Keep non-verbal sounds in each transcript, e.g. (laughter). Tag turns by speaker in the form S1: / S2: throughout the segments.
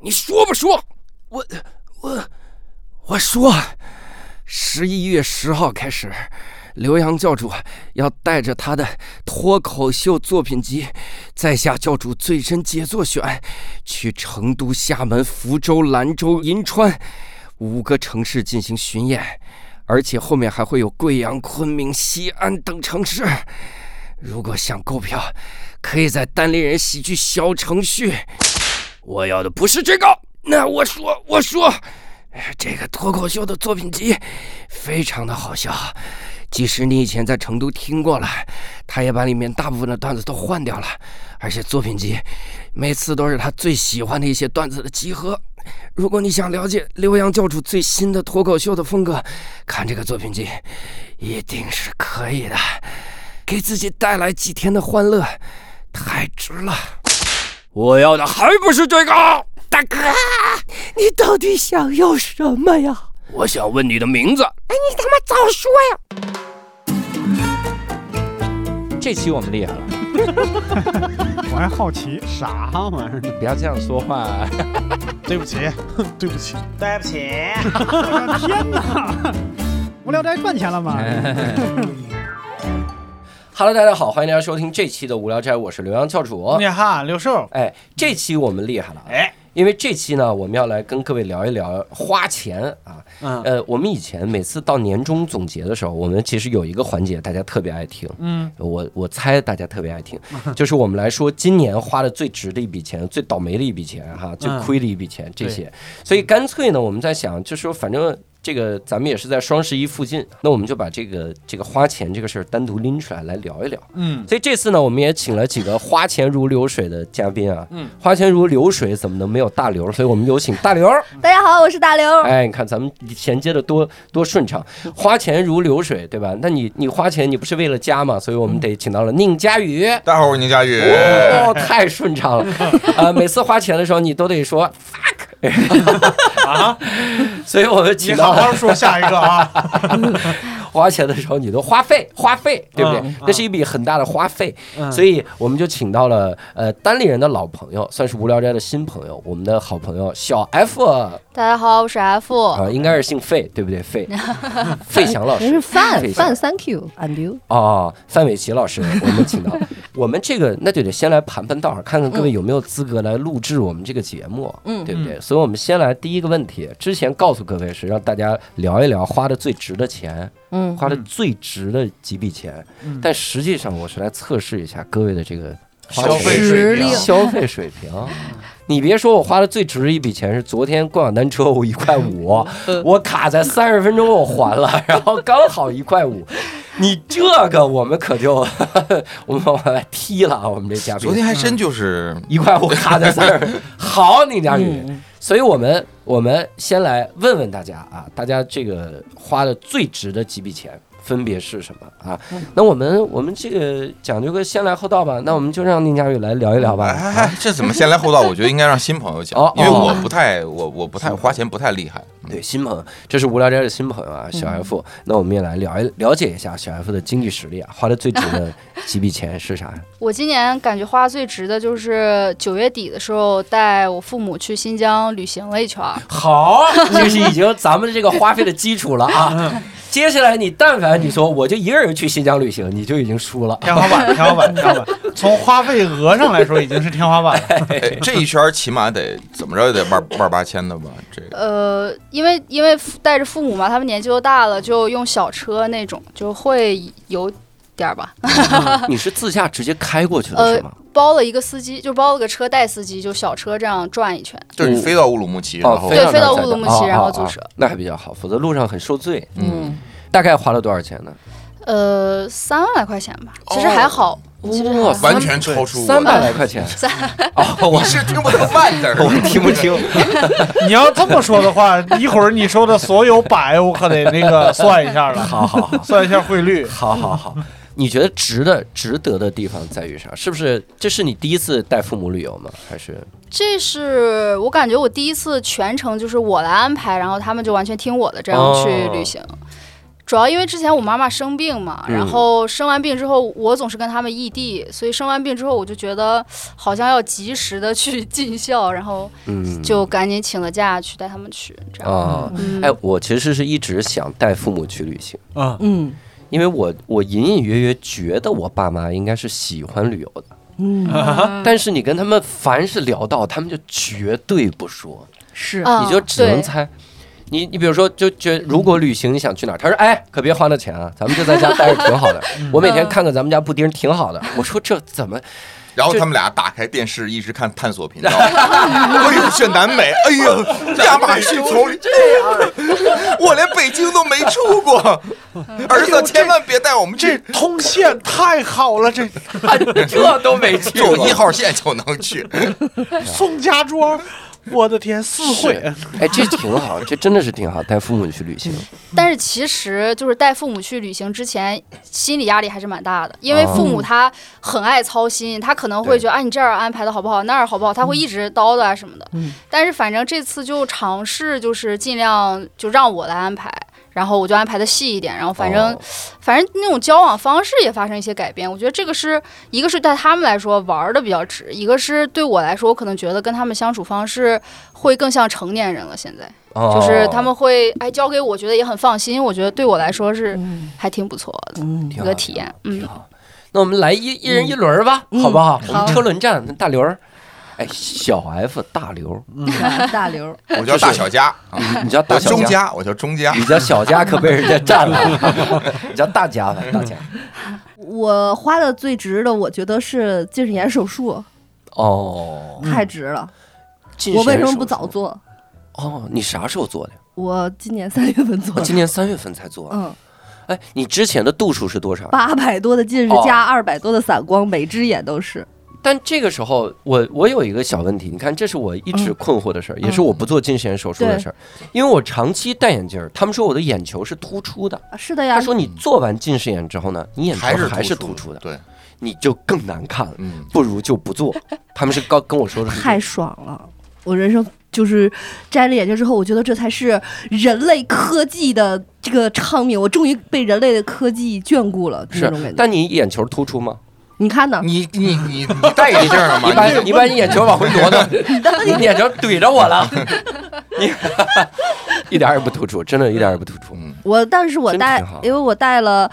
S1: 你说不说？
S2: 我我我说，十一月十号开始，刘洋教主要带着他的脱口秀作品集《在下教主最真杰作选》，去成都、厦门、福州、兰州、银川五个城市进行巡演，而且后面还会有贵阳、昆明、西安等城市。如果想购票，可以在单立人喜剧小程序。
S1: 我要的不是这个。
S2: 那我说，我说，这个脱口秀的作品集非常的好笑，即使你以前在成都听过了，他也把里面大部分的段子都换掉了，而且作品集每次都是他最喜欢的一些段子的集合。如果你想了解刘洋教主最新的脱口秀的风格，看这个作品集一定是可以的，给自己带来几天的欢乐，太值了。
S1: 我要的还不是这个。
S3: 大哥，你到底想要什么呀？
S1: 我想问你的名字。
S3: 哎，你他妈早说
S4: 呀！这期我们厉害了。
S5: 我还好奇
S6: 啥玩意儿？
S4: 不要这样说话。
S5: 对不起，对不起，
S7: 对不起。
S5: 我的天哪！无聊斋赚钱了吗？
S4: (laughs) 哎 Hello，大家好，欢迎大家收听这期的《无聊斋》，我是刘洋教主。
S5: 你好，刘寿。
S4: 哎，这期我们厉害了，
S5: 哎，
S4: 因为这期呢，我们要来跟各位聊一聊花钱啊。
S5: 嗯，
S4: 呃，我们以前每次到年终总结的时候，我们其实有一个环节大家特别爱听，
S5: 嗯，
S4: 我我猜大家特别爱听，就是我们来说今年花的最值的一笔钱、最倒霉的一笔钱哈、最亏的一笔钱这些。所以干脆呢，我们在想，就说反正。这个咱们也是在双十一附近，那我们就把这个这个花钱这个事儿单独拎出来来聊一聊。
S5: 嗯，
S4: 所以这次呢，我们也请了几个花钱如流水的嘉宾啊。
S5: 嗯，
S4: 花钱如流水怎么能没有大刘？所以我们有请大刘。
S5: (laughs)
S8: 大家好，我是大刘。
S4: 哎，你看咱们衔接的多多顺畅，花钱如流水，对吧？那你你花钱你不是为了家嘛？所以我们得请到了宁佳宇。
S9: 大家好，我是宁佳宇。
S4: 哦，太顺畅了。
S5: (laughs)
S4: 呃，每次花钱的时候你都得说 fuck。
S5: (laughs) 啊！
S4: (laughs) 所以我们
S5: 你
S4: 请
S5: 好
S4: 到
S5: 好说下一个啊！
S4: 花钱的时候，你都花费花费，对不对？
S5: 嗯嗯
S4: 那是一笔很大的花费，
S5: 嗯
S4: 所以我们就请到了呃单立人的老朋友，算是无聊斋的新朋友，我们的好朋友小 F 啊、
S8: 大家好，我是 F。
S4: 应该是姓费，对不对？
S8: (laughs)
S4: 费费翔老
S8: 人
S4: 师
S8: 是范
S4: 费翔
S8: 范，Thank you and you。
S4: 哦，范玮琪老师，我们请到我们这个，那就得先来盘盘道儿，看看各位有没有资格来录制我们这个节目，
S8: 嗯
S4: 对不对？所以我们先来第一个问题，之前告诉各位是让大家聊一聊花的最值的钱，
S8: 嗯，
S4: 花的最值的几笔钱，
S9: 嗯
S4: 但实际上我是来测试一下各位的这个花
S9: 消费
S4: 钱
S9: 水
S8: 实力
S9: 平，嗯
S4: 消费水平。 (laughs) 你别说我花的最值的一笔钱是昨天共享单车，我一块
S9: 嗯
S4: 五，我卡在三十分钟我还了，然后刚好一块五。你这个我们可就 (laughs) 我们往外踢了啊！我们这嘉宾
S9: 昨天还真就是
S4: 一块五卡在三儿，好，宁佳宇。所以我们我们先来问问大家啊，大家这个花的最值的几笔钱分别是什么啊？那我们我们这个讲究个先来后到吧，那我们就让宁佳宇来聊一聊吧。啊
S9: 哎，哎这怎么先来后到？我觉得应该让新朋友讲
S4: 哦，
S9: 因为
S4: 哦
S9: 我不太，我我不太花钱，不太厉害。嗯
S4: 对，新朋友，这是无聊斋的新朋友啊，小 F、那我们也来了一了解一下小 F 的经济实力啊，花的最值的几笔钱是啥？
S10: 我今年感觉花最值的就是九月底的时候带我父母去新疆旅行了一圈儿。
S4: 好，这是已经咱们这个花费的基础了啊。
S10: 嗯
S4: 接下来你但凡你说我就一个人去新疆旅行，你就已经输了。
S5: 天花板，天花板，天花板。从花费额上来说，已经是天花板了。
S9: 哎，这一圈儿起码得怎么着也得万万八千的吧？这个
S10: 呃，因为因为父带着父母嘛，他们年纪都大了，就用小车那种，就会有点儿吧。
S4: (laughs) 你是自驾直接开过去的是吗？
S10: 包了一个司机，就包了个车带司机，就小车这样转一圈。
S9: 就是你飞到乌鲁木齐，然
S4: 哦，
S9: 后
S10: 对飞到
S4: 那儿
S10: 乌鲁木
S4: 再
S10: 齐
S4: 哦
S10: 然后
S4: 哦
S10: 租
S4: 哦
S10: 车
S4: 那还比较好，否则路上很受罪。
S9: 嗯，
S4: 大概花了多少钱呢？
S10: 呃，三万来块钱吧，其实还好。其实还
S4: 哦哇
S10: 好
S4: 塞
S9: 完全超出我
S4: 三百来块钱。
S10: 三
S4: (laughs) 哦，我
S9: 我是听不懂万字儿，
S4: (laughs) 我听不清。
S5: 你要这么说的话，一会儿你说的所有百，我可得那个算一下了。
S4: 好好好。
S5: 算一下汇率，
S4: 好好好，你觉得值的值得的地方在于啥？是不是这是你第一次带父母旅游吗？还是
S10: 这是我感觉我
S4: 哦
S10: 第一次全程就是我来安排，然后他们就完全听我的这样去旅行。主要因为之前我妈妈生病嘛，
S4: 嗯
S10: 然后生完病之后，我总是跟他们异地，所以生完病之后，我就觉得好像要及时的去 (laughs) 尽孝，然后
S4: 嗯，
S10: 就赶紧请了假去带他们去，这样。
S4: 啊，
S10: 嗯
S4: 哎，我其实是一直想带父母去旅行，
S5: 啊，
S3: 嗯
S4: 因为我我隐隐约约觉得我爸妈应该是喜欢旅游的，
S3: 嗯，
S4: 但是你跟他们凡是聊到，他们就绝对不说，
S3: 是
S10: 啊
S4: 你就只能
S10: 对
S4: 猜。你你比如说，就觉得如果旅行你想去哪儿，他说
S10: 嗯
S4: 哎，可别花那钱啊，咱们就在家待着挺好的。我每天看看咱们家布丁挺好
S10: 嗯
S4: 的，我说这怎么
S9: 然后他们俩打开电视，一直看探
S4: (laughs)
S9: 索频道。哎呦，这南美，哎呦，亚马逊丛林这样， (laughs) 我连北京都没出过。
S4: 哎
S9: 儿子，千万别带我们
S5: 这
S9: 去，
S5: 通县太好了，这
S4: (laughs) 这都没去
S9: 走
S4: 过？
S9: 一号线 (laughs) 就能
S4: (laughs)
S9: 去。
S5: 宋家庄，我的天，四惠
S4: 是，哎，这挺好，这真的是挺好，带父母去旅
S10: 嗯
S4: 行。
S10: 但是其实就是带父母去旅行之前，心理压力还是蛮大的，因为父母他很爱操心，他可能会觉得，哎，你这儿安排的好不好，那儿好不好，他会一直叨叨啊什么的。
S3: 嗯
S10: 但是反正这次就尝试，就是尽量就让我来安排，然后我就安排的细一点，然后反正、
S4: 哦
S10: 反正那种交往方式也发生一些改变。我觉得这个是一个是对他们来说玩的比较值，一个是对我来说，我可能觉得跟他们相处方式会更像成年人了。现在
S4: 哦
S10: 就是他们会哎交给我，觉得也很放心，我觉得对我来说是
S8: 嗯
S10: 还挺不错的
S3: 嗯
S10: 一
S4: 挺好
S10: 个体验。嗯
S4: 挺，好。那我们来一
S8: 嗯
S4: 一人一轮儿吧，好不好？我们车轮战，大刘儿，哎，小 F 大刘儿，
S8: (laughs)
S4: (laughs)
S3: 大刘，
S9: 我叫大小佳，
S8: 嗯
S4: 你叫啊大
S9: 我
S4: 小
S9: 中
S4: 家，
S9: 家，我叫中家
S4: 你。叫小家可被人家占
S8: (laughs)
S4: 了，你叫大家吧，大家。
S8: 我花的最值的，我觉得是近视眼手术，
S4: 哦，
S8: 太值了。
S4: 近
S8: 我
S4: 视
S8: 为什
S4: 手
S8: 么
S4: 术
S8: 不早？做？
S4: 哦，你啥时候做的？
S8: 我今年三月份做
S4: 我
S8: 的，
S4: 哦今年三月份才做。
S8: 嗯，
S4: 哎，你之前的度数是多少？
S8: 八百多的近视
S4: 哦
S8: 加二百多的散光，每只眼都是。
S4: 但这个时候，我我有一个小问题，你看，这是我一直困惑的事儿，也是我不做近视眼手术的
S8: 嗯对
S4: 事儿，因为我长期戴眼镜儿，他们说我的眼球是突出的。
S8: 啊是的呀
S4: 他，说你做完近视眼之后呢，你眼球嗯还是突出的，
S9: 对，
S4: 你就更难看了，
S9: 嗯，
S4: 不如就不
S8: (laughs)
S4: 做。他们是刚跟我说的是这
S8: 太爽了！我人生就是摘了眼镜之后，我觉得这才是人类科技的这个昌明，我终于被人类的科技眷顾了那种
S4: 是
S8: 感，觉。
S4: 但嗯你眼球突出吗？
S8: 你看呢？
S9: 你你你你戴眼镜了吗？
S4: 你把你把你眼球往回挪
S8: (laughs)
S4: 挪，你眼球怼着我了， (laughs) 你一点儿也不突出，真的一点儿也不突出。
S9: 嗯
S8: 我但是我
S4: 真
S8: 戴
S4: 挺好，
S8: 因为我戴了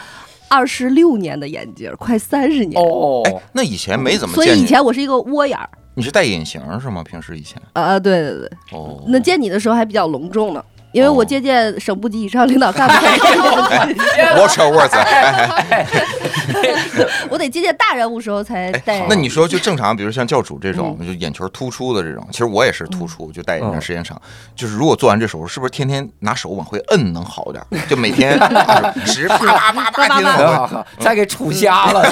S8: 二十六年的眼镜，快三十年，
S4: 哦，
S9: 哎，那以前没怎么
S8: 所
S9: 见
S8: 以以
S9: 你，
S8: 前我是一个窝眼儿。
S9: 你是戴隐形是吗？平时以前
S8: 啊、啊，对对对，
S9: 哦
S8: 那见你的时候还比较隆重呢，因为我接见省部级以上领导干部
S9: (laughs) ，Watch your words 哎。哎
S8: 我得接见大人物时候才戴
S9: 哎，。那你说就正常，比如像教主这
S8: 嗯
S9: 种，就眼球突出的这种，其实我也是突出，就戴眼
S4: 嗯
S9: 镜时间长。就是如果做完这手术，是不是天天拿手往回摁能好点儿？就每
S4: (laughs)
S9: 天十啪啪啪
S8: (laughs)
S9: 啪，天天
S4: 很
S9: 往
S4: 好，
S9: 回。
S4: 好，再给杵瞎了，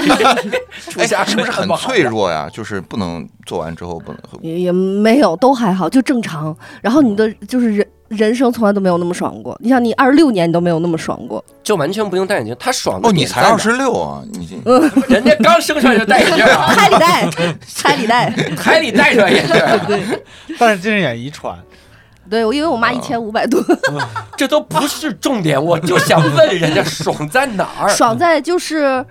S4: 杵瞎
S9: 哎，是不是很脆
S4: 弱？
S9: 弱呀？就是不能做完之后不能。
S8: 也也没有，都还好，就正常。然后你的就是人人生从来都没有那么爽过。你想，你二十六年你都没有那么爽
S9: (laughs)
S8: 过，
S4: 哎就完全不用戴眼镜，他爽的
S9: 哦，你
S4: 点
S9: 才
S4: 在
S9: 二
S4: 哪
S9: 十六啊！你 (laughs) 这
S4: 人家刚生出来就戴眼镜儿
S9: (laughs)
S4: 啊，
S8: 彩礼带，彩礼带。
S4: 还得戴上眼镜儿，
S5: (laughs) 但是近视眼遗传，
S8: 对，我因为我妈一千五百多，
S4: 这都不是重点，我就想问人家爽在哪儿？
S8: 爽在就是，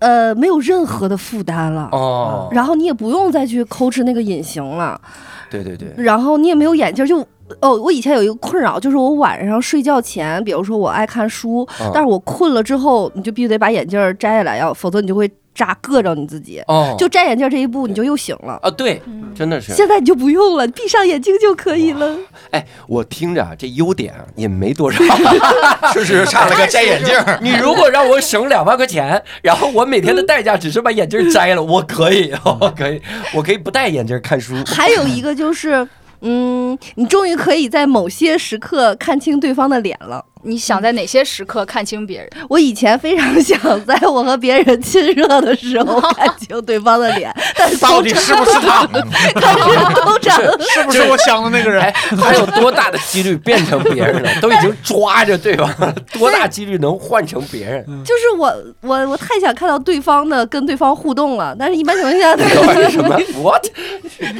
S8: 呃，没有任何的负担了。
S4: 哦，
S8: 然后你也不用再去抠哧那个隐形了，
S4: 对对对，
S8: 然后你也没有眼镜儿，就哦，我以前有一个困扰，就是我晚上睡觉前，比如说我爱看书，
S4: 嗯
S8: 但是我困了之后，你就必须得把眼镜儿摘下来，要否则你就会扎硌着你自己。
S4: 哦，
S8: 就摘眼镜儿这一步，你就又醒了。
S4: 啊，对，
S10: 嗯
S4: 真的是。
S8: 现在你就不用了，闭上眼睛就可以了。
S4: 哎，我听着啊，这优点啊也没多少。
S9: 是是差了个摘眼镜儿，
S4: 你如果让我省两万块钱，然后我每天的代价只是把眼镜摘了，我可以，我可以，我可以不戴眼镜看书。
S8: (laughs) 还有一个就是，嗯，你终于可以在某些时刻看清对方的脸了。
S10: 你想在哪些时刻看清别人？
S8: 我以前非常想在我和别人亲热的
S4: (laughs)
S8: 时候看清对方的脸，但是
S5: 到
S8: 通
S5: 底
S8: 常
S5: 是不是他？
S8: 但是通常
S4: 是不
S5: 不是我想的那个人
S4: 哎，，还有多大的几率变成别人了？都已经抓着对方了，多大几率能换成别人？ (laughs)
S8: 就是我我我太想看到对方的跟对方互动了，但是一般情况下， (laughs)
S4: 什么 what？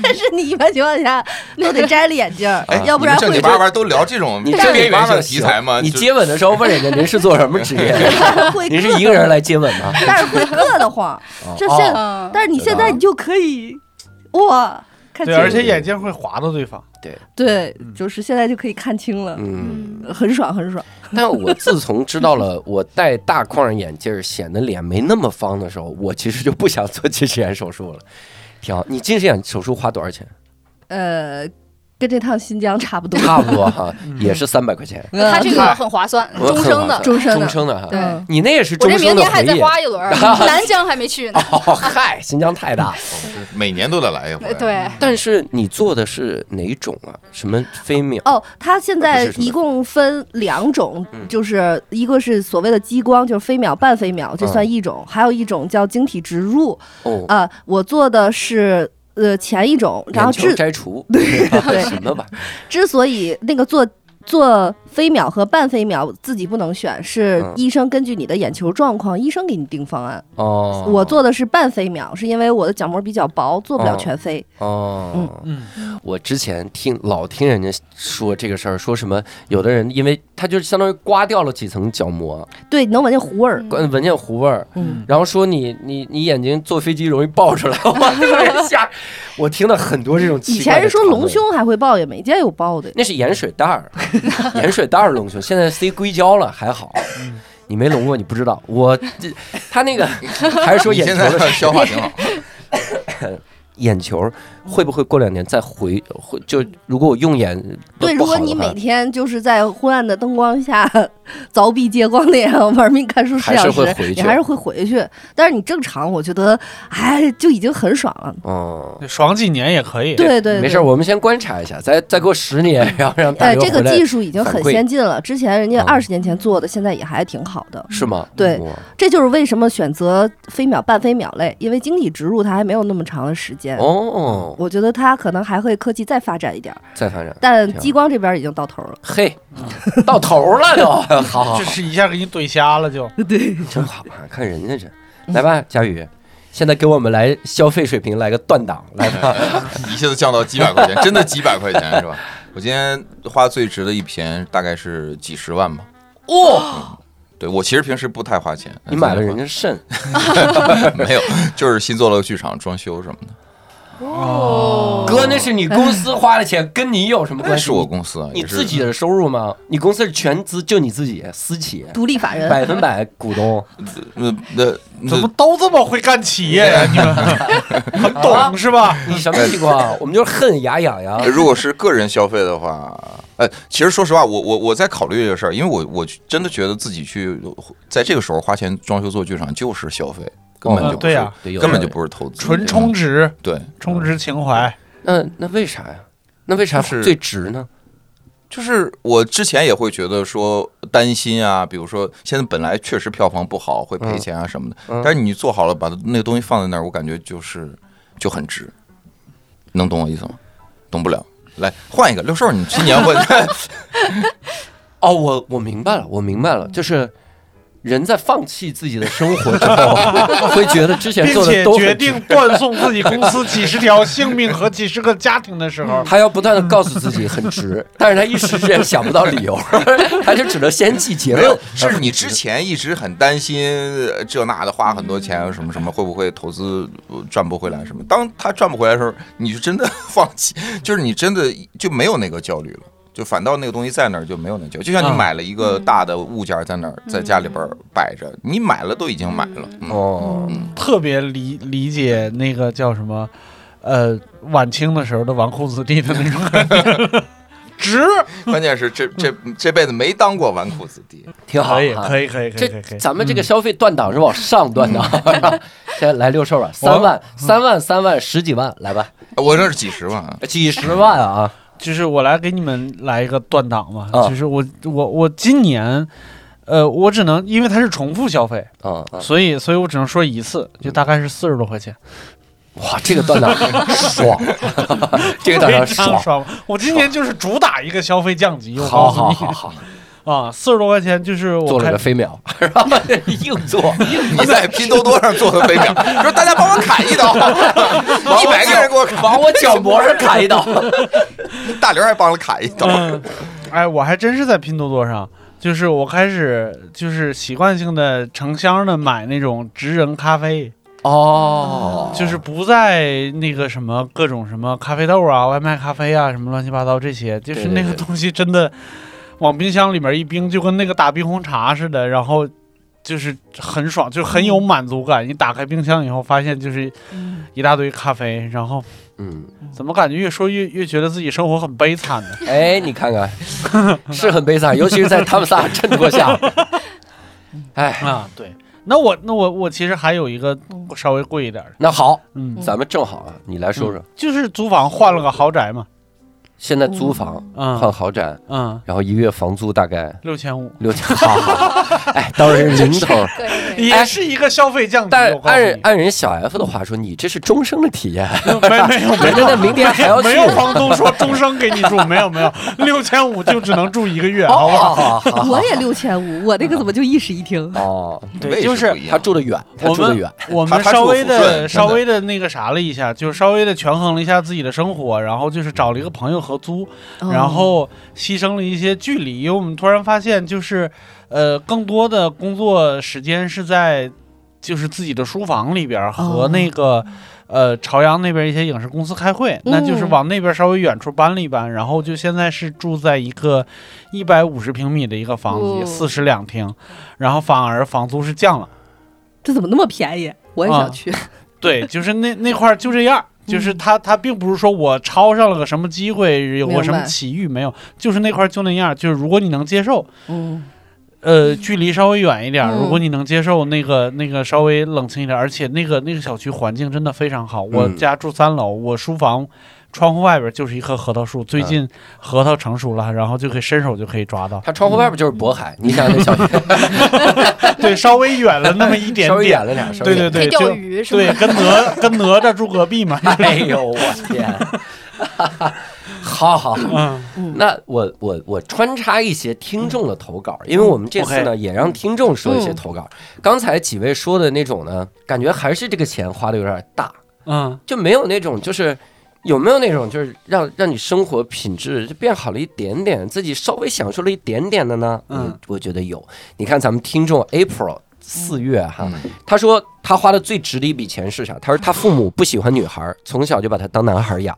S8: 但是你一般情况下都得摘了眼镜儿，
S4: 哎
S8: (laughs) 要不然
S9: 正
S8: 会
S9: 经八百都聊这种
S4: 你
S9: 正
S4: 这
S9: 经
S4: 边
S9: 八
S4: 缘
S9: 百
S4: 性
S9: 的题材吗？
S4: 你
S9: 就哦
S4: 接吻的时候问人家您是做什么职业的？
S8: (laughs) 会
S4: 您是
S8: 硌
S4: 一个人来接吻吗？
S8: 但是会硌得慌。这
S4: 哦
S8: 现，
S10: 嗯，
S8: 但是你现在你就可以，哇，看
S5: 对，
S8: 清，
S5: 而且眼睛会划到对方。
S8: 对，就是现在就可以看清了，
S4: 嗯，
S8: 很爽很爽。
S4: (laughs) 但我自从知道了我戴大框儿眼镜儿显得脸没那么方的时候，我其实就不想做近视眼手术了。挺好，你近视眼手术花多少钱？
S8: 呃，跟这趟新疆差不多，
S4: (laughs) 差不多哈，也是三百块钱，
S8: 嗯
S10: 他这个很划算，
S4: 我
S10: 终生嗯的。
S8: 终身的
S4: 终生的哈。
S8: (laughs) 对，
S4: 你那也是
S10: 我
S4: 终
S10: 这明
S4: 生的
S10: 年还
S4: 回
S10: 再
S4: 忆。
S10: 花一
S4: (laughs)
S10: 轮儿，南疆还没去呢。
S4: 哦，嗨，新疆太大了。
S9: 每年都得来一回。
S10: 对，
S4: 但是你做的是哪种啊？什么飞秒？
S8: 哦，它现在
S4: 呃不是什么
S8: 一共分两种
S4: 嗯，
S8: 就是一个是所谓的激光，就是飞秒、半飞
S4: 嗯
S8: 秒，这算一种；还有一种叫晶体植入。
S4: 哦，
S8: 啊，我做的是呃前一种，然后
S4: 眼球
S8: 之
S4: 摘除，对
S8: 对
S4: 什么玩意儿？
S8: 之所以那个做。做飞秒和半飞秒自己不能选，是
S4: 嗯
S8: 医生根据你的眼球状况，医生给你定方案。
S4: 哦，
S8: 我做的是半飞秒，是因为我的角膜比较薄，做不了
S4: 哦
S8: 全飞。
S4: 哦，
S5: 嗯，
S4: 我之前听老听人家说这个事儿，说什么有的人因为他就是相当于刮掉了几层角膜，
S8: 对，能闻见糊味儿。
S4: 关闻见糊味儿，
S8: 嗯，
S4: 然后说你你你眼睛坐飞机容易爆出来，我特别吓人。 (laughs) 我听了很多这种奇
S8: 以
S4: 怪的
S8: 前是说
S4: 传
S8: 隆
S4: 闻，
S8: 胸还会爆，也没见有爆的。
S4: 那是盐水袋
S8: (laughs)
S4: 儿，盐水袋儿隆胸，现在塞硅胶了还好。你没隆过，你不知道。我这他
S9: (laughs)
S4: 那个还是说
S9: 你
S4: 眼球
S9: 现在
S4: 的事儿
S9: 消化
S4: (laughs)
S9: 挺好，
S4: 眼球会不会过两年再回回？就如果我用眼
S8: 对，
S4: 不好
S8: 如果
S4: 的
S8: 你
S4: 话
S8: 每天就是在昏暗的灯光下 (laughs) 凿壁借光脸，玩命看书十
S4: 还是
S8: 小
S4: 会
S8: 时
S4: 回，去
S8: 你还是会回去。但是你正常，我觉得，哎，就已经很爽了。
S4: 哦，
S5: 爽几年也可以。
S8: 对对对，
S4: 没事儿，我们先观察一下，再再过十
S8: (laughs)
S4: 年，然后让大
S8: 哎，
S4: 哥
S8: 这个
S4: 回来
S8: 技术已经很
S4: 反馈
S8: 先进了，之前人家
S4: 嗯
S8: 二十年前做的，现在也还挺好的。
S4: 是吗？
S8: 对
S4: 哇
S8: 这就是为什么选择飞秒、半飞秒类，因为晶体植入它还没有那么长的时间。
S4: 哦，
S8: 我觉得它可能还会科技再发展一点儿，
S4: 再发展，
S8: 但
S4: 行
S8: 激光这边已经到头了。
S4: 嘿，到头了都， (laughs) 好好好
S5: 这，是一下给你怼瞎了就。
S4: 真好嘛，看人家这，来吧，佳宇。现在给我们来消费水平来个断档，来吧，
S9: 一下子降到几百块钱，真的几百块钱是吧？我今天花最值的一瓶大概是几十万吧。嗯
S4: 哇、
S9: 对我其实平时不太花钱，
S4: 你买了人家肾，
S9: (laughs)
S8: (laughs)
S9: 没有？就是新做了个剧场装修什么的，
S5: 哦
S4: 哥，那是你公司花的钱，跟你有什么关
S9: 那
S4: 系？
S9: 是我公司啊，
S4: 你
S9: 也是
S4: 自己的收入吗？你公司是全资，就你自己私
S8: (laughs)
S4: 企，
S8: 独立法
S4: (laughs)
S8: 人，
S4: 百分百股东，
S9: 呃那
S5: 怎么
S9: 那
S5: 都这么会干企业呀？你
S4: (laughs)
S5: 们很
S4: 啊
S5: 懂是吧？
S4: 你什么情况？我们就是恨牙痒痒。
S9: 如果是个人消费的话，呃，其实说实话，我我我在考虑这个事儿，因为我我真的觉得自己去在这个时候花钱装修做剧场就是消费，根本就
S5: 呃
S9: 不
S5: 对
S9: 是、
S5: 呀，
S4: 对有
S9: 根本
S4: 道
S9: 就
S4: 理
S9: 不是投资，
S5: 纯充值，
S9: 对。
S5: 充值情怀。
S4: 那那为啥呀？那为啥
S9: 就是
S4: 最值呢？
S9: 就是我之前也会觉得说担心啊，比如说现在本来确实票房不好，会赔钱啊什么的，
S4: 嗯
S9: 但是你做好了，把那个东西放在那儿，我感觉就是就很值，能懂我意思吗？懂不了，来换一个。六兽，你
S5: (laughs)
S9: 今年会
S4: 哦，我我明白了，我明白了，就是人在放弃自己的生活之 (laughs) 后，会觉得之前
S5: 并
S4: 做的
S5: 且
S4: 都
S5: 决
S4: 很值
S5: 定。断送自己公司几十条性命和几十个家庭的时
S4: (laughs)
S5: 候，
S4: 他要不断的告诉自己很值，但是他一时之间想不到理由， (laughs) 他就只能先记结
S9: 没有
S4: 论。？
S9: 是你之前一直很担心呃这那的，花很多钱什么什么，会不会投资呃赚不回来什么？当他赚不回来的时候，你就真的 (laughs) 放弃，就是你真的就没有那个焦虑了。就反倒那个东西在那儿就没有那焦虑，就像你
S5: 嗯
S9: 买了一个大的物件在那儿，在家里边儿摆着，你买了都已经买了，嗯，
S4: 哦，
S5: 特别理理解那个叫什么，呃，晚清的时候的纨绔子弟的那种感觉， (laughs) 值
S9: 关键是这这这辈子没当过纨绔子弟，
S4: 挺好
S5: 啊可以
S4: 哈。
S5: 可以可以可
S4: 这
S5: 以可以可以，
S4: 咱们这个消费断档是往上断 (laughs) 档，现在来六兽吧，三万、三万、三万、十几万，来吧，
S9: 我这是几十万啊，
S4: 呃几十万啊！
S5: 就是我来给你们来一个断档吧，
S4: 啊
S5: 就是我我我今年。呃，我只能因为它是重复消费，
S4: 啊啊！
S5: 所以所以我只能说一次，就大概是四十多块钱。
S4: 哇，这个 (laughs) 段档爽，这个段档
S5: 非常
S4: 爽，
S5: 爽！我今年就是主打一个消费降级，我
S4: 好
S5: 告诉
S4: 好
S5: 你
S4: 好好，
S5: 啊，四十多块钱就是我
S4: 做了
S5: 看
S4: 个飞秒， (laughs) 然后硬做，
S9: 你在拼多多上做的飞秒，说大家帮我砍一刀，一百个人给我砍，
S4: 往我脚脖上砍一刀，
S9: 大刘还帮了砍一刀。
S5: 嗯，哎，我还真是在拼多多上，就是我开始就是习惯性的成箱的买那种职人咖啡，
S4: 哦，
S5: 就是不在那个什么各种什么咖啡豆啊、外卖咖啡啊什么乱七八糟这些，就是
S4: 对对
S5: 那个
S4: 对
S5: 东西真的往冰箱里面一冰，就跟那个打冰红茶似的，然后。就是很爽，就很有满足感。你打开冰箱以后，发现就是一大堆咖啡，然后
S4: 嗯，
S5: 怎么感觉越说越越觉得自己生活很悲惨呢？
S4: 哎，你看看，是很悲惨，尤其是在他们仨衬托
S5: (laughs)
S4: 下，哎，
S5: 啊，对。那我那我我其实还有一个稍微贵一点的，
S4: 那好，
S5: 嗯，
S4: 咱们正好啊，你来说说，
S5: 就是租房换了个豪宅嘛，
S4: 现在租房换
S5: 嗯
S4: 豪宅，
S5: 嗯，
S4: 然后一月房租大概
S5: 六千五，
S4: 六千，好好好哎，当然是零头。
S5: (laughs)
S10: 可以可以。
S5: 也是一个消费降级。
S4: 但
S5: 我告诉
S4: 按
S5: 你，
S4: 按人小 F 的话说，你这是终生的体验，
S5: 哎没没有
S4: 人
S5: 没
S4: 家那
S5: 有。
S4: 明天还要去
S5: 没。有房东说终生给你住，没有没有，六千五就只能住一个月，好啊不好？
S4: 哦
S3: 我也六千五，我那个怎么就一室一厅？
S4: 哦，
S5: 对，就是
S9: 位置不一
S4: 他
S9: 样
S4: 住的远，他
S5: 我
S4: 住的
S5: 们
S4: 远，
S5: 我
S9: 他
S5: 们
S9: 他
S5: 稍
S9: 住
S5: 微
S9: 抚顺真
S5: 的
S9: 的
S5: 稍微的那个啥了一下，就是稍微的权衡了一下自己的生活，然后就是找了一个朋友合租，然
S8: 嗯
S5: 后牺牲了一些距离，因为我们突然发现，就是呃，更多的工作时间是在就是自己的书房里边儿和那个、呃朝阳那边一些影视公司开会，那就是往那边稍微远处搬了一搬，然后就现在是住在一个一百五十平米的一个房子，
S10: 哦
S5: 四室两厅，然后反而房租是降了。
S3: 这怎么那么便宜？我也
S4: 啊
S3: 想
S8: (laughs)
S3: 去。
S5: (laughs) 对，就是那那块儿就这样，就是
S3: 嗯
S5: 他他并不是说我抄上了个什么机会，有
S3: 明
S5: 个什么
S3: 白
S5: 奇遇没有，就是那块儿就那样，就是如果你能接受，
S3: 嗯，
S5: 呃，距离稍微远一点儿，
S3: 嗯
S5: 如果你能接受那个那个稍微冷清一点儿，而且那个那个小区环境真的非常好，我
S4: 嗯
S5: 家住三楼，我书房。窗户外边就是一棵核桃树，
S4: 嗯
S5: 最近核桃成熟了，然后就可以伸手就可以
S3: (laughs)
S5: 抓到。
S4: 他窗户外边就是渤海，你想
S5: (laughs)
S4: 那小
S5: 对，稍微远了那么一点
S4: 稍微
S5: 点
S4: 远，了点，稍微
S5: 对
S4: 远
S5: 对
S4: 了
S10: 可
S5: 对，
S10: 以钓
S5: 就
S10: 鱼是
S5: 对
S10: 吗？
S5: 跟哪跟哪吒住隔壁嘛。
S4: (laughs) 哎呦我天，好好好，
S5: 嗯，
S4: 那我我我穿插一些听众的投稿，因为我们这次呢也让听众说一
S5: 嗯
S4: 些投稿。刚才几位说的那种呢，感觉还是这个钱花的有点大，
S5: 嗯，
S4: 就没有那种就是有没有那种就是让让你生活品质就变好了一点点，自己稍微享受了一点点的呢？
S5: 嗯
S4: 我，我觉得有。你看咱们听众 April 四月哈，
S9: 嗯
S4: 他说他花的最值的一笔钱是啥？他说他父母不喜欢女孩儿，从小就把他当男孩儿养。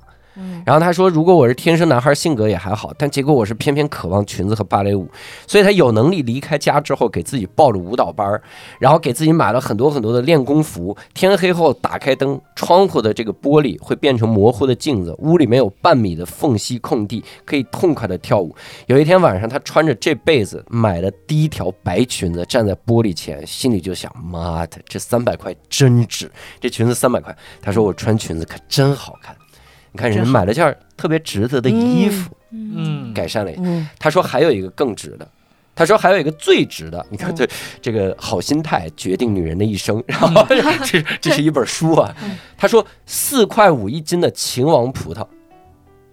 S4: 然后他说，如果我是天生男孩儿，性格也还好，但结果我是偏偏渴望裙子和芭蕾舞，所以他有能力离开家之后，给自己报了舞蹈班儿，然后给自己买了很多很多的练功服。天黑后打开灯，窗户的这个玻璃会变成模糊的镜子，屋里面有半米的缝隙空地，可以痛快的跳舞。有一天晚上，他穿着这辈子买的第一条白裙子，站在玻璃前，心里就想：妈的，这三百块真值！这裙子三百块，他说我穿裙子可真好看。你看人家买了件儿特别值得的衣服，
S5: 嗯，
S4: 改善了一下。
S3: 嗯
S4: 他说还有一个更值的。他说还有一个最值的，你看这这个好心态决定女人的一生，然后这这是一本书啊。他说四块五一斤的秦王葡萄，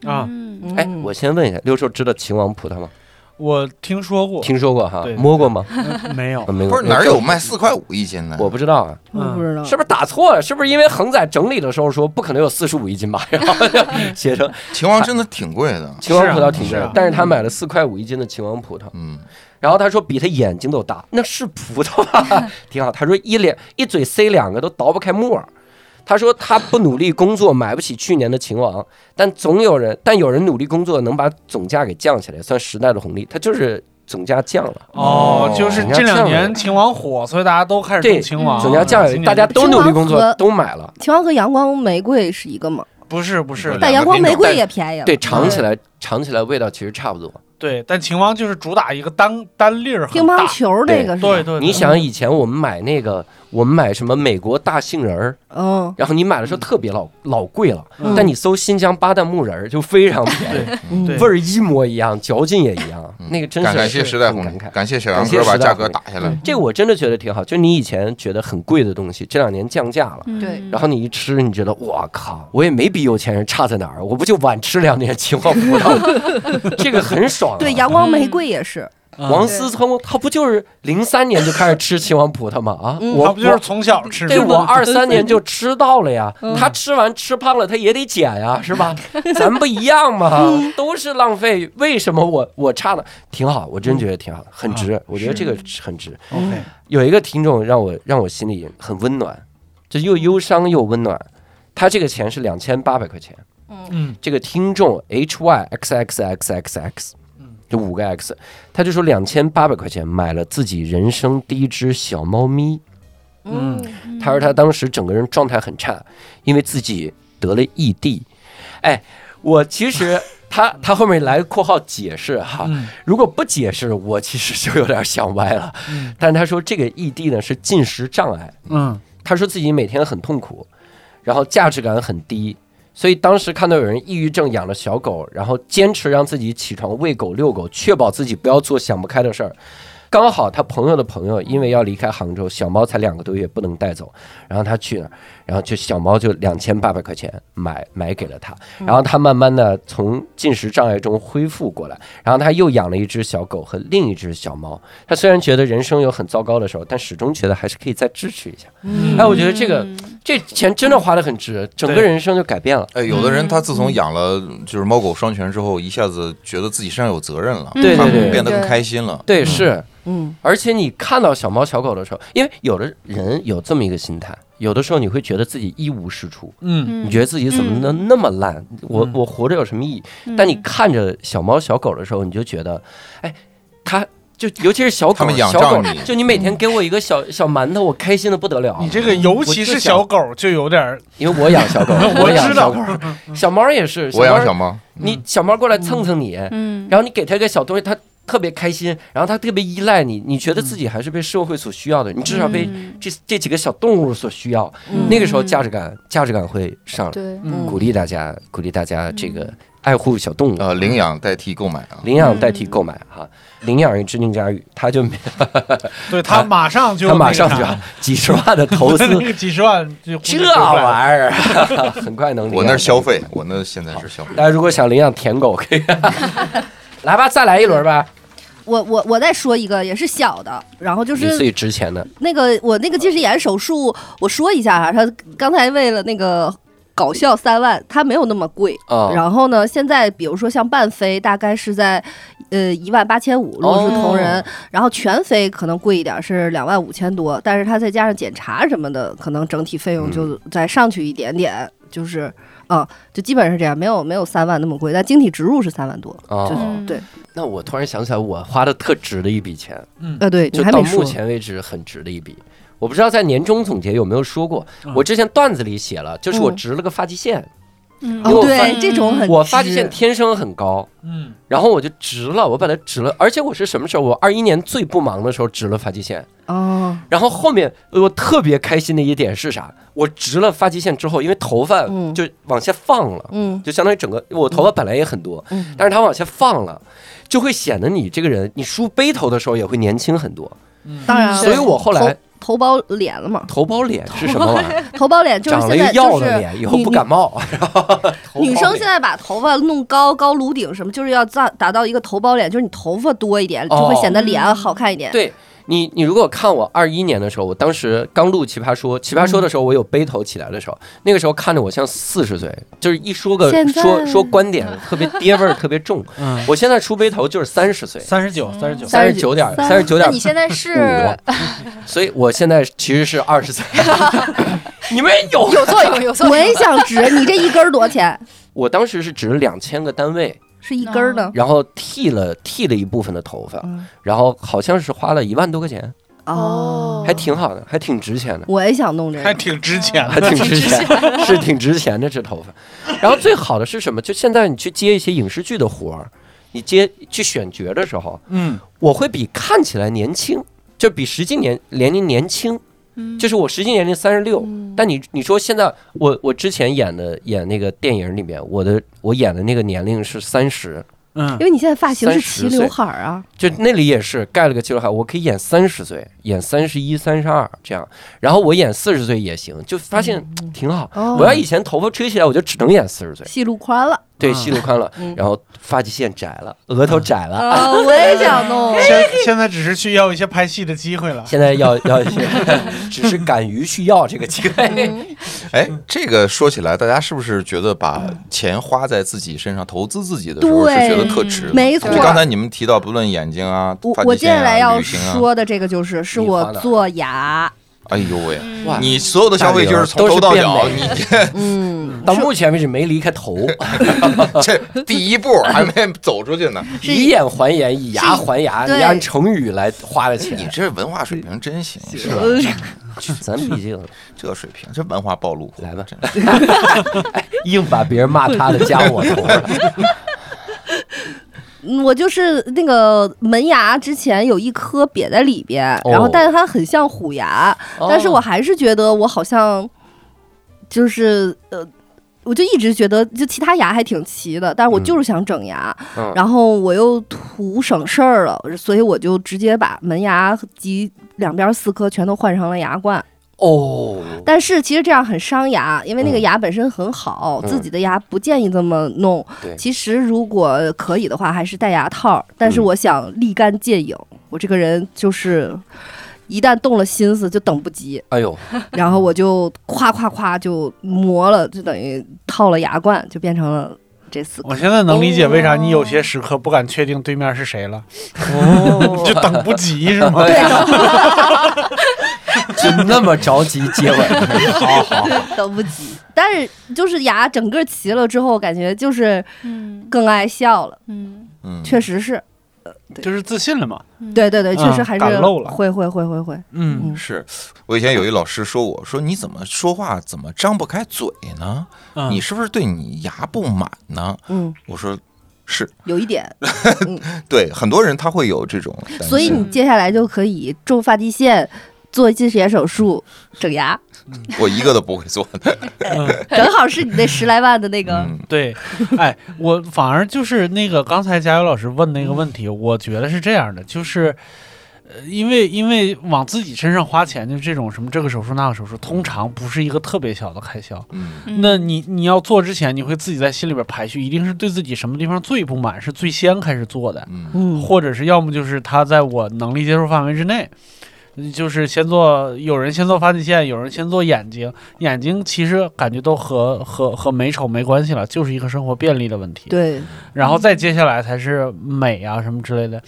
S5: 啊
S10: 嗯，
S4: 哎，我先问一下，六兽知道秦王葡萄吗？
S5: 我听说过，
S4: 听说过哈
S5: 对，
S4: 摸过吗？
S5: 嗯没
S4: (laughs)
S5: 有
S4: 啊，没有
S9: 不是哪儿有卖四块五一斤的？
S4: 我不知道啊，
S8: 嗯
S3: 我不知道。
S4: 是不是打错了？是不是因为恒仔整理的时候说不可能有四十五一斤吧？然后就写成
S9: 秦王真的挺贵的，
S4: 秦王葡萄挺
S5: 是
S4: 贵
S5: 啊
S4: 的，但是他买了四块五一斤的秦王葡萄，
S9: 嗯，
S4: 然后他说比他眼睛都大，那是葡萄啊，挺好。他说一脸一嘴塞两个都倒不开沫儿。他说他不努力工作，买不起去年的秦王，但总有人，但有人努力工作能把总价给降下来，算时代的红利。他就是总价降了。
S5: 哦
S9: 哦，
S5: 就是这两年秦王火，所以大家都开始
S4: 对
S5: 种秦王。哦
S4: 总价降下来，
S5: 啊今年
S4: 大家都努力工
S8: 秦王
S4: 作
S8: 和，
S4: 都买了，
S8: 秦王和阳光玫瑰是一个吗？
S5: 不是不是，
S8: 但阳光玫瑰也便宜了。
S4: 对，尝起来尝起来味道其实差不多。
S5: 对，但秦王就是主打一个单单粒儿很
S8: 嗯乒
S5: 大
S8: 乓，球那个是吧
S5: 对对，对
S4: 你想以前我们买那个，我们买什么美国大杏仁儿，
S8: 嗯，
S4: 然后你买的时候特别老老贵了，
S5: 嗯
S4: 但你搜新疆巴旦木仁儿就非常便宜，
S8: 嗯
S5: 对嗯
S4: 味儿一模一样，嚼劲也一样，那个真是
S9: 嗯感感谢时代红
S4: 很
S9: 利，
S4: 感慨。
S9: 感谢沈阳
S4: 感
S9: 哥
S4: 谢
S9: 把
S4: 时代
S9: 价
S4: 红
S9: 格
S4: 利
S9: 打下来。
S4: 这个我真的觉得挺好，就你以前觉得很贵的东西，这两年降价
S5: 嗯
S4: 了。
S3: 嗯
S10: 对
S4: 然后你一吃，你觉得我靠，我也没比有钱人差在哪儿，我不就晚吃两年青花葡萄，
S5: (laughs)
S4: 这个很爽、啊。
S8: 对，阳光玫瑰也是，
S5: 嗯
S4: 王思聪他不就是零三年就开始吃秦王葡萄吗？啊，
S8: 嗯
S4: 我
S5: 他不就是
S4: 我
S5: 从小吃
S4: 对
S5: 的嗯
S4: 我
S5: 吗？
S4: 二三年就吃到了呀，他吃完吃胖了，他也得减呀，是吧？ (laughs) 咱不一样嘛，都是浪费，为什么我我差呢？挺好，我真觉得挺好，很值，我觉得这个很值。
S5: OK，
S4: 有一个听众让我让我心里很温暖，这又忧伤又温暖。他这个钱是两千八百块钱，
S5: 嗯，
S4: 这个听众 H Y X X X X X，这五个 X，他就说两千八百块钱买了自己人生第一只小猫咪。
S5: 嗯，
S4: 他说他当时整个人状态很差，因为自己得了异地。哎，我
S5: (laughs)
S4: 其实他他后面来括号解释哈，
S5: 嗯
S4: 如果不解释，我其实就有点想歪了。
S5: 嗯
S4: 但是他说这个异地呢是进食障碍，
S5: 嗯
S4: 他说自己每天很痛苦，然后价值感很低，所以当时看到有人抑郁症养了小狗，然后坚持让自己起床喂狗遛狗，确保自己不要做想不开的事儿。刚好他朋友的朋友因为要离开杭州，小猫才两个多月不能带走，然后他去那儿，然后就小猫就两千八百块钱买买给了他，然后他慢慢的从进食障碍中恢复过来，然后他又养了一只小狗和另一只小猫。他虽然觉得人生有很糟糕的时候，但始终觉得还是可以再支持一下。哎，我觉得这个
S10: 嗯
S4: 这钱真的花的很值，整个
S5: 对
S4: 人生就改变了。
S9: 哎，有的
S4: 嗯
S9: 人他自从养了就是猫狗双全之后，一下子觉得自己身上有责任了，
S4: 嗯对
S9: 他
S4: 对对
S9: 变得更开心了。
S4: 对，是，
S8: 嗯
S4: 而且你看到小猫小狗的时候，因为有的人有这么一个心态，有的时候你会觉得自己一无是处，
S5: 嗯
S4: 你觉得自己怎么能那么烂？我
S5: 嗯
S4: 我活着有什么意义？但你看着小猫小狗的时候，你就觉得，哎，它就尤其是小狗，
S9: 它们仰
S4: 小狗
S9: 仗你
S4: 就你每天给我一个小小馒头，我开心的不得了。
S5: 你这个尤其是小狗就有点儿
S4: 因为我养小狗，
S5: 我
S4: 养
S5: 知
S4: 小
S5: 道
S4: 狗，小猫也是，
S9: 我养小
S4: 猫，
S9: 猫，
S4: 你小猫过来蹭蹭你，
S10: 嗯，
S4: 然后你给它一个小东西，它特别开心，然后它特别依赖你，你觉得
S8: 嗯
S4: 自己还是被社会所需要的，你至少被
S10: 嗯
S4: 这这几个小动物所需要。
S8: 嗯
S4: 那个时候价值感，价值感会上来。
S10: 对，
S5: 嗯
S4: 鼓励大家，鼓励大家这个
S8: 嗯
S4: 爱护小动物。
S9: 呃，领养代替购买啊。
S4: 领养代替购买哈，领养一只宁佳玉，他就没
S5: 对他马上就
S4: 他马
S5: 那个
S4: 上
S5: 啥 (laughs)
S4: 就几十万的投
S8: (laughs)
S4: 资，
S5: 那个几十万就
S4: 这玩意儿很快能领养。
S9: 我那是消费，我那现在是消费。
S4: 大家如果想领养舔狗，可
S8: (laughs)
S4: 以来吧，再来一轮吧。
S8: 我我我再说一个，也是小的，然后就
S4: 你
S8: 是
S4: 最值钱的，
S8: 那个我那个近视眼手术，我说一下啊，他刚才为了那个搞笑三万，它没有那么贵。
S4: 啊
S8: 然后呢，现在比如说像半飞，大概是在呃一万八千
S4: 哦
S8: 五，如果是同人，然后全飞可能贵一点，是两万五千多，但是它再加上检查什么的，可能整体费
S4: 嗯
S8: 用就再上去一点点，就是。啊、就基本是这样，没有没有三万那么贵，但晶体植入是三万多，
S4: 哦
S8: 就是、
S10: 嗯
S8: 对，
S4: 那我突然想起来，我花的特值的一笔钱，
S5: 嗯
S8: 呃，对你
S4: 就
S8: 还
S4: 到
S8: 没说
S4: 目，前为止很值的一笔。我不知道在年终总结有没有说过，我之前段子里写了，就是我
S8: 嗯
S4: 植了个发际线，
S10: 嗯
S4: 因为
S8: 哦，
S4: 我
S8: 对，
S10: 发
S8: 这种很
S4: 我发际线
S8: 值
S4: 天生很高，
S5: 嗯，
S4: 然后我就植了，我把它植了，而且我是什么时候？我二一年最不忙的时候植了发际线，
S8: 哦，
S4: 然后后面呃我特别开心的一点是啥？我植了发际线之后，因为头发
S8: 嗯
S4: 就往下放了，
S8: 嗯
S4: 就相当于整个我头发本来也很多，
S8: 嗯
S4: 但是它往下放了，就会显得你这个人，你梳背头的时候也会年轻很多。，
S8: 当然了，
S4: 所以我后来
S8: 啊头头包脸了嘛，
S4: 头包脸是什么玩意儿？
S8: 头包脸就是
S4: 长了
S8: 现
S4: 一
S8: 在
S4: 药
S8: 就
S4: 的
S8: 是
S4: 脸，以后
S8: 女
S4: 不感冒。
S8: (laughs)
S4: 头包
S8: 女生
S4: 脸
S8: 现在把头发弄高，高颅顶什么，就是要造达到一个头包脸，就是你头发多一点，
S4: 哦
S8: 就会显得脸好看一点。
S4: 对你，你如果看我二一年的时候，我当时刚录《奇葩说》，《奇葩说》的时候我有背头起来的时候，那个时候看着我像四十岁，就是一说个
S8: 现在
S4: 说说观点特
S8: (laughs)
S4: 别爹味儿特别重。
S5: 嗯
S4: 我现在梳背头就是三十岁，
S5: 三十九，三十九，
S4: 三十九点三十九
S10: 那
S4: 点
S10: 你现在是
S4: 五， (laughs) 所以我现在其实是二十岁。 (laughs) 你们有？
S10: 有作用，有作
S8: 我
S10: 用。
S8: 也想植，你这一根儿多少钱？
S4: 我当时是指两千个单位，
S8: 是一根儿呢？
S4: 然后剃了剃了一部分的头发，
S8: 嗯
S4: 然后好像是花了一万多块钱，
S8: 哦，
S4: 还挺好的，还挺值钱的。
S8: 我也想弄这
S5: 还
S8: 个。
S5: 挺值钱
S4: 还
S5: 的。
S4: 嗯挺值钱， (laughs) 是挺值钱的这头发。然后最好的是什么？就现在你去接一些影视剧的活儿，你接去选角的时候，
S5: 嗯
S4: 我会比看起来年轻，就比实际年年龄年轻。
S10: 嗯
S4: 就是我实际年龄三十六，
S10: 嗯
S4: 但你你说现在我我之前演的演那个电影里面，我的我演的那个年龄是三十，
S5: 嗯
S8: 因为你现在发型是
S4: 30
S8: 齐刘海儿啊，
S4: 就那里也是盖了个齐刘海，我可以演三十岁，演三十一、三十二这样，然后我演四十岁也行，就发现
S10: 嗯
S4: 挺好。
S8: 哦
S4: 我要以前头发吹起来，我就只能演四十
S10: 啊
S4: 岁，
S8: 戏路宽了。
S4: 对，戏路宽了，
S10: 嗯
S4: 然后发际线窄了，额头窄了，
S8: 啊，我也想
S5: (laughs)
S8: 弄。
S5: 现现在只是去要一些拍戏的机会了。
S4: 现在要要 (laughs) 只是敢于去要这个机
S10: 嗯
S4: 会。
S9: 哎，这个说起来，大家是不是觉得把钱花在自己身上、投资自己的时候是
S8: 对
S9: 觉得特值的？
S8: 没错
S9: 就刚才你们提到，不论眼睛啊、
S8: 我
S9: 发
S8: 我
S9: 际
S8: 接
S9: 线
S8: 下来
S9: 啊、
S8: 要
S9: 旅行啊，
S8: 说的这个就是，是我做牙，
S9: 哎呦喂，
S4: 哇
S9: 你所有的消费就是从头到脚，你 (laughs)
S8: 嗯，
S4: 到目前为止没离开头，
S9: 这第一步还没走出去呢。
S4: 以眼还眼，以牙还牙，
S8: 对哎
S4: 你按成语来花的
S9: 你
S4: 钱，
S9: 这文化水平真行，是吧？
S8: 呃
S4: 咱毕竟
S9: 这水平，这文化暴露，
S4: 来吧
S9: 真
S4: 硬 (laughs) 把别人骂他的加我头了。
S8: 嗯我就是那个门牙之前有一颗瘪在里边，
S4: 哦
S8: 然后但是它很像虎牙， (laughs) 但是我还是觉得我好像就是呃。我就一直觉得，就其他牙还挺齐的，但是我就是想整牙，
S4: 嗯
S8: 然后我又图省事儿了，所以我就直接把门牙及两边四颗全都换成了牙冠。
S4: 哦，
S8: 但是其实这样很伤牙，因为那个牙本身很好，
S4: 嗯
S8: 自己的牙不建议这么弄。
S4: 对嗯
S8: 其实如果可以的话，还是戴牙套。但是我想立竿见影，我这个人就是一旦动了心思就等不及，
S4: 哎呦，
S8: 然后我就夸夸夸就磨了，就等于套了牙冠，就变成了这四个。 (laughs)
S5: 我现在能理解为啥你有些时刻不敢确定对面是谁了，
S8: 哦
S5: 你就等不及是吗？
S8: 对，等
S4: 就那么着急接吻？ (laughs) 哎好好，
S8: 等不及。但是就是牙整个齐了之后，感觉就是
S10: 嗯
S8: 更爱笑了，
S10: 嗯
S9: 嗯，
S8: 确实是。
S5: 就是自信了嘛。
S8: 对对对，确实
S5: 嗯
S8: 还是
S5: 敢露了
S8: 会会会会会，
S5: 嗯，
S9: 是我以前有一老师说我说你怎么说话怎么张不开嘴呢？
S5: 嗯
S9: 你是不是对你牙不满呢？
S8: 嗯，
S9: 我说是
S8: 有一点。
S9: 对，很多人他会有这种担心，
S8: 所以你接下来就可以种发际线，做近视眼手术，整牙，
S9: 我一个都不会做的。
S8: 正好是你那十来万的那个。
S9: 嗯，
S5: 对，哎，我反而就是那个刚才佳友老师问那个问题，我觉得是这样的，就是。呃，因为因为往自己身上花钱，就这种什么这个手术那个手术，通常不是一个特别小的开销。
S9: 嗯
S5: 那你你要做之前，你会自己在心里边排序，一定是对自己什么地方最不满，是最先开始做的，
S9: 嗯
S8: 嗯，
S5: 或者是要么就是他在我能力接受范围之内，就是先做，有人先做发际线，有人先做眼睛，眼睛其实感觉都和和和美丑没关系了，就是一个生活便利的问题。，
S8: 对，
S5: 然后再接下来才是美啊什么之类
S4: 嗯
S5: 的。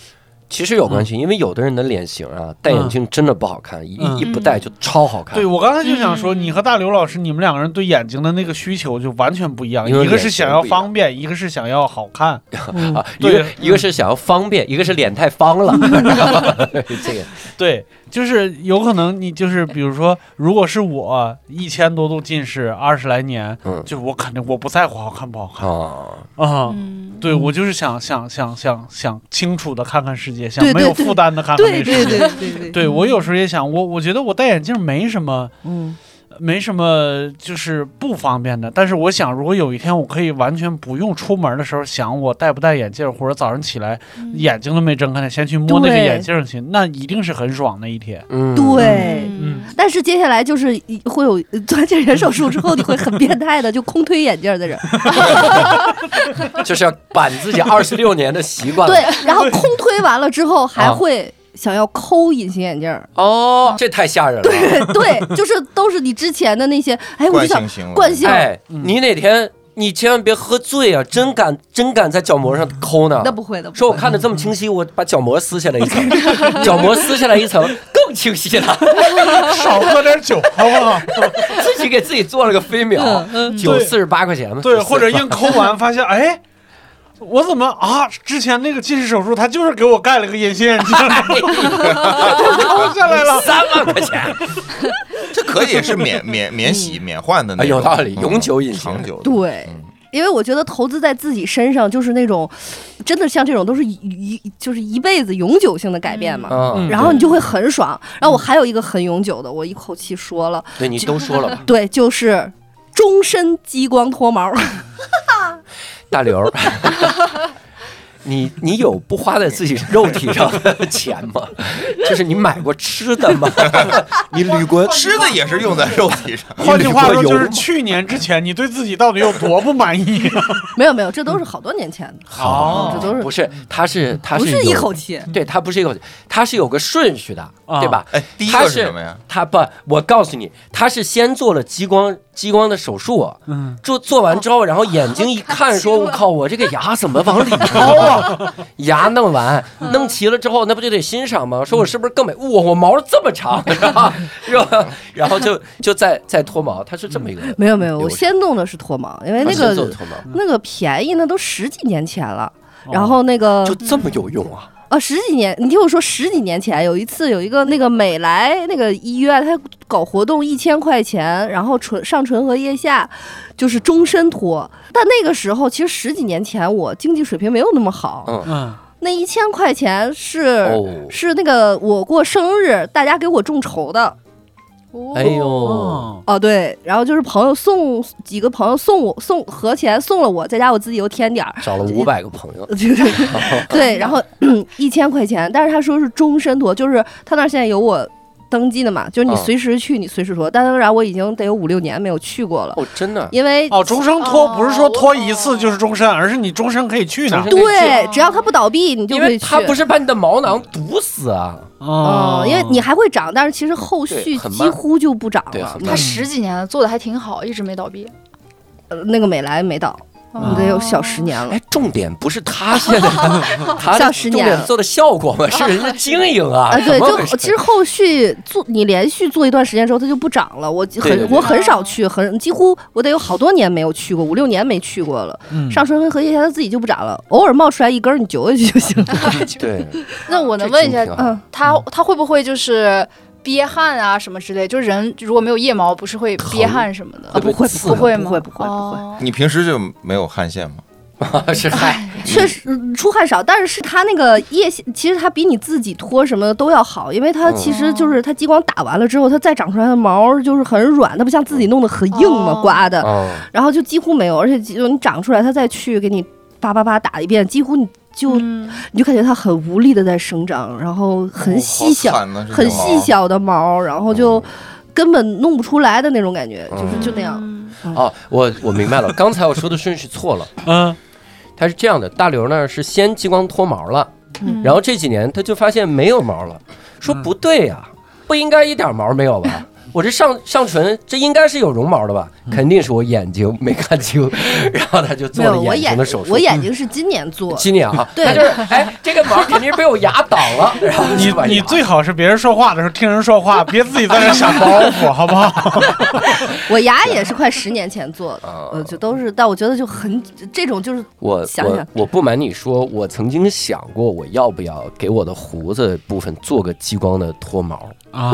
S4: 其实有关系，因为有的人的脸型啊，戴眼镜真的不好看，一
S5: 嗯
S4: 一不戴就超好看
S5: 对，。我刚才就想说，
S10: 嗯
S5: 你和大刘老师，你们两个人对眼睛的那个需求就完全不一样，
S4: 因为
S5: 一个
S4: 脸
S5: 是
S4: 型
S5: 想要
S4: 不一样
S5: 方便，一个是想要好看。
S4: 啊，一个
S5: 对
S4: 一个是想要方便，一个是脸太方了。
S8: 嗯
S4: 这个
S5: 对，就是有可能你就是比如说，如果是我一千多度近视，二十来年，
S4: 嗯
S5: 就是我肯定我不在乎好看不好看
S4: 啊，
S5: 啊、
S10: 嗯
S5: 对我就是想想想想想清楚的看看世界，想
S8: 对
S5: 没
S8: 对
S5: 有
S8: 对
S5: 负担的看看这
S8: 对
S5: 个世界。
S8: 对对对对，
S5: 对我有时候也想，我我觉得我戴眼镜没什么，
S8: 嗯，
S5: 没什么就是不方便的。但是我想，如果有一天我可以完全不用出门的时候，想我戴不戴眼镜，或者早上起来眼睛都没睁开呢，先去摸那个
S8: 嗯对
S5: 眼镜去，那一定是很爽的一天。
S4: 嗯，
S8: 对。
S5: 嗯
S8: 但是接下来就是一会有做完这人手术之后，你会很变
S4: (laughs)
S8: 态的，就空推眼镜
S9: (laughs)
S8: 的人，
S4: 嗯就是要板自己二十六年的习惯。
S8: 对，，然后空推完了之后
S9: (laughs)
S8: 还
S9: 啊
S8: 会想要抠隐形眼镜儿，
S4: 哦，这太吓人了。
S8: (laughs) 对，就是都是你之前的那
S9: (laughs)
S8: 些，哎，我
S9: 惯
S8: 就想
S9: 性行为，
S8: 惯性，
S4: 哎，
S5: 嗯
S4: 你哪天你千万别喝醉啊！真敢真敢在角膜上抠
S9: 啊
S4: 呢
S8: 那。不会的，
S4: 说我看的这么清晰，我把角膜撕下来一
S8: (laughs)
S4: 层，角膜撕下来一层更清晰了， (laughs)
S5: 少喝点酒好不好？
S4: 自己给自己做了个飞
S8: 嗯
S4: 秒，酒
S5: 嗯对
S4: 四十八块钱嘛，
S5: (laughs) 对，或者硬抠完发现，哎，我怎么啊？之前那个近视手术，他就是给我盖了个隐形眼
S4: (laughs)
S5: 镜， (laughs) 抠下来了。
S4: 三万块钱，
S9: 这可以是免免免洗免换的那
S4: 啊
S9: 种，
S4: 有道理
S9: 嗯
S4: 永久隐形
S9: 长久的。
S8: 对
S9: 嗯，
S8: 因为我觉得投资在自己身上就是那种，真的像这种都是一一就是一辈子永久性的改
S5: 嗯
S8: 变嘛。
S9: 嗯
S4: 啊，
S8: 嗯然后你就会很爽。然后我还有一个很永久的，我一口气说了，
S4: 对你都说了
S8: (laughs)
S4: 吧，
S8: 对，就是终身激光脱毛。
S4: 大刘儿， (laughs) 你你有不花在自己肉体上的钱
S8: (laughs)
S4: 吗？就是你买过吃的吗？你旅过
S9: 吃的也是用在肉体上，
S5: 换句话说，
S4: 你旅过
S5: 就
S4: 游
S5: 是
S4: 吗
S5: 去年之前，你对自己到底有多不满
S4: (laughs)
S5: 意？
S8: (laughs) 没有没有，这都是好多年前的，
S5: 好
S8: 这都是
S4: 不是，他是他嗯
S8: 不
S4: 是
S8: 是一
S4: 有
S8: 口气。
S4: 对，它不是一个，它是有个顺序的，
S5: 嗯啊
S4: 对吧？
S9: 哎第一
S4: 它
S9: 个
S4: 是
S9: 是什么呀？
S4: 它不，我告诉你，它是先做了激光激光的手术，
S5: 嗯，
S4: 做做完之后，然后眼睛一看，说：“我靠，我这个牙怎么往里掏
S5: (laughs)
S4: 啊？”牙弄完弄齐了之后，那不就得欣赏吗？说我是不是更美？哇，我毛这么长，是吧？是
S5: (laughs)
S4: 吧？然后就就再再脱毛，它是这么一个，
S5: 嗯
S8: 没有没有，我
S4: 流程
S8: 先弄的是脱毛，因为哎那
S4: 它先做
S8: 个
S4: 脱
S5: 呃
S4: 毛。
S8: 那个便宜那都十几年前了。然
S5: 哦
S8: 后那个
S4: 哦就这么有用啊！
S8: 啊，十几年，你听我说，十几年前有一次有一个那个美莱那个医院，他搞活动一千块钱，然后唇上唇和腋下就是终身脱。但那个时候其实十几年前我经济水平没有那么好，
S4: 嗯
S5: 嗯，
S8: 那一千块钱是、
S5: 呃
S4: 哦
S8: 是那个我过生日大家给我众筹的。
S4: 哎呦，
S5: 哦，
S8: 哦，对，然后就是朋友送几个朋友送我送和钱送了我，再加我自己又添点儿， (laughs)
S4: 找了五百个朋友， (laughs)
S8: 就是对，然后 (clears throat) 一千块钱，但是他说是终身脱，就是他那儿现在有我登记的嘛，就是你
S4: 嗯
S8: 随时去，你随时脱。但当然我已经得有五六年没有去过了，
S4: 哦，真的，
S8: 因为
S5: 哦，终身脱不是说脱一次就是终身，而是你终身可以去呢
S4: 终。身
S8: 对，只要他不倒闭，你就
S4: 因
S8: 可
S4: 为
S8: 以去。
S4: 他不是把你的毛囊堵死啊，
S8: 嗯，因为
S5: 哦
S8: 你还会长，但是其实后
S4: 对
S8: 续
S4: 很
S8: 几
S4: 慢
S8: 乎就不长
S4: 对
S8: 了
S4: 很。慢
S10: 他十几年了，做的还挺好，一直没倒闭。
S8: 呃那个美莱没倒，
S10: 哦
S8: 嗯得有小十年了
S4: 哎。，重点不是
S8: (laughs)
S4: 他现在，他
S8: 像
S4: 的
S8: 十
S4: 重
S8: 年
S4: 点
S8: 了
S4: 做的效果嘛，是人家经营啊
S8: 啊，，
S4: 怎
S8: 对，
S4: 么
S8: 就
S4: 回事
S8: 其实后续做你连续做一段时间之后，它就不涨了。我很
S4: 对对对
S8: 我很少去，很几乎我得有好多年没有去过，五六年没去过了。
S5: 嗯
S4: 嗯
S8: 上唇和腋下它自己就不长了，偶尔冒出来一根儿，你揪下去就行了。
S4: 对，
S10: 那我能问一下
S4: 这啊挺，好
S8: 嗯，
S10: 他他会不会就是憋汗啊什么之类？就是人如果没有腋毛，不是会憋汗什么的？
S8: 啊，
S4: (laughs)
S8: 不会
S4: 刺
S8: 不会
S10: 吗？
S8: 不会不会不会，
S10: 哦
S9: 你平时就没有汗腺吗？
S8: 嗯
S4: 是
S8: (laughs)
S4: 嗨，
S8: 确实嗯出汗少，但是是它那个腋下，其实它比你自己脱什么的都要好，因为它
S4: 嗯
S8: 其实就是它激光打完了之后，它再长出来的毛就是很软，它不像自己弄得很硬嘛，
S10: 哦
S8: 刮的。
S4: 嗯，
S8: 然后就几乎没有，而且就你长出来，它再去给你叭叭叭打一遍，几乎你就、
S10: 嗯
S8: 你就感觉它很无力的在生长，然后
S4: 哦
S8: 很细小、
S9: 好惨呐这
S8: 很
S9: 种毛
S8: 细小的毛，然后就根本弄不出来的那种感觉，
S4: 哦嗯
S8: 就是就那样。
S10: 嗯
S4: 哦，我我明白了，刚才我说的顺序错了，
S5: 嗯，
S4: 他是这样的，大刘呢是先激光脱毛了，
S8: 嗯
S4: 然后这几年他就发现没有毛了，说不对呀、
S8: 嗯
S4: 不应该一点毛没有
S8: (laughs)
S4: 吧？我这上上唇这应该是有绒毛的吧？
S8: 嗯
S4: 肯定是我眼睛没看清， (laughs) 然后他就做
S8: 没有，我
S4: 了睛
S8: 眼
S4: 的手术嗯
S8: 我。眼睛是今年做，
S4: 今
S8: (laughs)
S4: 年啊，
S8: 对
S4: 他 (laughs) 就是哎，这个毛肯定是被我牙挡
S5: (laughs)
S4: 了，然后
S5: 你
S4: 就把
S5: 你
S4: 牙
S5: 最好是别人说话的时候听人说话，别自己在那想包袱，好不好？
S8: 我牙也是快十年前做的，
S4: 啊
S8: 呃，就都是，但我觉得就很这种就是
S4: 我
S8: 想想
S4: 我我不瞒你说，我曾经想过我要不要给我的胡子部分做个激光的脱毛，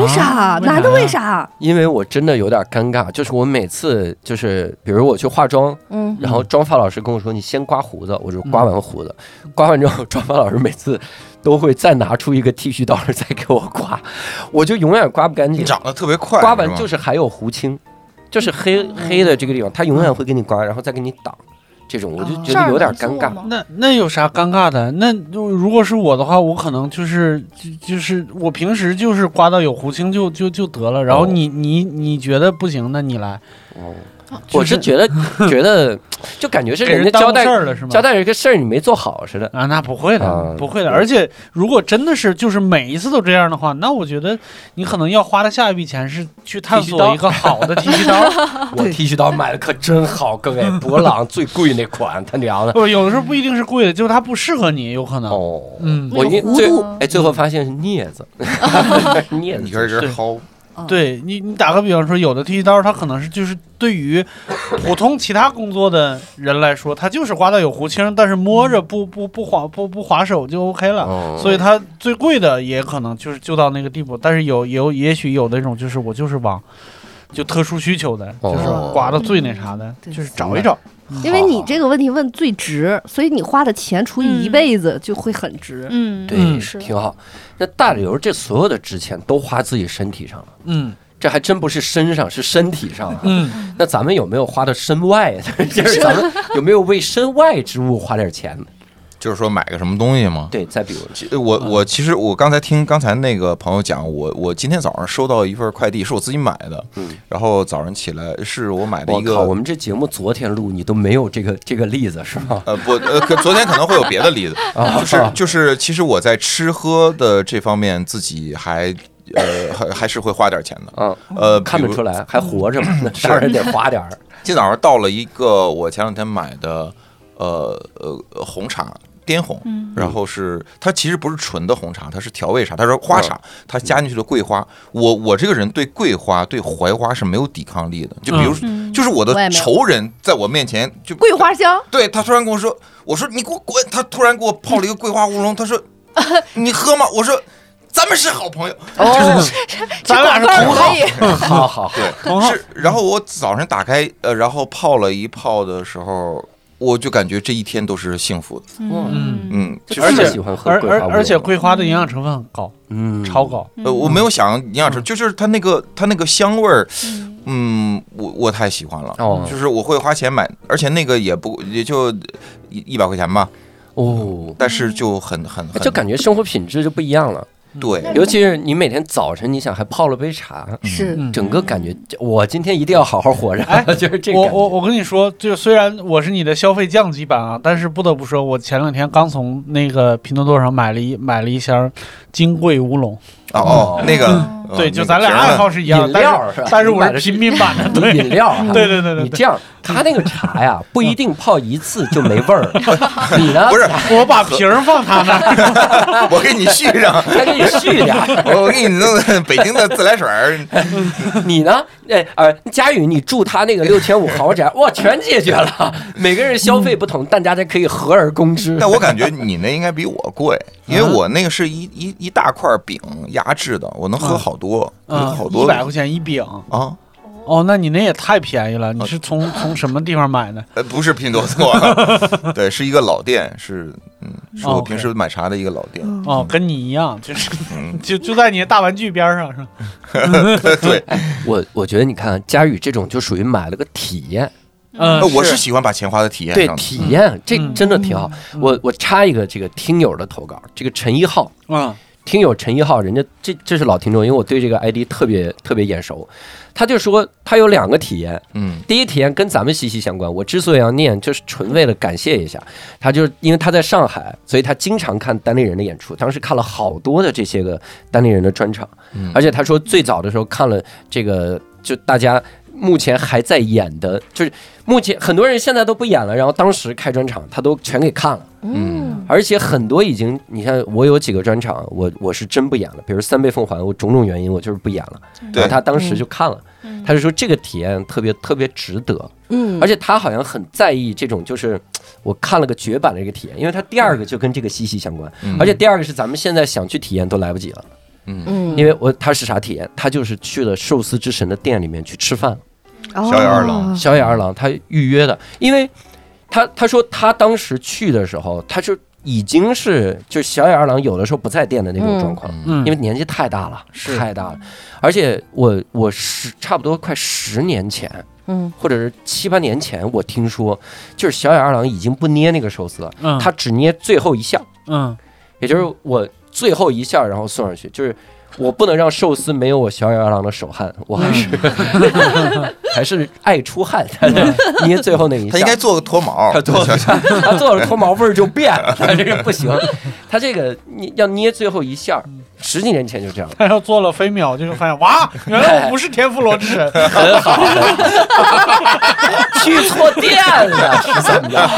S8: 为啥男的为？啥？
S4: 因为我真的有点尴尬，就是我每次就是比如我去化妆，
S8: 嗯，
S4: 然后妆发老师跟我说你先刮胡子，我就刮完胡子，刮完之后妆发老师每次都会再拿出一个剃须刀来再给我刮，我就永远刮不干
S9: 你
S4: 净，
S9: 长得特别快，
S4: 刮完就是是还有胡青，就是黑黑的这个地方，它永远会给你刮，然后再给你挡，这种我就觉
S10: 哦这
S4: 得
S10: 儿
S4: 有点
S10: 能
S4: 尴
S10: 做
S4: 尬。
S10: 吗
S4: (laughs)
S5: 那那有啥尴尬的？那就如果是我的话，我可能就是就就是我平时就是刮到有胡青就就就得了。然后
S4: 哦
S5: 你你你觉得不行，那你来，
S4: 哦，
S5: 就
S4: 我是觉得觉得，就感觉是
S5: 给
S4: 人
S5: 人
S4: 家
S5: 耽
S4: 交
S5: 误
S4: 代
S5: 事儿了是吗？
S4: 交代了一个事儿，你没做好似的。
S5: 啊，那不会的，
S4: 啊
S5: 不会的。
S4: 对
S5: 而且如果真的是就是每一次都这样的话，那我觉得你可能要花的下一笔钱是去探
S4: 剃须刀
S5: 索一个好的剃须刀。 (laughs)
S4: 我剃须刀买的可真好，各位，博朗最贵那款，他娘的！
S5: 不，有的时候不一定是贵的，就是它不适合你，有可能。
S4: 哦，
S5: 嗯，
S4: 我
S8: 那个
S4: 一
S8: 弧
S4: 最
S8: 度
S4: 哎，最后发现是镊子，镊子，
S9: 你这人薅，
S8: 嗯
S5: 对你，你打个比方说，有的剃须刀它可能是就是对于普通其他工作的人来说，它就是刮到有胡青，但是摸着不不不划不不划手就 OK 了。
S4: 哦
S5: 所以它最贵的也可能就是就到那个地步，但是有有也许有那种就是我就是往就特殊需求的，
S4: 哦
S5: 就是刮的最那啥的，
S8: 对
S5: 就是找一找。
S8: 因为你这个问题问最值，所以你花的钱除以一
S10: 嗯
S8: 辈子就会很值。
S10: 嗯，
S4: 对，
S10: 是
S4: 挺好。那大刘这所有的值钱都花自己身体上了，
S6: 嗯
S4: 这还真不是身上，是身体上啊。
S6: 嗯，
S4: 那咱们有没有花到身外？ (laughs) 就是咱们有没有为身外之物花点钱？
S9: 就是说买个什么东西吗？
S4: 对，嗯再比如，
S9: 其我我其实我刚才听刚才那个朋友讲，我我今天早上收到一份快递，是我自己买的，
S4: 嗯
S9: 然后早上起来是我买的
S4: 我
S9: 一
S4: 靠，我
S9: 个。
S4: 们这节目昨天录，你都没有这个这个例子是吗？
S9: 呃不呃，可昨天可能会有别
S4: (laughs)
S9: 的例子，
S4: 啊
S9: 就是就是，其实我在吃喝的这方面自己还呃还还是会花点钱的，
S4: 嗯，
S9: 呃，
S4: 看得出
S9: 来。
S4: 来，还活 (clears throat) 着嘛？那当然得花点儿。
S9: 今早上到了一个我前两天买的，呃呃呃红茶。滇红，
S8: 嗯
S9: 然后是它其实不是纯的红茶，它是调味茶，它是花茶，它加进去了桂花。我我这个人对桂花、对槐花是没有抵抗力的，就比如说就是我的
S8: 嗯我也没有
S9: 仇人在我面前就
S8: 桂花香，
S9: 对他突然跟我说，我说你给我滚，他突然给我泡了一个桂花乌龙，他
S8: (laughs)
S9: 说你喝吗？我说咱们是好朋友，
S4: 哦，
S10: (laughs)
S5: 咱俩是同
S10: 可
S5: 行，
S10: 以，
S4: 好好好，
S5: 同行
S9: 是，然后我早上打开，呃，然后泡了一泡的时候，我就感觉这一天都是幸福的。
S6: 嗯
S9: 嗯，就
S4: 而且
S9: 是
S4: 喜欢喝
S5: 而
S4: 桂
S5: 而
S4: 花乌龙
S5: 而且桂花的营养成分很高，
S4: 嗯
S5: 超高。
S9: 呃，我没有想营养成，就是它那个它那个香味儿，嗯，我我太喜欢了。
S4: 哦
S5: 嗯
S9: 就是我会花钱买，而且那个也不也就一一百块钱吧，
S4: 哦，
S9: 但是就很很很
S4: 哎就感觉生活品质就不一样了。
S9: 对，
S4: 尤其是你每天早晨，你想还泡了杯茶，
S8: 是
S6: 嗯
S4: 整个感觉，我今天一定要好好活着，
S5: 哎
S4: (laughs) 就是这个
S5: 我
S4: 感觉。
S5: 我我跟你说，就虽然我是你的消费降级版啊，但是不得不说，我前两天刚从那个拼多多上买了一买了一箱金桂乌龙，
S9: 哦
S4: 嗯
S9: 哦，那个呃
S5: 对，就
S9: 那个
S5: 咱俩
S9: 瓶儿呢
S5: 爱好是一样
S4: 饮
S5: 的，但是
S4: 料是吧？
S5: 但是
S4: 你
S5: 我
S4: 买的
S5: 是平民版的，
S4: (laughs) 你
S5: 对
S4: 饮料啊，
S5: 对对对对
S4: 你这样，他那个茶呀，不一定泡一次就没味
S9: (laughs)
S4: 儿。你呢？
S9: 不是，
S5: 我把瓶儿放他那儿，
S9: 我给你续上， (laughs)
S4: 还给你续点儿。
S9: 我给你弄 (laughs) 的北京的自来水儿，
S4: 你呢？哎，呃，佳宇，你住他那个六千五豪宅，哇，全解决了。每个人消费不同，但大家可以和而攻 (laughs) 之。
S9: 但我感觉你那应该比我贵，因为我那个是一一一大块饼压制的，我能喝好多，有
S5: 嗯
S9: 好，多
S5: 一百块钱一饼。
S9: 啊！
S5: 哦，那你那也太便宜了，你是从从什么地方买的？
S9: 呃，不是拼多多，对，是一个老店，是嗯，是
S5: 哦
S9: 我
S5: ，OK
S9: 平时买茶的一个老店，
S5: 哦，跟你一样，就是
S9: 嗯
S5: (laughs) 就就在你的大玩具边儿上是吧？
S9: 对，
S4: 我我觉得你看啊佳宇这种就属于买了个体验，
S5: 嗯
S9: 呃，我是喜欢把钱花在体验
S4: 对
S9: 上的，
S4: 体验，这
S5: 嗯
S4: 真的挺好。我我插一个这个听友的投稿，这个陈一浩，
S5: 啊，
S4: 听友陈一浩，人家这这是老听众，因为我对这个 ID 特别特别眼熟。他就说他有两个体验，
S9: 嗯
S4: 第一体验跟咱们息息相关。我之所以要念，就是纯为了感谢一下他，就是因为他在上海，所以他经常看单立人的演出。当时看了好多的这些个单立人的专场，
S9: 嗯
S4: 而且他说最早的时候看了这个，就大家目前还在演的，就是目前很多人现在都不演了，然后当时开专场他都全给看了。
S9: 嗯，
S4: 而且很多已经，你看我有几个专场，我我是真不演了，比如《三倍奉还》，我种种原因我就是不演了。然
S9: 嗯对
S4: 后他当时就看了，他就说这个体验特别特别值得，
S8: 嗯
S4: 而且他好像很在意这种就是我看了个绝版的一个体验，因为他第二个就跟这个息息相关，
S9: 嗯
S4: 而且第二个是咱们现在想去体验都来不及了，
S8: 嗯，
S4: 因为我他是啥体验？他就是去了寿司之神的店里面去吃饭，
S8: 哦
S9: 小野二郎
S4: 小野二郎他预约的，因为他他说他当时去的时候，他就已经是就小野二郎有的时候不在店的那种状况，
S5: 嗯
S4: 因为年纪太大了，太大了。而且我我是差不多快十年前，
S8: 嗯，
S4: 或者是七八年前，我听说就是小野二郎已经不捏那个寿司了，
S5: 嗯
S4: 他只捏最后一下，
S5: 嗯
S4: 也就是我最后一下，然后送上去，就是。我不能让寿司没有我小野二郎的手汗，我还 (laughs) 是、还是爱出汗，捏最后那一下。
S9: 他应该做个脱毛，
S4: 他
S9: (laughs)
S4: 做他做了脱毛味儿就变了， (laughs) 这个不行。他这个你要捏最后一下儿，十几年前就这样了，
S5: 他要做了飞秒，就是发现哇，原来我不是天妇罗之神，
S4: 很好。去错店 (laughs) 了是怎么着？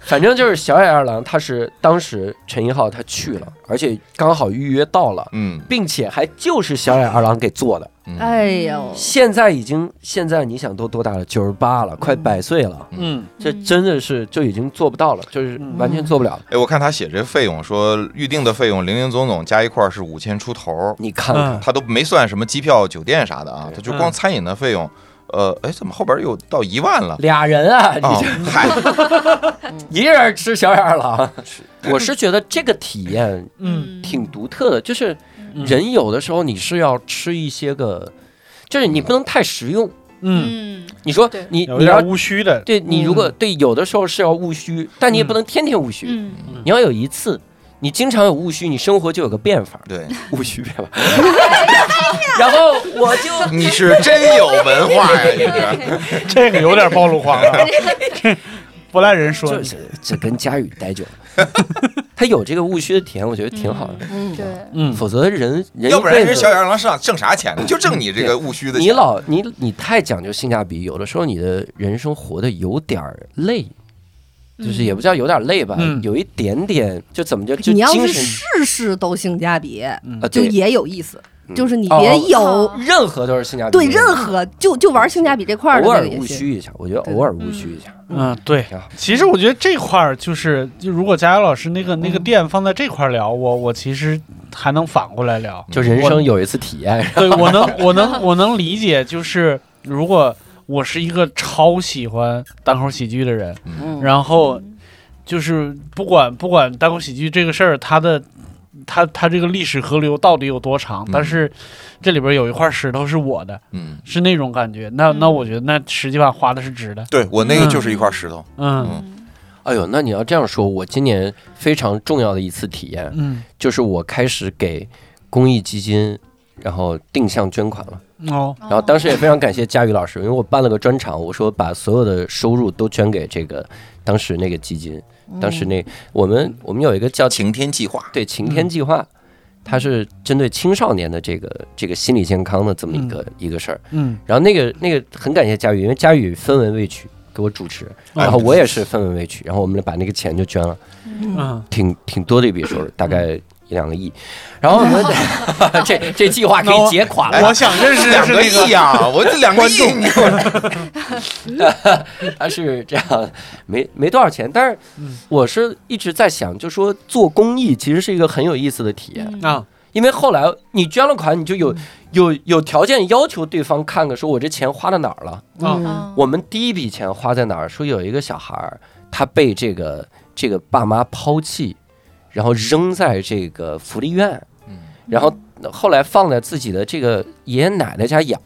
S4: 反正就是小野二郎，他是当时陈一浩他去了，而且刚好预约到了，
S9: 嗯
S10: 哦
S4: 并且还就是小野二郎给做的。
S9: 嗯
S8: 哎呦，
S4: 现在已经现在你想都多大了？九十八了，快百岁了，
S5: 嗯，
S4: 这真的是就已经做不到了，就是完
S10: 嗯
S4: 全做不了了。
S9: 哎，我看他写这费用，说预定的费用零零总总加一块儿是五千出头，
S4: 你看
S5: 嗯
S4: 看，
S9: 他都没算什么机票、酒店啥的啊，他
S4: 嗯
S9: 就光餐饮的费用，呃，哎，怎么后边又到一万
S4: (laughs)
S9: 了？
S4: 俩人啊，你
S9: 啊
S4: 这，
S9: 嗨，
S4: 一个人吃小眼狼，我是觉得这个体验
S5: 嗯
S4: 挺独特的，就是
S10: 嗯
S4: 人有的时候你是要吃一些个，就是你不能太实用。
S5: 嗯，
S10: 嗯，
S4: 你说
S10: 对
S4: 你
S5: 有
S4: 你要
S5: 点。务虚的，
S4: 对你如果对有的时候是要务虚，但你也不能天天务虚。
S10: 嗯，
S4: 你要有一次，你经常有务虚，你生活就有个变法， (laughs)
S9: 对，
S4: 务虚变法。然后我就
S9: 你是真有文化呀，你这，
S5: 这个有点暴露狂了，不赖人说
S4: 这
S5: 你，
S4: 这这跟佳宇待久了， (laughs) 他有这个务虚的体验，我觉得挺好的。
S8: 嗯，
S10: 对，
S5: 嗯，
S4: 否则人人
S9: 要不然
S4: 一辈
S9: 人
S4: 子
S9: 小野狼上挣啥钱呢？就挣你这个务虚的
S4: 你
S9: 钱。
S4: 老你你太讲究性价比，有的时候你的人生活的有点儿累，就是也不叫有点儿累吧，
S5: 嗯
S4: 有一点点就怎么就就
S8: 你要
S4: 精
S8: 是
S4: 神
S8: 事事都性价比，
S4: 啊，
S8: 就
S4: 对，
S8: 也有意思，
S4: 嗯
S8: 就是你
S4: 哦
S8: 别
S4: 哦
S8: 有
S4: 任何都是性价比，
S8: 对任何就就玩性价比这块儿的
S4: 偶
S8: 那
S4: 尔
S8: 个也
S4: 务
S8: 行。
S4: 虚一下，我觉得偶尔务虚一下，
S5: 嗯，对
S4: 挺好。
S5: 其实我觉得这块儿就是，就如果佳瑶老师那个那个店放在这块儿聊，我我其实还能反过来聊。
S4: 就人生有一次体验，
S5: 对我能我能我能理解，就是如果我是一个超喜欢单口喜剧的人，
S8: 嗯
S5: 然后就是不管不管单口喜剧这个事儿，它的它它这个历史河流到底有多长，但是这里边有一块石头是我的，
S9: 嗯，
S5: 是那种感觉。那那我觉得那十几万花的是值的。
S9: 对我那个就是一块石头，
S5: 嗯
S4: 哎呦，那你要这样说，我今年非常重要的一次体验，
S5: 嗯
S4: 就是我开始给公益基金然后定向捐款了。
S5: 哦
S10: 然
S4: 然后当时也非常感谢佳宇老师，因为我办了个专场，我说把所有的收入都捐给这个当时那个基金，
S5: 嗯
S4: 当时那我们我们有一个叫
S9: 晴天计划。
S4: 对晴天计划，它是针对青少年的这个这个心理健康的这么一个一个事儿。
S5: 嗯
S4: 然后那个那个很感谢佳宇，因为佳宇分文未取给我主
S5: 哦
S4: 持，然后我也是分文未取，然后我们把那个钱就捐了，
S5: 嗯，
S4: 挺挺多的一笔收入，大概一两个亿。然后我们 (laughs) 这这计划可以解垮了。
S5: 我想认识
S9: 哎两
S5: 是
S9: 个
S5: 那个
S9: 亿啊！我这两个亿，你
S4: (laughs)
S9: 给我
S4: 他啊是这样，没没多少钱，但是我是一直在想，就说做公益其实是一个很有意思的体
S10: 嗯
S4: 验，
S5: 啊，
S4: 因为后来你捐了款，你就有有有条件要求对方看看，说我这钱花到哪儿了。
S10: 哦
S5: 嗯
S4: 我们第一笔钱花在哪儿？说有一个小孩儿，他被这个这个爸妈抛弃，然后扔在这个福利院，然后
S5: 嗯
S4: 后来放在自己的这个爷爷奶奶家养，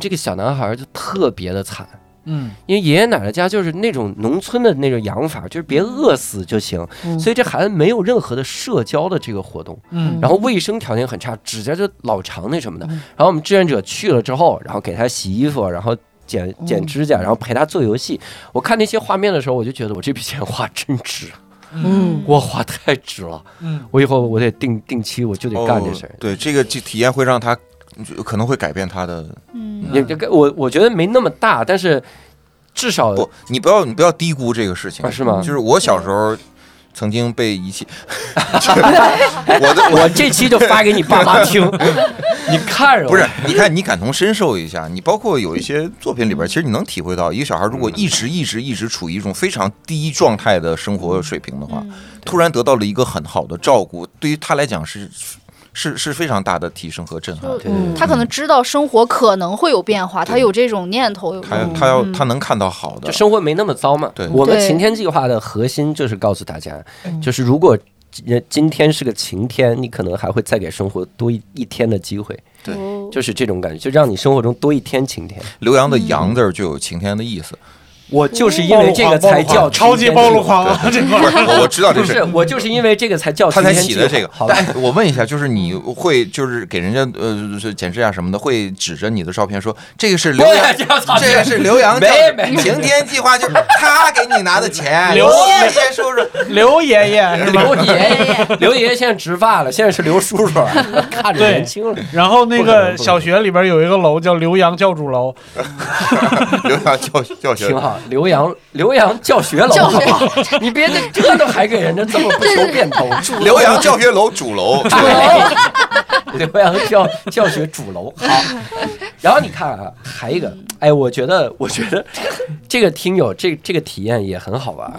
S4: 这个小男孩儿就特别的惨。
S5: 嗯
S4: 因为爷爷奶奶家就是那种农村的那种养法，就是
S5: 嗯
S4: 别饿死就行，所以这孩子没有任何的社交的这个活动，
S5: 嗯
S4: 然后卫生条件很差，指甲就老长那什么的。然后我们志愿者去了之后，然后给他洗衣服，然后剪
S5: 嗯
S4: 剪指甲，然后陪他做游戏。我看那些画面的时候，我就觉得我这笔钱花真值，
S5: 嗯
S4: 我花太值了。
S5: 嗯
S4: 我以后我得定定期我就得干这事儿
S9: 哦。对，这个这体验会让他嗯可能会改变他的
S10: 嗯
S4: 也也我我觉得没那么大，但是至少
S9: 不，你不要你不要低估这个事情
S4: 啊，是吗
S9: 就是我小时候曾经被
S4: (laughs)
S9: 遗弃，我的我
S4: 我这期就发给你爸妈
S9: (laughs)
S4: 听，你看着我
S9: 不是，你看你感同身受一下，你包括有一些作品里边，其实你能体会到，一个小孩如果一直一直一直处于一种非常低状态的生活水平的话，
S4: 嗯
S9: 突然得到了一个很好的照顾，对于他来讲是是是非常大的提升和震撼。
S10: 就
S4: 对对对
S10: 他可能知道生活可能会有变化，他
S9: 对
S10: 有这种念头，有这
S9: 他
S10: 种
S9: 他要
S10: 嗯
S9: 他能看到好的
S4: 就，生活没那么糟嘛。
S9: 对
S4: 我们
S10: 对
S4: 晴天计划的核心就是告诉大家，就是如果今今天是个晴天，你可能还会再给生活多一一天的机会，
S9: 对
S10: 哦
S4: 就是这种感觉，就让你生活中多一天晴天。
S9: 刘洋的“洋”字儿就有晴天
S4: (laughs)
S9: 的意思。
S4: 我就是因为这个才叫
S5: 超级暴露狂啊！这块
S9: 不
S5: 儿
S9: 是，
S5: (laughs)
S9: 我我知道
S4: 不
S9: 这
S4: 是
S9: 事，
S4: 我就是因为这个才叫
S9: 他
S4: 晴
S9: 才
S4: 天
S9: 起的这个
S4: 计划好。吧
S9: 但我问一下，就是你会就是给人家呃是剪指甲什么的，会指着你的照片说这个是刘
S4: (laughs) 不
S9: 洋
S4: 要，这样
S5: 啊
S4: 操
S9: (laughs) 这个是刘洋
S4: 没
S9: 教
S4: 没
S9: 晴天计划，就是他给你拿的
S5: (laughs)
S9: 钱。
S5: 刘
S9: 谢谢叔叔，
S5: 刘爷 (laughs) 爷是吧？
S4: 刘 (laughs) 爷爷，刘爷爷现在植发了，现在是刘叔叔，看着
S5: 对
S4: 年轻了。
S5: 然后那
S4: 不可能
S5: 个小学里边有一个楼叫刘洋教主楼，
S9: (laughs) 刘洋教教学
S4: 挺好，浏阳浏阳教学楼，
S10: 教学
S4: 好不好 (laughs) 你别这这都还给人家这么不求变通， (laughs)
S9: 刘洋教学楼主楼，
S4: 刘洋教教学主楼好。然后你看啊，还一个，哎，我觉得，我觉得这个听友这这个体验也很好玩。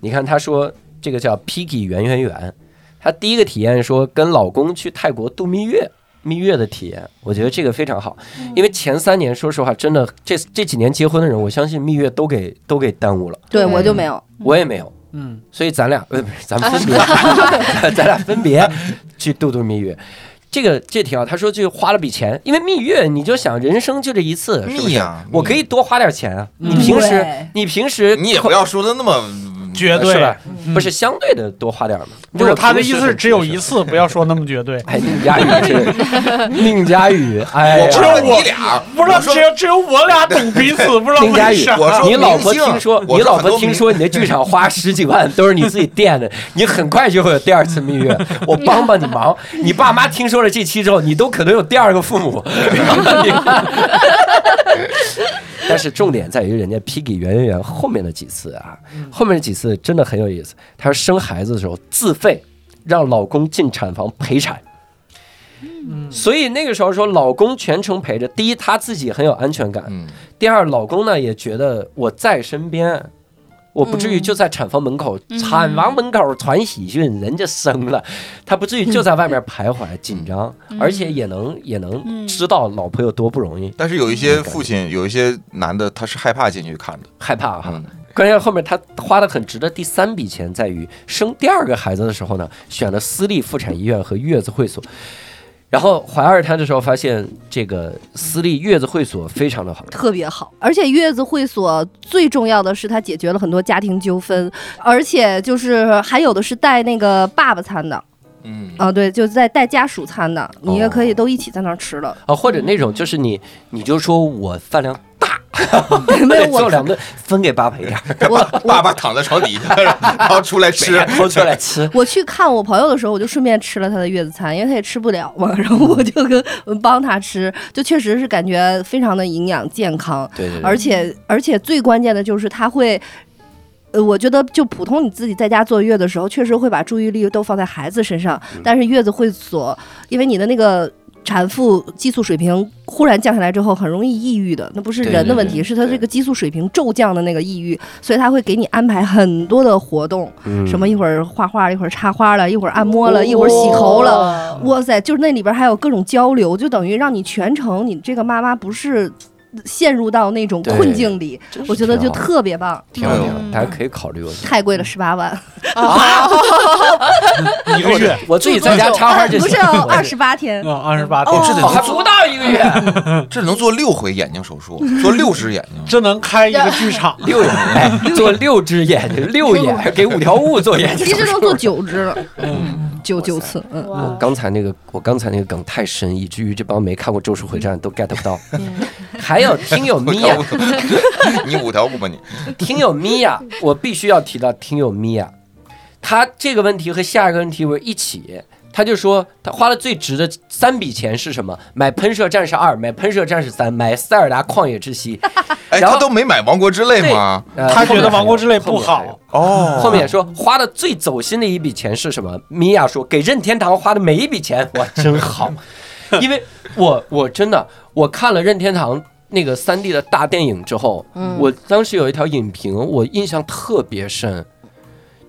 S4: 你看他说这个叫 Piggy 圆圆圆，他第一个体验说跟老公去泰国度蜜月。蜜月的体验，我觉得这个非常好，因为前三年，说实话，真的这这几年结婚的人，我相信蜜月都给都给耽误了，
S8: 对我就没有，
S4: 我也没有，
S5: 嗯，
S4: 所以咱俩呃不
S5: (laughs)
S4: 是咱们分别，咱俩分别去度度蜜月。这个这挺好，他说就花了笔钱，因为蜜月你就想人生就这一次，是不
S9: 蜜
S4: 是
S9: 呀
S4: 我可以多花点钱啊。
S5: 嗯
S4: 你平时
S8: 对
S4: 你平时
S9: 你也不要说的那么
S5: 绝
S4: 是
S5: 对
S4: 吧，？不是相对的多花点嘛？
S5: 不是他的意思是只有一
S4: 次。
S5: 次，不要说那么绝对。
S4: 哎，宁佳宇
S5: (laughs)
S4: 这个，宁佳宇，哎呀，
S9: 我说了你俩，
S5: 不知道
S9: 我说
S5: 只有只有我俩懂彼
S4: (laughs)
S5: 此，不知道
S4: 丁佳
S5: 为
S4: 宇
S5: 啥。，
S9: 我说
S4: 你老婆
S9: 明星
S4: 听说，
S9: 我
S4: 你
S9: 说
S4: 老
S9: 很
S4: 婆
S9: 多
S4: 听
S9: 明
S4: 说你的剧场花十几万都是你自己垫的，你很快就会有第二次蜜月。我帮帮你忙，你爸妈听说了这期之后，你都可能有第二个父母。 (laughs) 你看但是重点在于人家 Piggy 圆圆圆后面的几次啊，后面的几次真的很有意思。她说生孩子的时候自费让老公进产房陪产。所以那个时候说，老公全程陪着，第一她自己很有安全感，
S9: 嗯，
S4: 第二，老公呢也觉得我在身边，我不至于就在产房门口、产房门口传喜讯，人家生了，他不至于就在外面徘徊、紧张，而且也能也能知道老婆有多不容易，
S9: 但是有一
S4: 嗯
S9: 些父亲，有一些男的，他是害怕进去看的。
S4: 害怕哈。
S9: 嗯
S4: 关键后面他花的很值的第三笔钱在于生第二个孩子的时候呢，选了私立妇产医院和月子会所。然后怀二胎的时候发现，这个私立月子会所非常的好，
S8: 特别好，而且月子会所最重要的是它解决了很多家庭纠纷，而且就是还有的是带那个爸爸餐的
S9: 嗯，
S8: 啊，对，就在带家属餐的，你
S4: 哦
S8: 也可以都一起在那儿吃
S4: (laughs)
S8: 了。
S4: 啊，或者那种就是你，你就说我饭量大，
S8: (laughs) 没有
S4: 做
S8: 我
S4: 两顿分给八 (laughs) 陪点儿，
S8: 我。
S9: 爸爸躺在床底
S4: (laughs)
S9: 下，然后出来吃
S4: 谁还。抠出来吃
S8: 我去看我朋友的时候，我就顺便吃了他的月子餐，因为他也吃不了嘛，然后我就跟嗯帮他吃，就确实是感觉非常的营养健康，
S4: (laughs) 对对
S8: 而且而且最关键的就是他会。呃，我觉得就普通你自己在家坐月的时候，确实会把注意力都放在孩子身上，
S4: 嗯
S8: 但是月子会所，因为你的那个产妇激素水平忽然降下来之后，很容易抑郁的，那不是
S4: 对
S8: 人的
S4: 对
S8: 问
S4: 对
S8: 题，是他
S4: 对
S8: 这个激素水平骤降的那个抑郁，所以他会给你安排很多的活动，
S4: 对，
S8: 什么一会儿画画，一会儿插花了，一会儿按摩了，一会儿洗头了。
S10: 了，
S8: 哇塞，就是那里边还有各种交流，就等于让你全程你这个妈妈不是陷入到那种
S4: 对
S8: 困境里，
S4: 真是
S8: 我觉得就
S4: 挺好
S8: 特别棒。
S4: 挺嗯好，
S9: 嗯
S4: 挺好哎大家可以考虑。我
S8: 太贵了，十八万，
S5: 一个月
S4: 我自己在家插花就
S8: (laughs) 不
S4: 行
S8: 是哦
S4: 了，
S8: 二
S4: (laughs)
S8: 十八天，
S5: 啊，二十八
S9: 哦，这
S5: 天，
S9: 得
S4: 我还
S9: 能
S4: 不
S9: 做，
S4: 到一个月，
S9: 这能做六回眼睛手术，做六只眼睛。
S5: 这能开一个剧场
S4: (laughs) 。六眼哎做 (laughs) 六只眼睛，六眼给五条悟做眼睛。(laughs)
S8: 其实能做九只了，九九次，嗯，
S4: 我刚才那个，我刚才那个梗太深，以至于这帮没看过《咒术回战》都 get
S8: (laughs)
S4: 不到。还有听友啊
S9: 五
S4: 咪呀
S9: 条，悟 (laughs) 你五条悟吧你。
S4: 听友咪呀，我必须要提到听友咪呀，他这个问题和下一个问题我一起，他就说他花了最值的三笔钱是什么？买《喷射战士二》，买《喷射战士三》，买《塞尔达旷野之息》(laughs)
S9: 哎，
S4: 然
S9: 他
S4: 后
S9: 都没买《王国之泪》吗？
S4: 呃。
S5: 他觉
S4: 后面
S5: 得
S4: 还
S5: 《王国之泪》不
S4: 有后面还有
S5: 好，
S9: 哦
S4: 后面说花的最走心的一笔钱是什么？米娅说给任天堂花的每一笔钱，哇，真好，因为我我真的我看了任天堂那个三 D 的大电影之后，
S8: 嗯
S4: 我当时有一条影评，我印象特别深。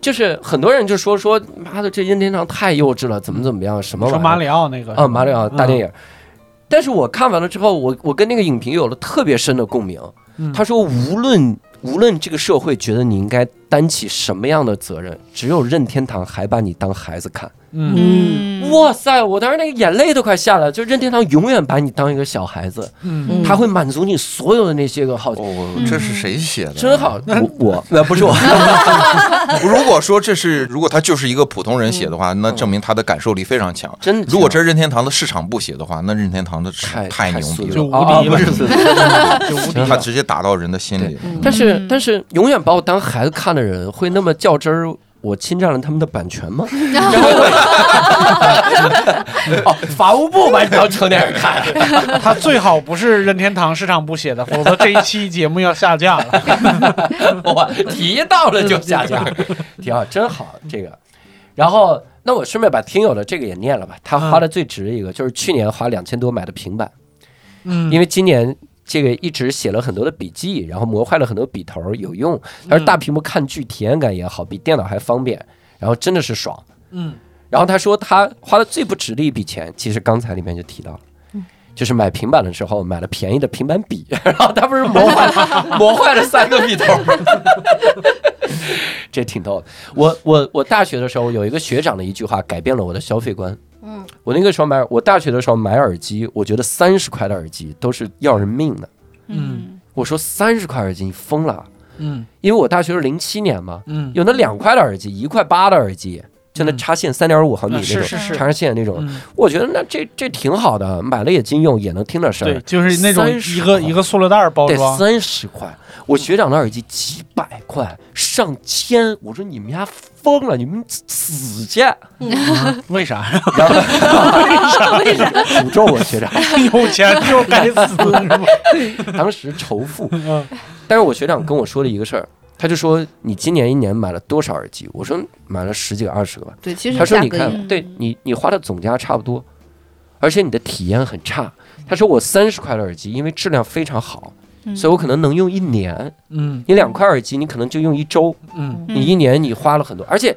S4: 就是很多人就说说，妈的，这任天堂太幼稚了，怎么怎么样，什么玩
S5: 说
S4: 意
S5: 马
S4: 儿？
S5: 里奥那个嗯
S4: 啊，马里奥大电
S5: 影，
S4: 影。但是我看完了之后，我我跟那个影评有了特别深的共鸣。
S5: 嗯
S4: 他说，无论无论这个社会觉得你应该担起什么样的责任，只有任天堂还把你当孩子看。
S5: 嗯
S8: 嗯
S4: 哇塞！我当时那个眼泪都快下来了，就任天堂永远把你当一个小孩子，
S5: 嗯，
S4: 他会满足你所有的那些个好奇。
S9: 哦，这是谁写的？
S4: 真嗯好，我我那不是我，
S9: (laughs) 如果说这是，如果他就是一个普通人写的
S4: 嗯
S9: 话，那证明他的感受力非常强。
S4: 真的
S9: 如果这是任天堂的市场部写的话，那任天堂的市
S4: 太
S9: 场太牛
S4: 损
S9: 逼
S4: 了
S5: 就
S9: 了，
S5: 无敌
S4: 啊啊
S5: 了
S4: 不是损
S5: 嗯就无敌
S9: (laughs)
S4: (laughs)
S9: 他
S5: 了。
S9: 直接打到人的心里。
S4: 但是但是永远把我当孩子看的人，会那么较真儿？我侵占了他们的版权吗？ (laughs)
S10: 嗯
S4: 哦，法务部把你当成年人看，啊
S5: 他最好不是任天堂市场部写的，否则这一期节目要下架了。
S4: (laughs) 我提到了就下架，挺好，真好这个。然后，那我顺便把听友的这个也念了吧。他花的最值的一个、就是去年花两千多买的平板，
S5: 嗯
S4: 因为今年这个一直写了很多的笔记，然后磨坏了很多笔头儿有
S5: 嗯
S4: 用。他说大屏幕看剧体验感也好，比电脑还方便，然后真的是爽。
S5: 嗯
S4: 然后他说他花的最不值的一笔钱，其实刚才里面就提到了。
S5: 嗯
S4: 就是买平板的时候买了便宜的平板笔， (laughs) 然后他不是磨
S5: (laughs)
S4: 坏了磨坏了三个笔头儿，这挺逗的。我我我大学的时候有一个学长的一句话改变了我的消费观。
S10: 嗯，
S4: 我那个时候买，我大学的时候买耳机，我觉得三十块的耳机都是要人命的。
S5: 嗯
S4: 我说三十块耳机你疯了，啊
S5: 嗯
S4: 因为我大学是零七年嘛，
S5: 嗯，
S4: 有那两块的耳机，一块八的耳机，就那插线三点五毫米
S5: 啊
S4: 那
S5: 是
S4: 种，
S5: 是是
S4: 插上线那种，
S5: 嗯
S4: 我觉得那这这挺好的，买了也经用，也能听着声
S5: 对，
S4: 儿。
S5: 就是那种
S4: 30
S5: 一个
S4: 块
S5: 一个塑料袋儿包
S4: 得
S5: 装，
S4: 三十块，我学长的耳机几百块，上千。我说你们家疯了，你们死去！
S5: 嗯为啥？
S4: 然后诅咒我学长，
S5: (laughs) 有钱就该 (laughs) 死，是吗？
S4: (laughs) 当时仇富。 (laughs) 但是我学长跟我说了一个事儿，他就说你今年一年买了多少耳机？我说买了十几个、二十个吧。
S8: 对，其实
S4: 他说
S8: 价
S4: 你
S8: 格也嗯
S4: 看，对你你花的总价差不多，而且你的体验很差。他说我三十块的耳机，因为质量非常好，
S8: 嗯
S4: 所以我可能能用一年。
S5: 嗯
S4: 你两块耳机，你可能就用一周，
S5: 嗯
S4: 你一年你花了很多，而且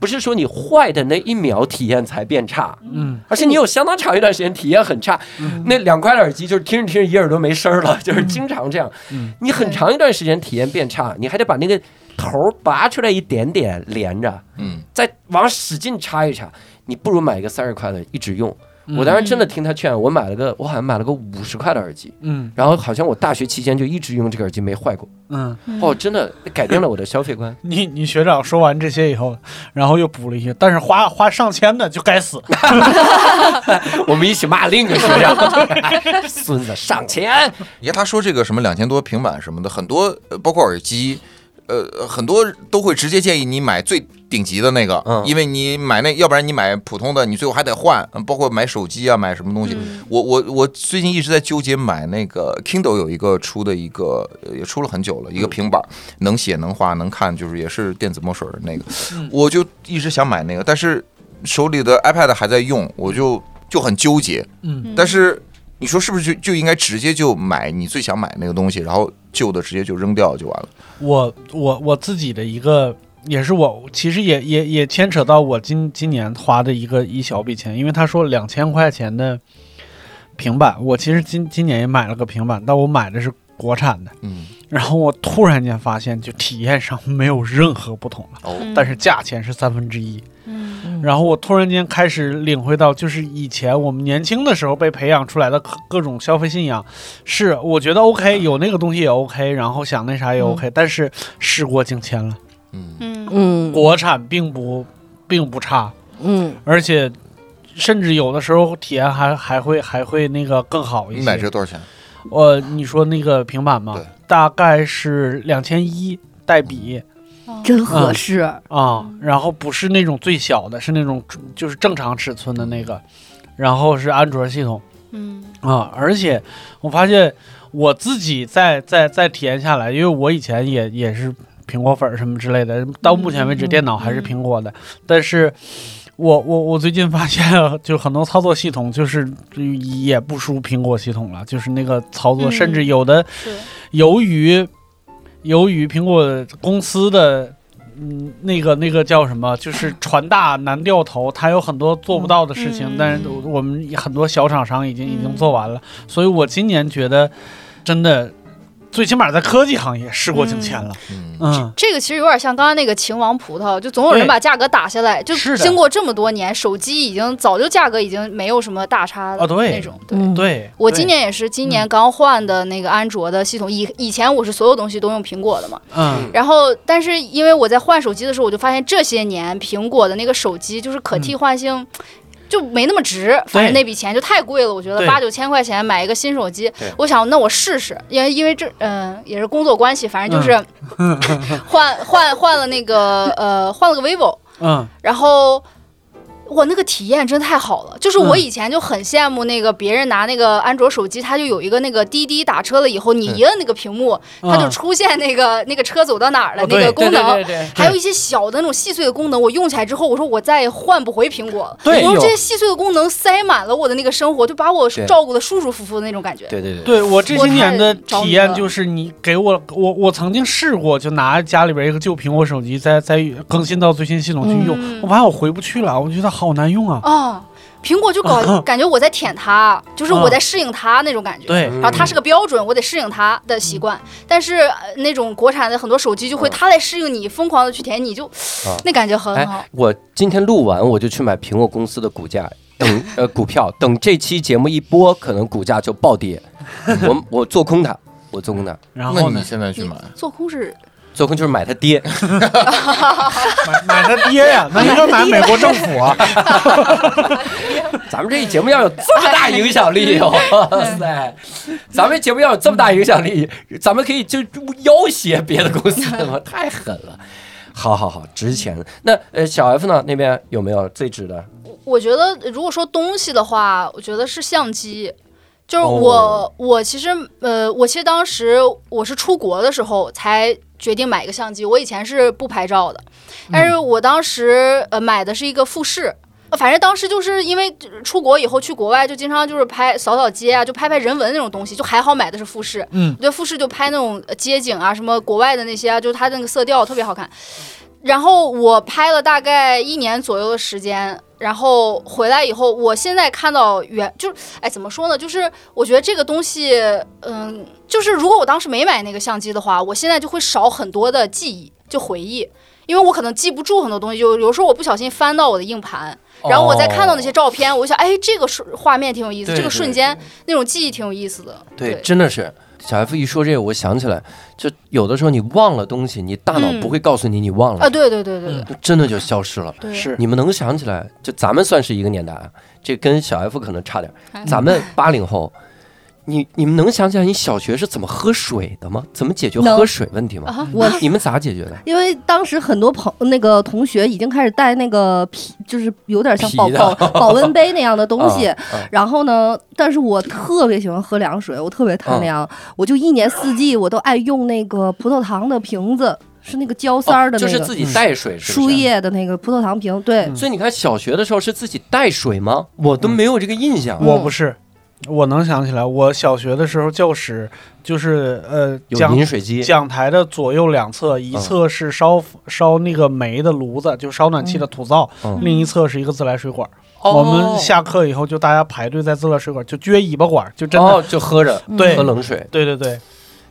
S4: 不是说你坏的那一秒体验才变差，
S5: 嗯，
S4: 而且你有相当长一段时间体验很差。那两块耳机就是听着听着一耳朵没声儿了，就是经常这样
S5: 嗯。
S4: 你很长一段时间体验变差，你还得把那个头儿拔出来一点点连着，
S9: 嗯，
S4: 再往使劲插一插。你不如买一个三十块的一直用。
S5: 嗯
S4: 我当时真的听他劝，我买了个，我好像买了个五十块的耳机，
S5: 嗯
S4: 然后好像我大学期间就一直用这个耳机没坏过。
S5: 嗯，。
S4: 哦，真的改变了我的消费观
S5: 你你学长说完这些以后，然后又补了一些，但是花花上千的就该死，
S4: (laughs) 我们一起骂另一个学 (laughs) 长，孙子上前。
S9: 你看他说这个什么两千多平板什么的，很多呃包括耳机。呃，很多都会直接建议你买最顶级的那个，
S4: 嗯
S9: 因为你买那，要不然你买普通的，你最后还得换，嗯包括买手机啊，买什么东西。我我我最近一直在纠结买那个 Kindle 有一个出的一个，呃也出了很久了，一个平板，能写能画能看，就是也是电子墨水儿那个，我就一直想买那个，但是手里的 iPad 还在用，我就就很纠结。
S5: 嗯
S9: 但是你说是不是就就应该直接就买你最想买那个东西，然后旧的直接就扔掉就完了？
S5: 我我我自己的一个，也是我其实也也也牵扯到我今今年花的一个一小笔钱，因为他说两千块钱的平板，我其实今今年也买了个平板，但我买的是国产的，
S9: 嗯，
S5: 然后我突然间发现，就体验上没有任何不同了，
S9: 哦，
S5: 但是价钱是三分之一。
S10: 嗯
S5: 然后我突然间开始领会到，就是以前我们年轻的时候被培养出来的各各种消费信仰，是我觉得 OK，有那个东西也 OK，然后想那啥也 OK，、但是事过境迁了，
S9: 嗯，
S10: 嗯
S3: 嗯
S5: 国产并不并不差，
S3: 嗯，
S5: 而且甚至有的时候体验还还会还会那个更好一
S9: 你买这
S5: 些
S9: 个。多少钱？
S5: 呃，你说那个平板嘛
S9: 对，
S5: 大概是两千一带笔
S10: 嗯
S8: 真
S4: 嗯
S8: 合适。
S5: 啊、然后不是那种最小的，是那种就是正常尺寸的那个，然后是安卓系统。
S10: 嗯
S5: 啊，而且我发现我自己在在在体验下来，因为我以前也也是苹果粉儿什么之类的，到目前为止电脑还是苹果的，但是我我我最近发现，就很多操作系统就是也不输苹果系统了，就是那个操作，甚至
S10: 嗯
S5: 有的
S10: 是
S5: 由于由于苹果公司的。嗯，那个那个叫什么？就是船大难掉头，它有很多做不到的事情，
S10: 嗯
S5: 但是我们很多小厂商已经、已经
S10: 嗯
S5: 做完了，所以我今年觉得，真的，最起码在科技行业事过境迁了。
S9: 嗯，
S5: 嗯，
S10: 这个其实有点像刚刚那个秦王葡萄，就总有人
S5: 对
S10: 把价格打下来，就是
S5: 的
S10: 经过这么多年，手机已经早就价格已经没有什么大差的
S5: 啊对
S10: 那种。
S3: 嗯，
S5: 对，
S10: 我今年也是，今年刚换的那个安卓的系统，以以前我是所有东西都用苹果的嘛，
S5: 嗯
S10: 然后但是因为我在换手机的时候，我就发现这些年苹果的那个手机就是可替换性。
S5: 嗯
S10: 就没那么值，反正那笔钱就太贵了，我觉得
S5: 对
S10: 八九千块钱买一个新手机
S4: 对，
S10: 我想那我试试，因为因为这嗯、也是工作关系，反正就是
S5: 嗯
S10: 换换换了那个呃换了个 vivo，
S5: 嗯
S10: 然后我那个体验真太好了，就是我以前就很羡慕那个别人拿那个安卓手机，它就有一个那个滴滴打车了以后，你
S5: 嗯
S10: 一摁那个屏幕，它就出现那个那个车走到哪儿了
S5: 哦
S10: 那个
S5: 对
S10: 功
S5: 对对
S10: 能，
S5: 对对
S10: 还有一些小的那种细碎的功能，我用起来之后，我说我再也换不回苹果了。
S5: 对
S10: 我说
S4: 有
S10: 这些细碎的功能塞满了我的那个生活，就把我
S4: 对
S10: 照顾的舒舒服服的那种感觉。
S4: 对对对，
S5: 对我这些年的
S10: 我太着迷
S5: 体验
S10: 了
S5: 就是，你给我我我曾经试过，就拿家里边一个旧苹果手机再再更新到最新系统去用，
S10: 嗯
S5: 我发现我回不去了，我觉得好难用啊。
S10: 哦，苹果就搞、
S5: 嗯
S10: 感觉我在舔它，就是我在适应它那种感觉。
S5: 对
S10: 然后它是个标准，我得适应它的习惯。但是呃那种国产的很多手机就会，它来适应你，疯狂的去舔你，就、那感觉很好
S4: 哎。，我今天录完我就去买苹果公司的股价。 (laughs) 等呃股票，等这期节目一播，可能股价就暴 (laughs) 跌。我我做空它，我做空它，
S5: 然
S9: 那
S5: 后
S9: 你
S5: 呢，
S9: 现在去
S10: 你
S9: 买，
S10: 做空是
S4: 做空就是买它 (laughs) 跌。
S5: 买买他爹呀，那应该买美国政府啊。
S4: 咱们这一节目要有这么大影响力 (laughs) 哦！哇塞，咱们节目要有这么大影响力，咱们可以就要挟别的公司 (laughs) 吗？太狠了！好好好，值钱。那呃，小 F 呢？那边有没有最值的？
S10: 我觉得如果说东西的话，我觉得是相机。就是
S4: 哦
S10: 我，我其实，呃，我其实当时我是出国的时候才决定买一个相机。我以前是不拍照的，但是我当时呃买的是一个富士，呃反正当时就是因为出国以后去国外就经常就是拍扫扫街啊，就拍拍人文那种东西，就还好买的是富士。
S5: 嗯，
S10: 对，富士就拍那种呃街景啊，什么国外的那些啊，就是它那个色调特别好看。然后我拍了大概一年左右的时间，然后回来以后，我现在看到原就是，哎，怎么说呢？就是我觉得这个东西，嗯，就是如果我当时没买那个相机的话，我现在就会少很多的记忆，就回忆，因为我可能记不住很多东西，就有时候我不小心翻到我的硬盘。然后我再看到那些照片，我就想，哎，这个瞬画面挺有意思，
S4: 对
S10: 这个瞬间那种记忆挺有意思的。
S4: 对，真的是小 F 一说这个，我想起来，就有的时候你忘了东西，你大脑
S10: 嗯
S4: 不会告诉你你忘了，
S8: 呃
S10: 啊，对对对对对
S4: 就真的就消失了。
S10: 对，
S5: 是
S4: 你们能想起来，就咱们算是一个年代啊，这跟小 F 可能差点
S10: 哎
S4: 儿。咱
S8: (laughs)
S4: 们八零后，你你们能想起来你小学是怎么喝水的吗？怎么解决
S8: 能
S4: 喝水问题吗？
S10: 啊，
S8: 我
S4: 你们咋解决的？
S8: 因为当时很多朋那个同学已经开始带那个皮，就是有点像保
S4: 皮的
S8: 保保温杯那样的东西。
S4: (laughs) 啊啊
S8: 然后呢，但是我特别喜欢喝凉水，我特别
S4: 啊
S8: 贪凉，我就一年四季我都爱用那个葡萄糖的瓶子，是那个胶塞儿的
S4: 哦就
S8: 那
S4: 是
S8: 个、嗯
S4: 自己带水，是不
S8: 输
S4: 是。
S8: 液的那个葡萄糖瓶。对，
S5: 嗯
S4: 所以你看，小学的时候是自己带水吗？ (laughs) 我
S8: 嗯
S4: 都没有这个印象。
S5: 我不是，我能想起来，我小学的时候教室就是呃
S4: 有嗯
S5: 讲
S4: 饮水机，
S5: 讲台的左右两侧，一侧是烧、烧那个煤的炉子，就烧暖气的土灶，
S4: 嗯
S5: 另一侧是一个自来水管。
S4: 哦
S5: 我们下课以后就大家排队在自来水管，就撅尾巴管，就真的、
S4: 哦就喝
S8: 嗯
S4: 着
S5: 对
S4: 喝冷水。
S5: 对对对，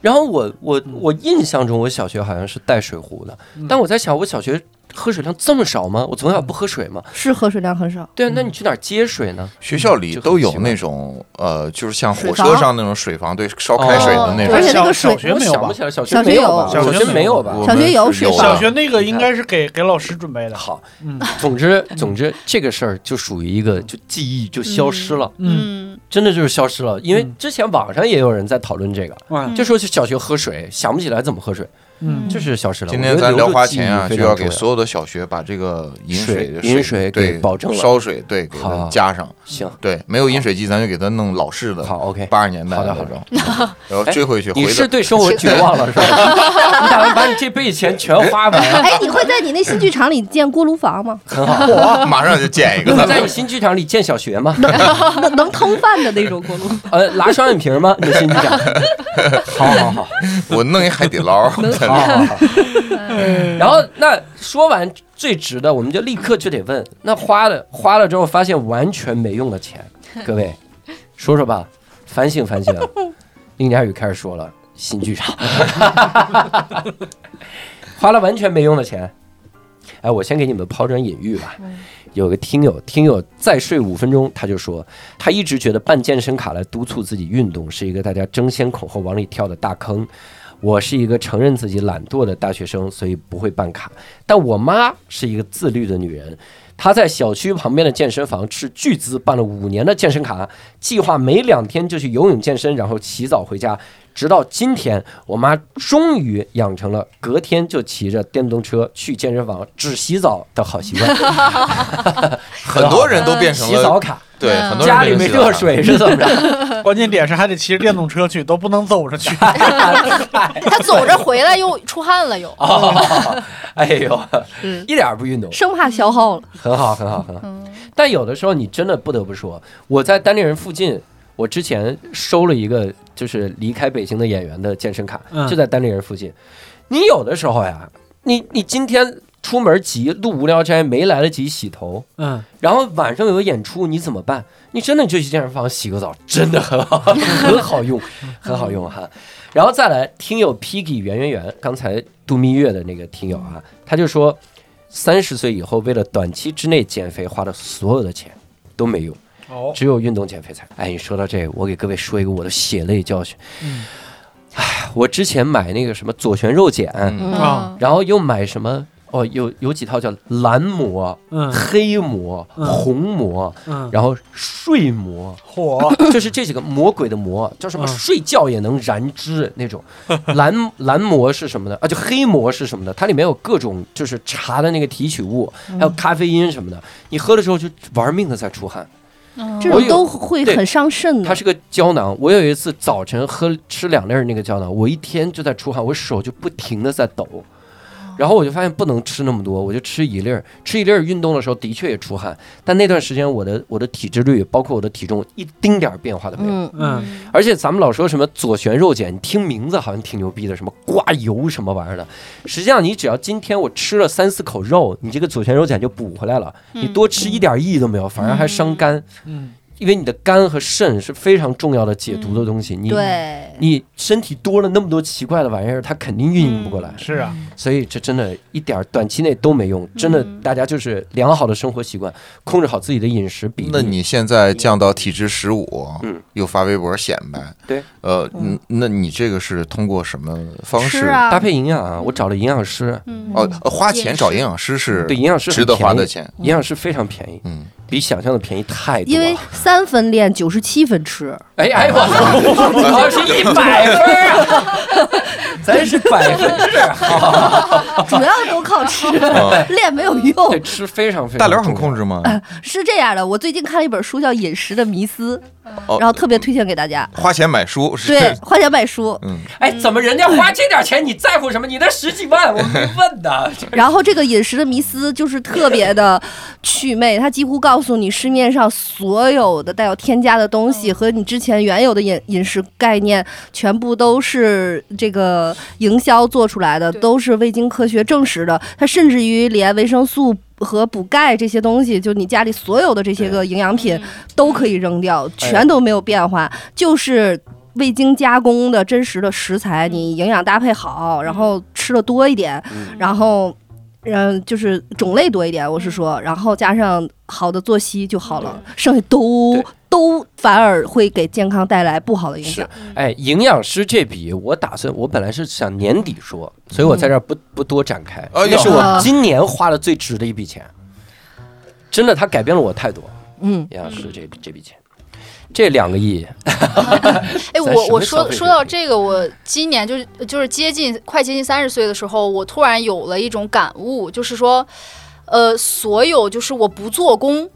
S4: 然后我我
S5: 嗯
S4: 我印象中，我小学好像是带水壶的，但我在想，我小学喝水量这么少吗？我从小不喝水
S5: 嗯
S4: 吗？
S8: 是喝水量很
S4: (laughs)
S8: 少。
S4: 对啊，那你去哪儿接水呢？
S9: 学校里
S4: 就很
S9: 都有
S4: 奇怪
S9: 那种呃，就是像火
S8: 水
S9: 车
S8: 房
S9: 上那种水房，对，烧开水的那
S10: 哦
S9: 种
S8: 而。且那
S5: 小
S8: 个
S5: 小
S8: 水
S5: 学
S4: 我
S5: 没有
S4: 想
S5: 吧
S4: 不？起来，小
S8: 小
S4: 没
S8: 学
S4: 有吧？
S5: 有
S4: 小
S5: 小学
S4: 没有吧？
S9: 我
S8: 小学
S9: 们
S8: 有
S9: 是
S8: 水
S9: 有
S8: 房
S9: 的
S5: 小学那个应该是给给老师准备的。
S4: 好，
S5: 嗯
S4: 总之总之，这个事儿就属于一个就记忆就消失了，
S5: 嗯，
S10: 嗯，
S4: 真的就是消失了。因为
S5: 嗯
S4: 之前网上也有人在讨论这个，
S5: 嗯
S4: 就说去小学喝水想不起来怎么喝水，
S5: 嗯
S4: 就是消失了。
S9: 今
S4: 我
S9: 天
S4: 觉得
S9: 咱
S4: 留
S9: 聊
S4: 住
S9: 花
S4: 记忆
S9: 钱啊，
S4: 非
S9: 就
S4: 常
S9: 要给
S4: 重要
S9: 所有的小学把这个饮水的
S4: 水饮水给
S9: 对
S4: 保证了
S9: 烧水对给
S4: 好
S9: 它加上，
S4: 行
S9: 对，没有饮水机咱就给它弄老式的，
S4: 好 OK。
S9: 八十年代
S4: 好的
S9: 那
S4: 好的哎
S9: 种，然后追回去，
S4: 你
S9: 回
S4: 是
S9: 的
S4: 对生活绝望
S9: (laughs)
S4: 了是吧？你打算把你这辈子钱全花完，
S8: 哎，你会在你那新剧场里建锅炉
S4: (laughs)
S8: 房吗？
S4: 很好。
S9: (laughs) 马上就建一
S4: 你在
S9: 个。
S4: 你新剧场里建小学吗？
S8: 能能通饭的那种锅 (laughs) 炉，
S4: 呃，拉双眼皮儿吗？你的新剧场？ (laughs) 好好好。
S9: 我弄一海底捞，
S4: 好好好。然后那说完最值的，我们就立刻就得问，那花了花了之后发现完全没用的钱，各位说说吧，反省反省。令啊佳宇开始说了，新剧场 (laughs) 花了完全没用的钱。哎，我先给你们抛砖引玉吧。有个听友，听友再睡五分钟，他就说，他一直觉得办健身卡来督促自己运动是一个大家争先恐后往里跳的大坑。我是一个承认自己懒惰的大学生，所以不会办卡。但我妈是一个自律的女人，她在小区旁边的健身房斥巨资办了五年的健身卡，计划每两天就去游泳健身，然后洗澡回家。直到今天，我妈终于养成了隔天 (laughs) 就骑着电动车去健身房只洗澡的好习惯，
S9: 很多人都变成
S4: 洗
S9: 了
S4: (laughs) 澡卡，
S9: 对，
S10: 嗯
S9: 很多人
S4: 家里
S9: 变成
S4: 没
S9: 洗
S4: 热
S9: 澡卡，
S4: 水是怎么 (laughs) 着？
S5: 关键点是还得骑着电动车去，都不能走着去。 (laughs)
S10: 他走着回来又出汗了又，
S4: 哦，哎呦，
S8: 嗯
S4: 一点儿不运动，
S8: 生怕消耗了。
S4: 很好，很好，很好。但有的时候你真的不得不说，我在单立人附近，我之前收了一个就是离开北京的演员的健身卡，
S5: 嗯
S4: 就在单立人附近。你有的时候呀，你你今天出门急录无聊斋没来得及洗头，
S5: 嗯，
S4: 然后晚上有个演出，你怎么办？你真的就去健身房洗个澡，真的很好， (laughs) 很好用，
S5: 嗯
S4: 很好用哈。然后再来，听友 Piggy 圆圆圆，刚才度蜜月的那个听友啊，他就说，三十岁以后为了短期之内减肥花的所有的钱都没用，
S5: 哦，
S4: 只有运动减肥才。哎，你说到这个，我给各位说一个我的血泪教训。
S5: 嗯
S4: 哎，我之前买那个什么左旋肉碱，
S9: 嗯，
S5: 啊
S4: 然后又买什么哦，有有几套叫蓝膜、
S5: 嗯
S4: 黑膜、
S5: 嗯
S4: 红膜，
S5: 嗯，
S4: 然后睡魔，
S5: 火，
S4: 就是这几个魔鬼的魔，叫什么？
S5: 嗯
S4: 睡觉也能燃脂那种。蓝蓝魔是什么呢？啊，就黑魔是什么呢？它里面有各种就是茶的那个提取物，还有咖啡因什么的。你喝了之后就玩命的在出汗。
S8: 这
S4: 我
S8: 种
S4: 有
S8: 都会
S4: 对
S8: 很伤肾
S4: 它
S8: 的。
S4: 是个胶囊，我有一次早晨喝吃两粒儿那个胶囊，我一天就在出汗，我手就不停的在抖。然后我就发现不能吃那么多，我就吃一粒儿，吃一粒儿。运动的时候的确也出汗，但那段时间我的我的体脂率，包括我的体重，一丁点儿变化都没有。
S8: 嗯，
S5: 嗯
S4: 而且咱们老说什么左旋肉碱，你听名字好像挺牛逼的，什么刮油什么玩意儿的。实际上，你只要今天我吃了三四口肉，你这个左旋肉碱就补回来了。你多吃一点意义都没有，反而还伤肝，
S5: 嗯
S4: 因为你的肝和肾是非常重要的解毒的东西。你
S8: 嗯对，
S4: 你身体多了那么多奇怪的玩意儿，它肯定运营不过来。
S5: 是啊，
S4: 所以这真的一点儿短期内都没用。真的，大家就是良好的生活习惯，控制好自己的饮食比例。
S9: 那你现在降到体脂十五，
S4: 嗯，
S9: 又发微博显摆，
S4: 对，
S9: 呃，嗯那你这个是通过什么方式？
S10: 吃啊，
S4: 搭配营养啊，我找了营养师，
S9: 哦，呃花钱找营养师是
S4: 对营养师很
S9: 值得花
S4: 便
S9: 的
S4: 宜
S9: 钱，
S4: 营养师非常便宜。
S9: 嗯，
S4: 比想象的便宜太多了。
S8: 因为
S9: 啊
S8: 三分练九十七
S9: (laughs)
S8: 分吃，
S4: 哎哎我，我是一百分儿啊，咱是百分制啊，
S8: 主要都靠
S9: (laughs)
S8: 吃，
S4: (laughs)
S8: 练没有
S4: 对，
S8: 用。
S4: 吃非常非常。
S9: 呃大刘很控制吗？
S8: 是这样的，我最近看了一本书叫《饮食的迷思》，
S9: 哦
S8: 然后特别推荐给
S9: (laughs)
S8: 大家。
S9: 花钱买书是
S8: 对，
S9: (laughs)
S8: 花钱买书。
S9: 嗯，
S4: 哎，怎么人家花这点钱你在乎什么？你那十几万我没问
S9: (laughs)
S4: 的。
S8: 然后这个饮食的迷思就是特别的祛魅，它几乎告诉你市面上所有的带有添加的东西和你之前原有的饮饮食概念，全部都是这个营销做出来的，
S10: 对
S8: 都是未经科学证实的。它甚至于连维生素。和补钙这些东西，就你家里所有的这些个营养
S10: 嗯
S8: 品都可以扔
S10: 哎
S8: 掉，全都没有变化，就是未经加工的真实的食材，你营养搭配好，然后吃的多一点，然后。嗯，就是种类多一点，我是
S10: 嗯
S8: 说，然后加上好的作息就好了，剩下都
S4: 对
S8: 都反而会给健康带来不好的影响
S4: 是。， (laughs) 哎，营养师这笔我打算，我本来是想年底说，所以我在这儿不不多展开。
S9: 嗯哎呦
S4: 那是
S8: 嗯
S4: 我今年花的最值的一笔钱，真的，它改变了我太多。
S8: 嗯，
S4: 营养师这这笔钱，这两个亿，
S10: 哎，
S4: 咱什么
S10: 我我
S4: 消
S10: 说
S4: 费
S10: 说
S4: 水
S10: 到
S4: 平
S10: 这个，我今年就是就是接近快接近三十岁的时候，我突然有了一种感悟，就是说，呃，所有就是我不做工。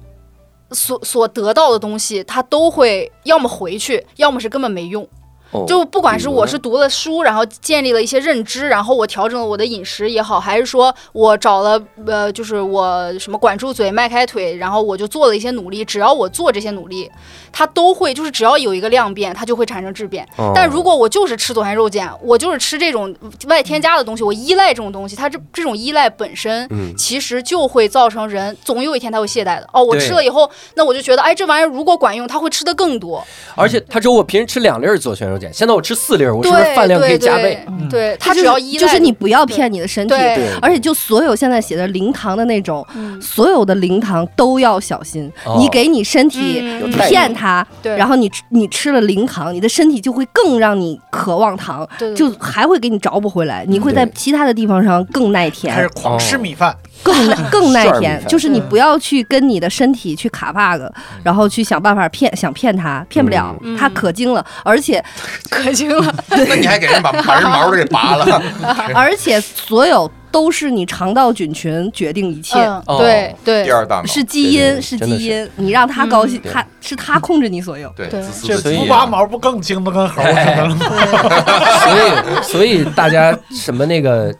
S10: 所所得到的东西，它都会要么回去，要么是根本没用。
S4: 哦
S10: 就不管是
S4: 比如
S10: 我
S4: 呢
S10: 是读了书，然后建立了一些认知，然后我调整了我的饮食也好，还是说我找了呃，就是我什么管住嘴、迈开腿，然后我就做了一些努力。只要我做这些努力，它都会就是只要有一个量变，它就会产生质变。
S4: 哦
S10: 但如果我就是吃左旋肉碱，我就是吃这种外添加的东西，我依赖这种东西，它这这种依赖本身
S4: 嗯，
S10: 其实就会造成人总有一天他会懈怠的。哦，我
S4: 对
S10: 吃了以后，那我就觉得，哎，这玩意儿如果管用，他会吃的更多。
S4: 而且他说我平时吃两粒儿左旋肉碱，现在我吃四粒儿，我是不是
S10: 对
S4: 饭量可以
S10: 对
S4: 加倍？嗯
S10: 对对，他
S8: 就
S10: 只
S8: 是
S10: 要依赖，
S8: 就是你不要骗你的身体，
S10: 对
S4: 对
S8: 而且就所有现在写的零糖的那种，
S10: 嗯
S8: 所有的零糖都要小心，
S4: 哦
S8: 你给你身体
S10: 嗯
S4: 有
S10: 嗯
S4: 代
S8: 骗它，
S10: 对，
S8: 然后你吃你吃了零糖，你的身体就会更让你渴望糖，
S10: 对嗯对
S8: 就还会给你找补回来，你会在
S4: 对
S8: 其他的地方上更耐
S5: 开
S8: 甜
S5: 始，狂吃米饭，
S8: 更耐
S4: (laughs)
S8: 更耐
S4: 馅儿米
S8: 甜
S4: 饭。
S8: 就是你
S10: 嗯
S8: 不要去跟你的身体去卡 bug，然
S4: 嗯
S8: 后去想办法骗，想骗它，骗不了，
S10: 嗯
S8: 它可精了，而且
S10: 可精了。
S4: 嗯
S9: 那你还给人把把人毛都给拔了，
S8: 而且所有都是你肠道菌群决定一切，
S10: 嗯
S4: 哦，
S10: 对对
S9: (laughs) 第，二大脑，
S8: 是
S4: 对
S8: 基
S4: 对对
S8: 因，是
S4: 真的嗯
S8: 基因，你让他高兴，
S4: 对
S8: 他是他控制你所有。
S9: 对，
S10: 对
S9: 自私
S5: 这
S9: 的
S4: 所以
S5: 猪
S9: 基因
S5: 拔毛不更精的跟猴似的了吗？
S4: 所以所以大家什么那个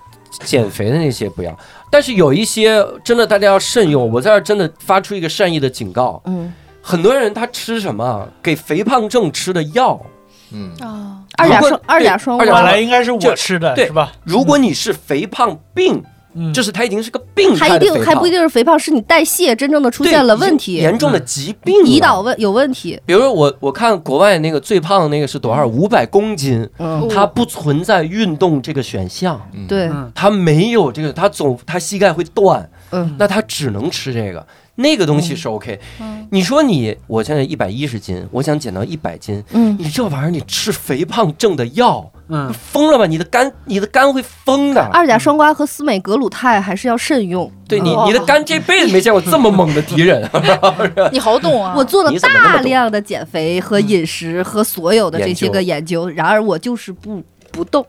S4: 减肥的那些不要，但是有一些真的大家要慎用。我在这儿真的发出一个善意的警告，
S8: 嗯，
S4: 很多人他吃什么给肥胖症吃的药，
S9: 嗯，
S10: 啊，
S8: 二甲
S4: 如果
S8: 双二甲双
S4: 二
S5: (laughs)
S4: 甲
S5: 本
S4: 双
S8: 胍，
S5: 来应该是
S4: 这
S5: 我吃的，
S4: 对
S5: 是吧？
S4: 如
S8: 嗯
S4: 果你是肥胖病，
S5: 嗯
S4: 就是它已经是个病
S8: 还
S4: 态的
S8: 一
S4: 肥
S8: 定
S4: 胖，
S8: 还不一定是肥胖，是你代谢真正的出
S4: 对
S8: 现了
S4: 已经
S8: 问题，嗯
S4: 严重的疾病了
S8: 胰岛。问有问题。
S4: 比如说我我看国外那个最胖的那个是多少？五百公斤，
S8: 嗯，
S4: 它不存在运动这个选项。
S9: 嗯
S8: 对，
S4: 他没有这个，他总他膝盖会断，
S8: 嗯，
S4: 那他只能吃这个，那个东西是 OK。你
S8: 嗯
S4: 说你，我现在一百一十斤，我想减到一百斤，
S8: 嗯
S4: 你这玩意儿你吃肥胖症的药，
S5: 嗯，
S4: 疯了吧？你的肝，你的肝会疯的。
S8: 二甲双胍和司美格鲁肽还是要慎用。
S4: 对你
S10: 哦，
S4: 你的肝这辈子没见过这么猛的敌
S8: (laughs)
S4: 人。
S10: 你好懂啊，
S8: 我做了
S4: 你怎么那么
S8: 大
S4: 懂
S8: 量的减肥和饮食和所有的这些个研究，然而我就是不不动，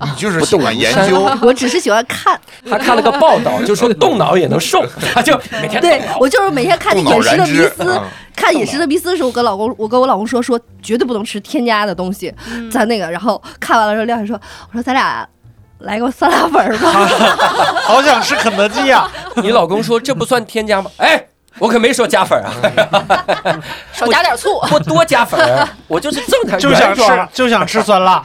S9: 你就是
S4: 不
S9: 喜
S4: 动
S9: 欢
S4: 如
S9: 研
S4: 山
S9: 究，
S4: (laughs)
S8: (laughs) 我只是喜欢看。
S4: 他看了个报道，就说动脑也能瘦，他就每天
S8: 对我就是每天看那
S9: 动脑
S8: 饮食
S9: 燃
S8: 的迷
S9: 脂，啊
S8: 思，看饮食的迷思的时候，我跟老公，我跟我老公说说绝对不能吃添加的东西，咱那个，然后看完了之后，亮姐说，我说咱俩来个酸辣粉儿吧。
S5: 好想吃肯德基啊 (laughs) 呀！
S4: (laughs) 你老公说这不算添加吗？哎，我可没说加粉啊，
S10: 少加点醋，
S4: (laughs) 我多加粉儿，我就是正常
S5: 就想
S4: 原装
S5: 吃，就想吃酸 (laughs) 辣，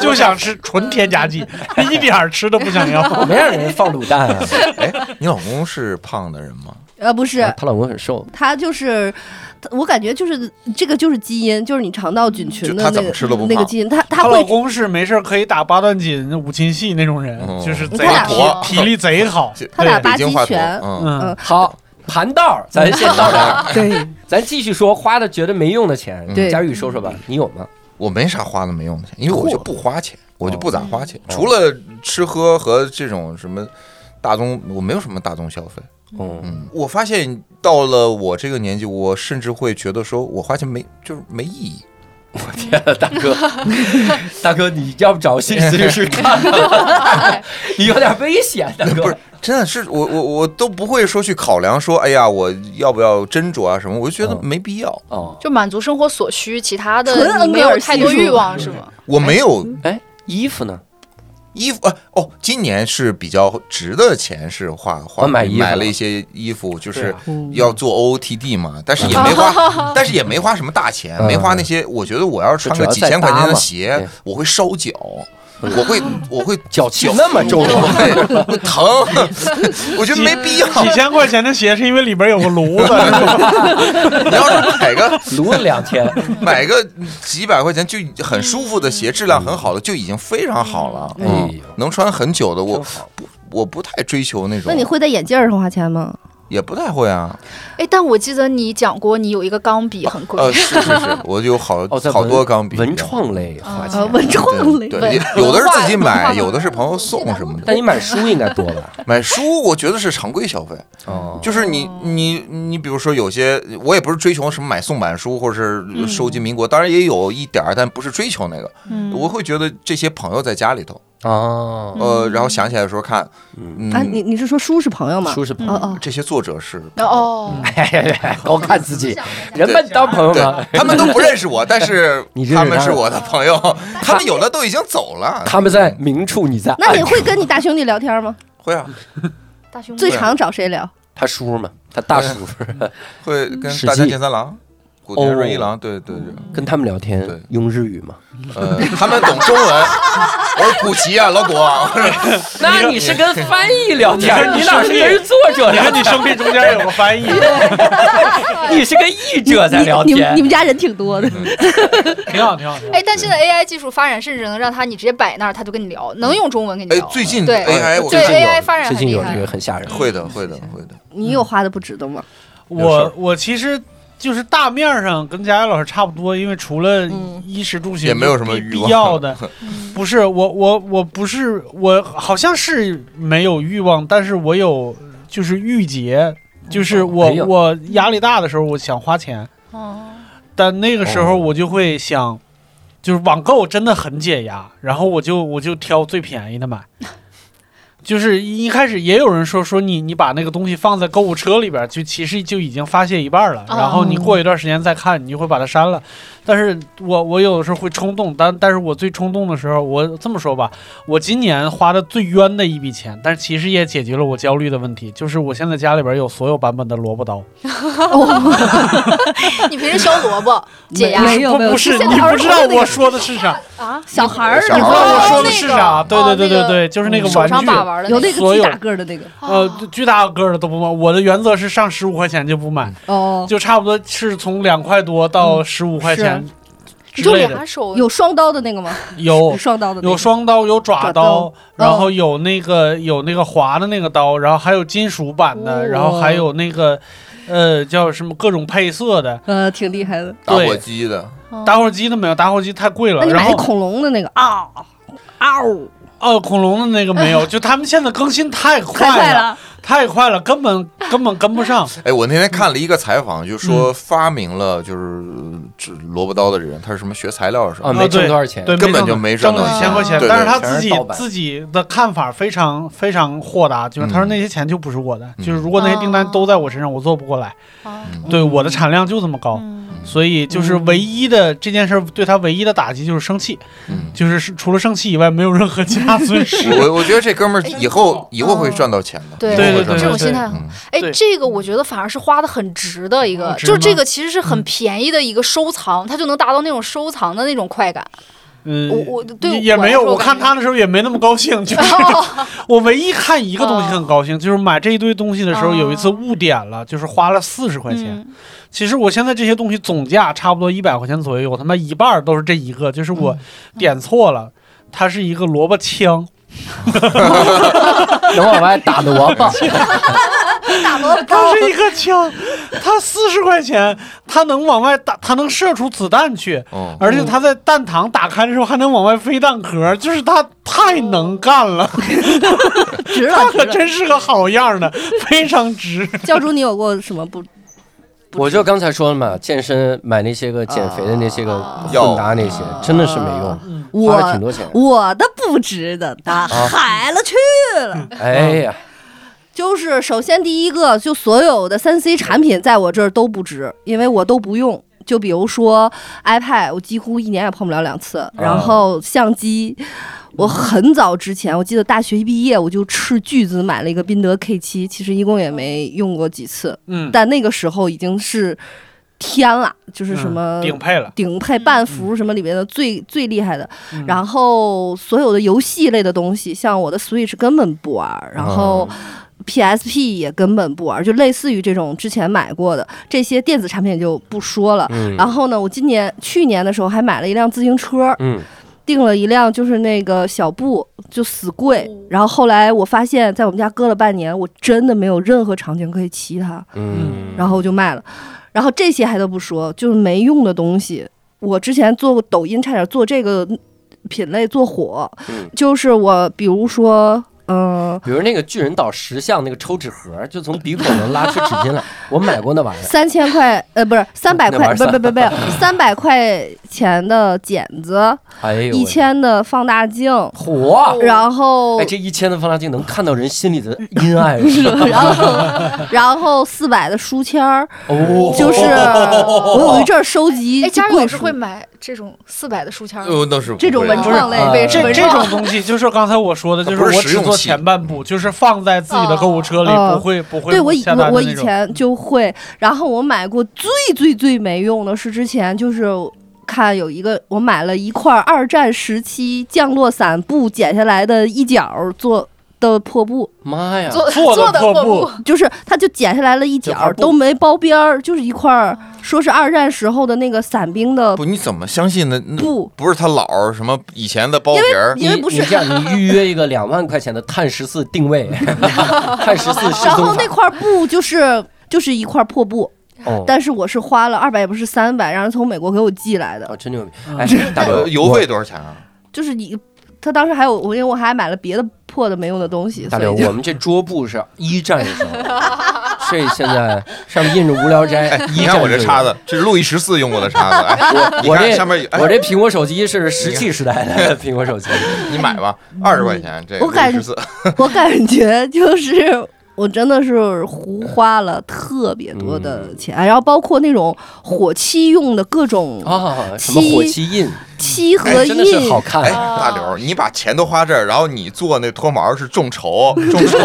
S5: 就想吃纯添加 (laughs) 剂，一点儿吃都不想要。
S4: 没让人放卤蛋 (laughs) 啊！
S9: 哎，你老公是胖的人吗？
S8: 呃，不是，
S4: 她老公很瘦，
S8: 它就是，它我感觉就是这个就是基因，就是你肠道菌群
S9: 就
S8: 的
S9: 它
S8: 那
S9: 怎
S8: 个
S9: 么吃都不
S8: 那个
S9: 胖
S8: 基因，它它
S5: 她老
S8: 会
S5: 公是没事儿可以打八段锦、五禽戏那种人，
S9: 哦
S5: 就是
S8: 他
S5: 贼
S8: 俩
S9: 坨
S5: 体力贼好。
S8: 他俩
S9: 北
S8: 八
S9: 京
S8: 极
S9: 话头，
S8: 拳，
S9: 嗯，
S5: 嗯，
S4: 好盘道儿，咱先到这 (laughs) 儿，
S8: 对，
S4: 咱继续说花的觉得没用的钱。
S8: 对
S4: 佳宇说说吧，你有吗？
S9: (laughs) 我没啥花的没用的钱，因为我就不花钱，我就不咋花
S8: 哦
S9: 钱，
S4: 嗯
S9: 除了吃喝和这种什么大宗，我没有什么大宗消费。
S4: 嗯，
S9: 嗯，我发现到了我这个年纪，我甚至会觉得说我花钱没就是没意义。
S4: (laughs) 大哥， (laughs) 大哥，你要不找心理咨询师看 (laughs) 看？你有点危险，大哥。
S9: (laughs) 不是，真的是我我我都不会说去考量说，哎呀，我要不要斟酌啊什么，我就觉得
S4: 嗯
S9: 没必要。
S4: 哦，
S10: 就满足生活所需，其他
S8: 纯
S10: 的
S8: 恩
S10: 你没
S8: 格
S10: 有
S8: 尔
S10: 太
S8: 系
S10: 多
S8: 数
S10: 欲望是吗？
S9: 我没有
S4: 哎，衣服呢？
S9: 衣服，啊、哦，今年是比较值的钱是花花
S4: 我买衣服了
S9: 了一些衣服，就是
S4: 对啊
S8: 嗯
S9: 要做 OOTD 嘛，但是也没
S8: (laughs)
S9: 花，但是也没花什么大钱，
S4: 嗯
S9: 没花那些。我觉得我要是穿个
S4: 就
S9: 几
S4: 主要在
S9: 千块钱
S4: 搭
S9: 的
S4: 嘛
S9: 鞋
S4: 对，
S9: 我会烧脚，我
S8: (laughs)
S9: 会我会
S4: 脚气那么重
S9: 对 (laughs) 会疼，我觉得没必要。
S5: 几千块钱的鞋是因为里边有个炉子，是吧
S9: 你要是买个
S4: 撸了两
S9: (laughs)
S4: 天，
S9: 买个几百块钱就很舒服的鞋，质量很好的就已经非常好了，
S4: 哎呦
S9: 嗯，能穿很久的
S4: 真
S9: 我。
S4: 好。
S9: 我不太追求那种，
S8: 那你会在眼镜儿上花钱吗？
S9: 也不太会啊。
S10: 哎，但我记得你讲过，你有一个钢笔很贵，
S9: 呃，是
S10: (laughs)
S9: 是是，我有好、
S4: 哦，在
S9: 好
S4: 文
S9: 多钢笔。啊
S4: 文啊创类花
S8: 呃，
S4: 钱，
S8: 文创类
S9: 对，，对
S10: 文
S9: 有的是自己
S10: 文化
S9: 买，
S10: 类
S9: 有的是朋友送什么的。
S4: 但你买书应该多 (laughs) 吧？
S9: 买书我觉得是常规消费，
S4: 哦，
S9: 就是你你你，比如说有些我也不是追求什么买宋版书，或者是收集民国，当然也有一点儿，但不是追求那个。
S10: 嗯
S9: 我会觉得这些朋友在家里头，
S4: 哦，
S10: 嗯
S9: 呃，然后想起来的时候看，
S10: 哎
S8: 啊，
S9: 嗯，
S8: 你你是说书是朋友吗？
S4: 书是朋
S8: 哦
S4: 友，
S8: 哦，
S9: 这些作
S4: (laughs)
S9: 者是
S10: 哦，
S4: 嗯高看自己，人们当朋友吗
S9: 对？，他们都不认识我，但是
S4: 哦 (laughs) 你认识
S9: 他们
S4: 他
S9: 是
S4: 了
S9: 我的朋友， (laughs) 他们有的都已经走了。
S4: 他们在明处，你在暗处。
S8: 那你会跟你大兄弟聊天吗？
S9: 会啊，
S10: 大胸
S8: 最
S9: 对
S8: 常找谁聊？
S4: 他叔嘛，他大叔
S9: 会跟
S4: 史
S9: 大家
S4: 记嗯
S9: 健三郎、古田润一郎，对对对。
S4: 跟他们聊
S9: 对
S4: 天用日语嘛？
S9: 呃，他们懂中文。我说古奇啊，老古啊，我说
S4: 那你是跟翻译聊
S5: 天你哪是跟
S4: 作者
S5: 你看你兄弟中间有个翻译，
S4: 你是跟译者在聊
S8: 你你们你
S4: 天。
S8: 们家人挺多
S9: 嗯
S8: 的，
S5: (laughs) 挺好，挺好。挺好
S10: 哎，但现在 AI 技术发展，甚至能让他你直接摆那儿，他就跟你聊，能用中文跟你
S9: 哎
S10: 聊。，
S9: 最近
S10: 对
S9: AI 我
S10: 对
S9: 看
S10: AI 发展
S4: 最
S10: 很
S4: 近
S10: 厉
S4: 有这
S10: 害
S4: 个。很吓人，
S9: 会的会的会的，
S8: 你有花的不值得
S9: 嗯
S8: 吗？
S5: 我我其实就是大面儿上跟佳佳老师差不多，因为除了
S8: 嗯
S5: 衣食住行
S9: 也没有什么
S5: 必
S9: 欲
S5: 必
S9: 望
S5: 要
S9: (laughs)
S5: 的，不是我我我不是我好像是没有欲望，但是我有就是郁结，就是我
S4: 哎呦
S5: 我压力大的时候我想花钱，
S10: 哦，
S5: 但那个时候
S4: 哦
S5: 我就会想，就是网购真的很解压，然后我就我就挑最便宜的买。就是一开始也有人说说你你把那个东西放在购物车里边儿，就其实就已经发泄一半儿了，
S10: 哦
S5: 然后你过一段时间再看，你就会把它删了。但是我我有的时候会冲动，但但是我最冲动的时候，我这么说吧，我今年花的最冤的一笔钱，但是其实也解决了我焦虑的问题，就是我现在家里边有所有版本的萝卜刀，
S10: 你平时削萝卜解压
S5: 不
S3: 没有没有
S5: 不是
S3: 现
S5: 你
S3: 在儿
S5: 不
S3: 子
S5: 知道
S3: 那个
S5: 我说的是啥，
S10: 啊？
S8: 小孩儿
S9: 小
S5: 你
S9: 孩
S5: 不
S9: 儿
S5: 知道哦我说的
S10: 那
S5: 是
S10: 个
S5: 啥？对对
S10: 哦
S5: 对
S10: 那
S5: 对
S10: 个
S5: 对，就是那个
S10: 手
S5: 玩
S10: 上
S5: 具。
S10: 把玩的
S8: 有
S10: 那
S8: 那
S10: 个
S8: 个巨大个儿的那个
S5: 呃
S10: 啊，
S5: 巨大个儿的都不买。我的原则是上十五块钱就不买，
S8: 哦，
S5: 就差不多是从两块多到十五块钱之
S10: 你就
S5: 类的。
S10: 俩手
S8: 有双刀的那个吗？有
S5: 有
S8: 双刀的那个，
S5: 哦有双刀，有爪
S8: 爪
S5: 刀
S8: 刀，
S5: 然后有那个有那个划的那个刀，然后还有金属版的，
S8: 哦
S5: 然后还有那个呃叫什么各种配色的。
S8: 呃，挺厉害的。
S9: 打
S5: 对
S9: 火机的，
S5: 打火机的没有，打火机太贵了。
S8: 那你
S5: 然
S8: 买
S5: 后
S8: 那恐龙的那个啊嗷，
S5: 哦，恐龙的那个没有，就他们现在更新太
S8: 太
S5: 快
S8: 快
S5: 了，
S8: 了，
S5: 太快了，根本根本跟不上。
S9: 哎，我那天看了一个采访，就说发明了就是呃这萝卜刀的人，他是什么学材料是吧
S4: 啊，？没挣多少钱，
S5: 对，
S9: 根本
S5: 没挣
S9: 就
S5: 到挣
S9: 没挣
S5: 了
S9: 到
S5: 几千块钱，
S9: 对
S5: 但是
S9: 对
S5: 他
S4: 全
S5: 自
S4: 是
S5: 己
S4: 盗版
S5: 自己的看法非常非常豁达，就是他说
S9: 嗯
S5: 那些钱就不是我的，
S9: 嗯
S5: 就是如果那些订单都在我身上，我做不过来，
S10: 啊
S9: 嗯
S5: 对我的产量就这么高。
S10: 嗯
S5: 所以就是唯一的这件事儿对他唯一的打击就是生气，
S9: 嗯，
S5: 就是是除了生气以外没有任何其他损失。
S9: 我我觉得这哥们儿以后以后会赚到钱的，
S10: 对
S9: 以后
S5: 对对
S9: 会赚
S10: 这
S9: 到
S10: 种
S9: 钱
S10: 心态很
S9: 嗯
S10: 哎
S5: 对，
S10: 这个我觉得反而是花的很值的一个，
S5: 值
S10: 就是
S5: 吗
S10: 这个其实是很便宜的一个收藏，它就能达到那种收藏的那种快感。
S5: 嗯，
S10: 我我对
S5: 也也
S10: 我来
S5: 没有，
S10: 说
S5: 我
S10: 感
S5: 看
S10: 觉哦
S5: 他的时候也没那么高兴，就是 (laughs)
S10: (laughs)
S5: 我唯一看一个东西很高兴，就是买这一堆东西的时候，
S10: 哦
S5: 有一次误点了，就是花了四十块钱。
S10: 嗯
S5: 其实我现在这些东西总价差不多一百块钱左右，我他妈一半儿都是这一个，就是
S8: 嗯
S5: 我点错了，它是一个萝卜
S8: (laughs)
S5: 枪，
S4: 能往外打萝卜，
S8: 大萝卜
S5: 它是一个枪，它四十块钱，它能往外打，它能射出子弹去，
S9: 哦，
S5: 而且它在弹膛打开的时候还能往外飞弹壳，就是它太能干了，
S8: 哦 (laughs) 值
S5: 它
S8: 了值
S5: 可
S8: 了。
S5: 真是个好样儿的，非常值。
S8: (laughs) 教主，你有过什么不？
S4: 我就刚才说了嘛，健身买那些个减肥的那些个混搭那些，真的是没用，花了挺多钱。
S8: 我的不值得
S5: 啊
S8: 的，海了去了。
S4: 哎呀，
S8: 就是首先第一个，就所有的三 C 产品在我这儿都不值，因为我都不用。就比如说 iPad，我几乎一年也碰不了两
S5: 啊
S8: 次。然后相机，我很早之前，我记得大学一毕业我就斥巨资买了一个宾得 K 7其实一共也没用过几次，
S5: 嗯，
S8: 但那个时候已经是天了，就是什么
S5: 嗯顶配了？
S8: 顶配半幅什么里面的最最厉害的，
S5: 嗯
S8: 然后所有的游戏类的东西，像我的 Switch 根本不玩儿，然后 PSP 也根本不玩儿，就类似于这种之前买过的这些电子产品就不说了。
S4: 嗯
S8: 然后呢，我今年去年的时候还买了一辆自行车，
S4: 嗯，
S8: 订了一辆就是那个小布，就死贵。然后后来我发现，在我们家搁了半年，我真的没有任何场景可以骑它。
S4: 嗯，
S8: 然后我就卖了。然后这些还都不说，就是没用的东西。我之前做过抖音，差点做这个品类做火，
S4: 嗯
S8: 就是我比如说，嗯、
S4: 比如那个巨人岛石像那个抽纸盒，就从鼻孔能拉出纸巾来，我买过那玩意儿。
S8: 三千块，呃，不是三百
S4: 那
S8: 块，
S4: 玩意
S8: 不
S4: 儿
S8: 不不不，三百块钱的剪子，
S4: 哎呦，
S8: 一千的放大镜，
S4: 火！
S8: 然后
S4: 哎，
S8: (laughs)
S4: 这一千的放大镜能看到人心里的阴暗，是吧？
S8: 然后然后四百的书签儿，
S4: 哦，
S8: (laughs) 就是啊我有一阵儿收集
S10: 哎，
S8: 就
S10: 家里
S8: 贵
S10: 老师
S8: 书，
S10: 会买这种四百的书签儿吗，
S9: 呃，那是不
S8: 这种
S9: 会
S8: 文
S9: 的
S8: 创类
S4: 不是
S8: 文
S5: 这
S8: 创
S5: 这种东西就是刚才我说的，就是
S9: 它不是
S5: 我
S9: 实
S5: 只
S9: 用
S5: 做
S9: 器
S5: 前半步，就是放在自己的购物车里，
S8: 哦
S5: 不会不会
S8: 对我以
S5: 下单
S8: 我
S5: 的
S8: 我
S5: 那
S8: 以
S5: 种
S8: 前就会，然后我买过最最最没用的是之前就是看有一个我买了一块二战时期降落伞布剪下来的一角儿做的破布，
S4: (laughs) 妈呀！
S10: 做
S5: 做的
S10: 的
S5: 破布
S10: 布，哦
S8: 就是它就剪下来了一角
S4: 块
S8: 儿
S4: 布
S8: 都没包边儿，就是一块儿说是二战时候的那个伞兵的
S9: 啊不，你怎么相信呢？那
S8: 布，
S9: 不是他姥儿什么以前的包皮儿，
S8: 因为不是
S4: 你你这样，你预约一个两万块钱的碳十四定位， (laughs) 碳十四失
S8: 然后
S4: 踪
S8: 那
S4: 法。
S8: 块布就是就是一块破布，
S4: 哦，
S8: 但是我是花了二百也不是三百，让人从美国给我寄来的
S4: 哦，，真牛逼！
S8: 嗯
S4: 哎，大哥，
S9: 呃邮费多少钱啊？
S8: 就是你。他当时还有我，因为我还买了别的破的没用的东西，
S4: 大 (laughs)
S8: 所
S4: 刘，
S8: 以就
S4: 我们这桌布是一战的时候， (laughs) 所以现在上面印着无聊斋
S9: 哎，，你看我这叉子，这是路易十四用过的
S8: (laughs)
S9: 叉子。哎，你
S4: 我
S9: 看
S4: 这
S9: 上面有，哎
S4: 我这苹果手机是石器时代
S8: 哎
S4: 的苹果手
S8: (laughs)
S4: 机，
S9: 你买吧，二十块钱这
S8: 我感
S9: 十四，
S8: 我感觉就是。我真的是胡花了特别多的
S4: 嗯
S8: 钱，哎然后包括那种火漆用的各种
S4: 啊，什么火漆印，
S8: 漆和
S4: 哎真的是
S8: 印，
S4: 好
S9: 哎，
S4: 看。
S8: 啊
S9: 大刘，你把钱都花这儿，然后你做那脱毛是众筹，众
S8: (laughs)
S9: 筹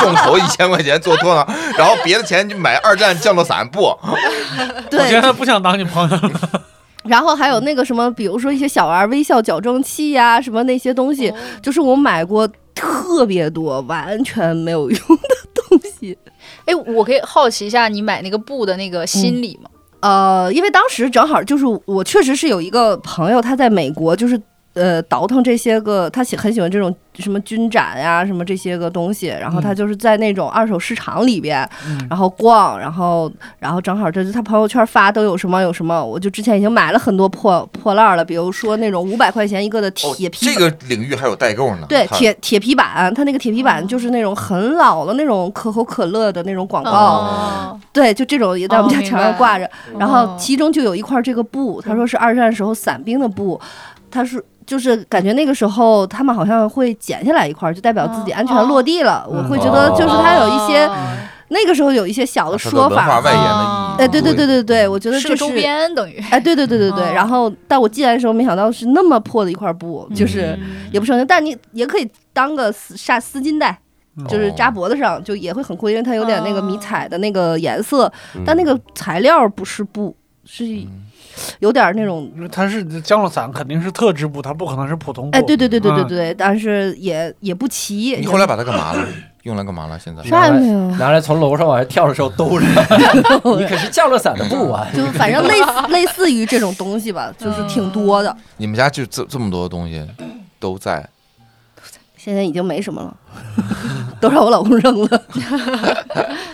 S9: 众筹一千块钱做脱毛，然后别的钱就买二战降落伞布，
S8: 哦
S5: 我现
S8: 对，
S5: 在不想当你朋友了。
S8: 然后还有那个什么，比如说一些小儿微笑矫正器呀、什么那些东
S10: 哦
S8: 西，就是我买过特别多，完全没有用的东西。
S10: 哎，我可以好奇一下你买那个布的那个心理吗？
S8: 呃，因为当时正好就是我确实是有一个朋友，他在美国就是呃倒腾这些个，他喜很喜欢这种什么军展呀、什么这些个东西，然后他就是在那种二手市场里边，
S5: 嗯
S8: 然后逛，然后然后正好这就他朋友圈发都有什么有什么，我就之前已经买了很多破破烂儿了，比如说那种五百块钱一个的
S9: 哦
S8: 铁皮
S9: 这
S8: 板。
S9: 个领域还有代购呢。
S8: 对
S9: 看
S8: 铁铁皮板，它那个铁皮板就是那种很老的那种可口可乐的那种广告，
S10: 哦，
S8: 对，就这种也在我们
S10: 哦
S8: 家
S10: 明
S8: 墙上
S10: 白
S8: 挂着。然后
S10: 哦嗯
S8: 其中就有一块这个布，他说是二战时候伞兵的布，他说就是感觉那个时候他们好像会剪下来一块，就代表自己
S10: 哦
S8: 安全落地了。
S9: 嗯
S8: 我会觉得
S4: 哦
S8: 就是它有一些、
S10: 哦
S8: 那个时候有一些小的
S9: 它啊的
S8: 说
S9: 文
S8: 法
S9: 化，
S8: 啊
S9: 外嗯延
S10: 哦
S9: 的意义。
S8: 哎，对对对对对，我觉得
S10: 是
S8: 这
S10: 个
S8: 是
S10: 周。边等于。
S8: 哎，对对对对对，
S10: 哦
S8: 然后但我进来的时候没想到是那么破的一块布，
S9: 嗯
S8: 就是
S10: 嗯
S8: 也不是很，但你也可以当个丝纱丝巾带，就是
S9: 哦
S8: 扎脖子上，就也会很酷，因为它有点那个
S10: 哦
S8: 迷彩的那个颜色，
S4: 嗯
S8: 但
S9: 嗯
S8: 那个材料不是布，是有点那种。
S5: 它是降落伞肯定是特制布，它不可能是普通布。
S8: 哎，对对对对对
S5: 嗯
S8: 对，但是也也不齐。
S9: 你后来把它干嘛了？用来干嘛了？现在
S8: 啥也没有，
S4: 拿来从楼上往下跳的时候兜
S8: (laughs)
S4: 着，你可是降落伞的布啊！
S8: 就反正类似类似于这种东西吧，就是挺多的。
S9: 你们家就这这么多东西都在，
S8: 现在已经没什么了， (laughs) 都让我老公扔了。 (laughs)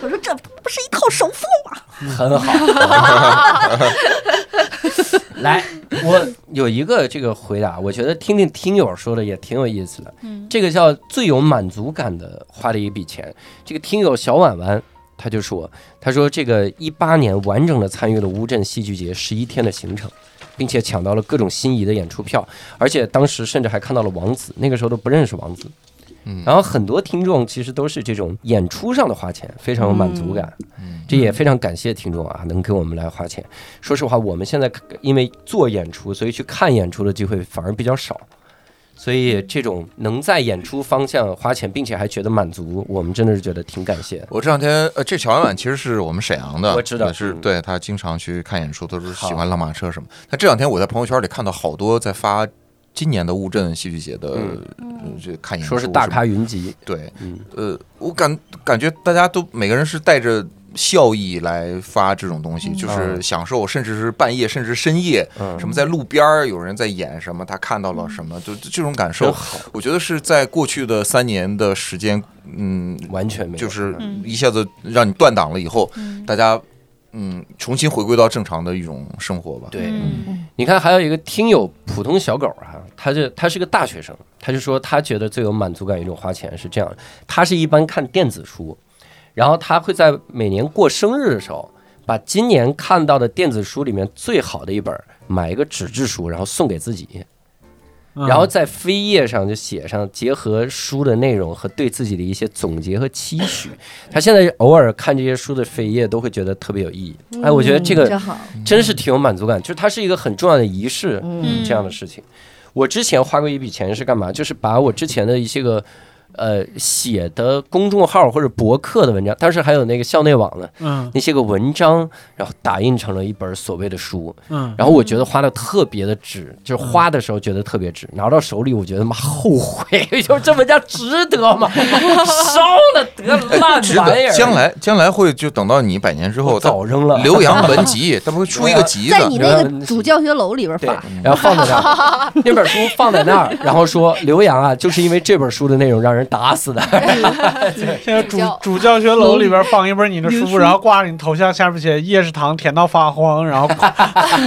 S8: 我说这不是一套首付吗？
S4: 很
S8: (laughs)
S4: 好。来，我有一个这个回答，我觉得听听听友说的也挺有意思的。
S10: 嗯
S4: 这个叫最有满足感的花的一笔钱。这个听友小婉婉他就说，他说这个一八年完整的参与了乌镇戏剧节十一天的行程。并且抢到了各种心仪的演出票，而且当时甚至还看到了王子，那个时候都不认识王子。
S9: 嗯
S4: 然后很多听众其实都是这种演出上的花钱，非常有满足感。
S9: 嗯
S4: 这也非常感谢听众啊，能给我们来花钱。说实话，我们现在因为做演出，所以去看演出的机会反而比较少，所以这种能在演出方向花钱，并且还觉得满足，我们真的是觉得挺感谢。
S9: 我这两天呃，这乔婉婉其实是我们沈阳的，
S4: 我知道
S9: 也是
S4: 嗯
S9: 对她经常去看演出，都是
S4: 好
S9: 喜欢浪马车什么。她这两天我在朋友圈里看到好多在发今年的乌镇戏剧节的
S4: 嗯
S9: 呃这看演出，
S4: 说是大咖云集，
S9: 对，
S4: 嗯，
S9: 呃，我感感觉大家都每个人是带着。笑意来发这种东西，就是享受，甚至是半夜，甚至深夜，
S4: 嗯
S9: 什么在路边儿有人在演什么，他看到了什么，就就这种感
S4: 真
S9: 受，
S4: 嗯好，
S9: 我觉得是在过去的三年的时间，嗯，
S4: 完全没有，
S9: 就是
S10: 嗯
S9: 一下子让你断档了以后，
S10: 嗯
S9: 大家嗯重新回归到正常的一种生活吧。
S4: 对。
S10: 嗯
S4: 你看，还有一个听友普通小狗哈、啊，他就他是个大学生，他就说他觉得最有满足感一种花钱是这样的，他是一般看电子书，然后他会在每年过生日的时候，把今年看到的电子书里面最好的一本买一个纸质书，然后送给自己，
S5: 嗯
S4: 然后在扉页上就写上结合书的内容和对自己的一些总结和期许。他现在偶尔看这些书的扉页，都会觉得特别有意义。哎，我觉得这
S8: 嗯
S4: 个
S8: 真好，
S4: 真是挺有满足感，就是它是一个很重要的仪式。
S10: 嗯
S4: 这样的事情。我之前花过一笔钱是干嘛？就是把我之前的一些个呃写的公众号或者博客的文章，当时还有那个校内网呢，
S5: 嗯
S4: 那些个文章，然后打印成了一本所谓的书。
S5: 嗯，
S4: 然后我觉得花的特别的值，就是花的时候觉得特别值，拿到手里我觉得妈后悔， (laughs) 就这么叫值得吗？烧了得
S9: (laughs)
S4: 烂
S9: 值
S4: 玩意
S9: 得，
S4: 儿，
S9: 将来将来会就等到你百年之后，
S4: 我
S9: 它
S4: 早扔了。
S9: 浏
S4: (laughs)
S9: 阳文集，它不会出一个集嗯
S8: 在
S9: 子
S8: 你那个主教学楼里边
S4: 对
S8: 发，，
S4: 然后放在那儿，那本书放在那儿，然后说刘洋啊，就是因为这本书的内容让人打死的。
S5: 现在主
S10: 教
S5: 主教学楼里边放一本你的书，然后挂着你头像，下面写夜 (laughs) 食堂甜到发慌，然后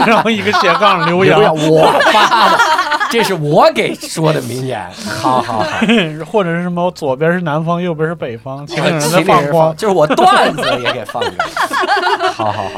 S5: 然后一个斜杠刘洋
S4: 刘洋，，我发的，这是我给说的名言。好好好，
S5: 或者是什么？左边是南方，右边是北方，
S4: (laughs)
S5: 秦岭人
S4: 秦
S5: 的
S4: 岭人
S5: 放光。
S4: 就是我段子也给放光。 (laughs) 好好好。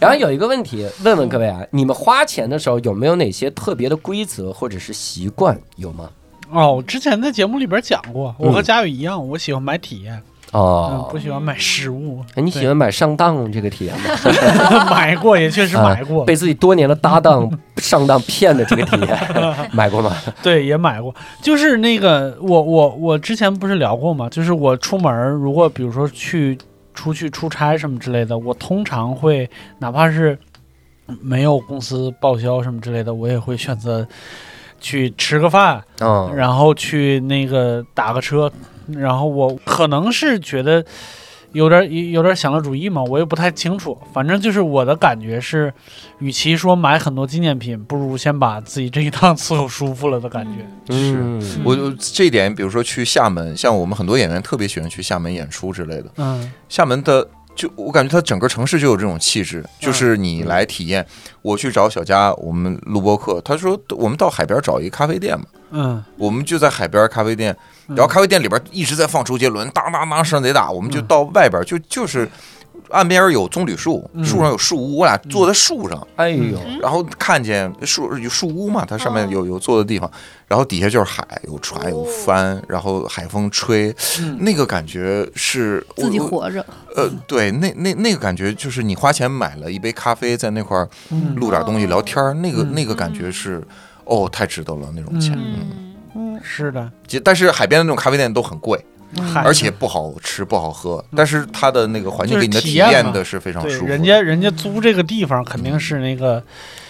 S4: 然后有一个问题，问问各位啊，你们花钱的时候有没有哪些特别的规则或者是习惯？有吗？
S5: 哦，我之前在节目里边讲过，我和
S4: 嗯
S5: 佳宇一样，我喜欢买体验，嗯，
S4: 哦
S5: 不，喜欢买实物。 (laughs)
S4: 哎你喜欢买上当这个体验吗？
S5: 欢买过，也确实
S4: 啊
S5: 买过，
S4: 被自己多年的搭档上当骗的这个体验，买过吗？
S5: 对，也买过。就是那个，我我我之前不是聊过吗？就是我出门儿，如果比如说去出去出差什么之类的，我通常会哪怕是没有公司报销什么之类的，我也会选择去吃个饭，
S4: 嗯，
S5: 然后去那个打个车，然后我可能是觉得有点有有点享乐主义嘛，我也不太清楚。反正就是我的感觉是，与其说买很多纪念品，不如先把自己这一趟伺候舒服了的感觉。
S4: 是
S9: 我就这一点，比如说去厦门，像我们很多演员特别喜欢去厦门演出之类的。
S5: 嗯
S9: 厦门的就我感觉它整个城市就有这种气质，
S4: 嗯
S9: 就是你来体验。我去找小佳，我们录播课，他说我们到海边找一咖啡店吧，
S5: 嗯，
S9: 我们就在海边咖啡店，然后咖啡店里边一直在放周杰伦，当当当声贼
S5: 嗯
S9: 大，我们就到外边就就是。岸边有棕榈树，
S5: 嗯
S9: 树上有树屋，我俩坐在树上，
S4: 哎呦，
S8: 嗯
S9: 然后看见树有树屋嘛，它上面有有坐的地方，然后底下就是海，有船有
S8: 嗯
S9: 帆，然后海风吹，
S5: 嗯
S9: 那个感觉是我
S8: 自己
S9: 我
S8: 活着，
S9: 呃，对，那那那个感觉就是你花钱买了一杯咖啡，在那块儿
S5: 嗯
S9: 录点东
S8: 哦
S9: 西聊天儿，那个
S5: 嗯
S9: 那个感觉是，哦，太值得了那种钱。
S5: 嗯是的，
S9: 其但是海边的那种咖啡店都很贵，
S5: 嗨
S9: 而且不好吃不好喝，但是它的那个环境
S5: 哎嗯就是
S9: 给你的
S5: 体
S9: 体
S5: 验
S9: 验
S5: 嘛
S9: 的是非常
S5: 对
S9: 舒服。
S5: 人，家人家租这个地方肯定是那个，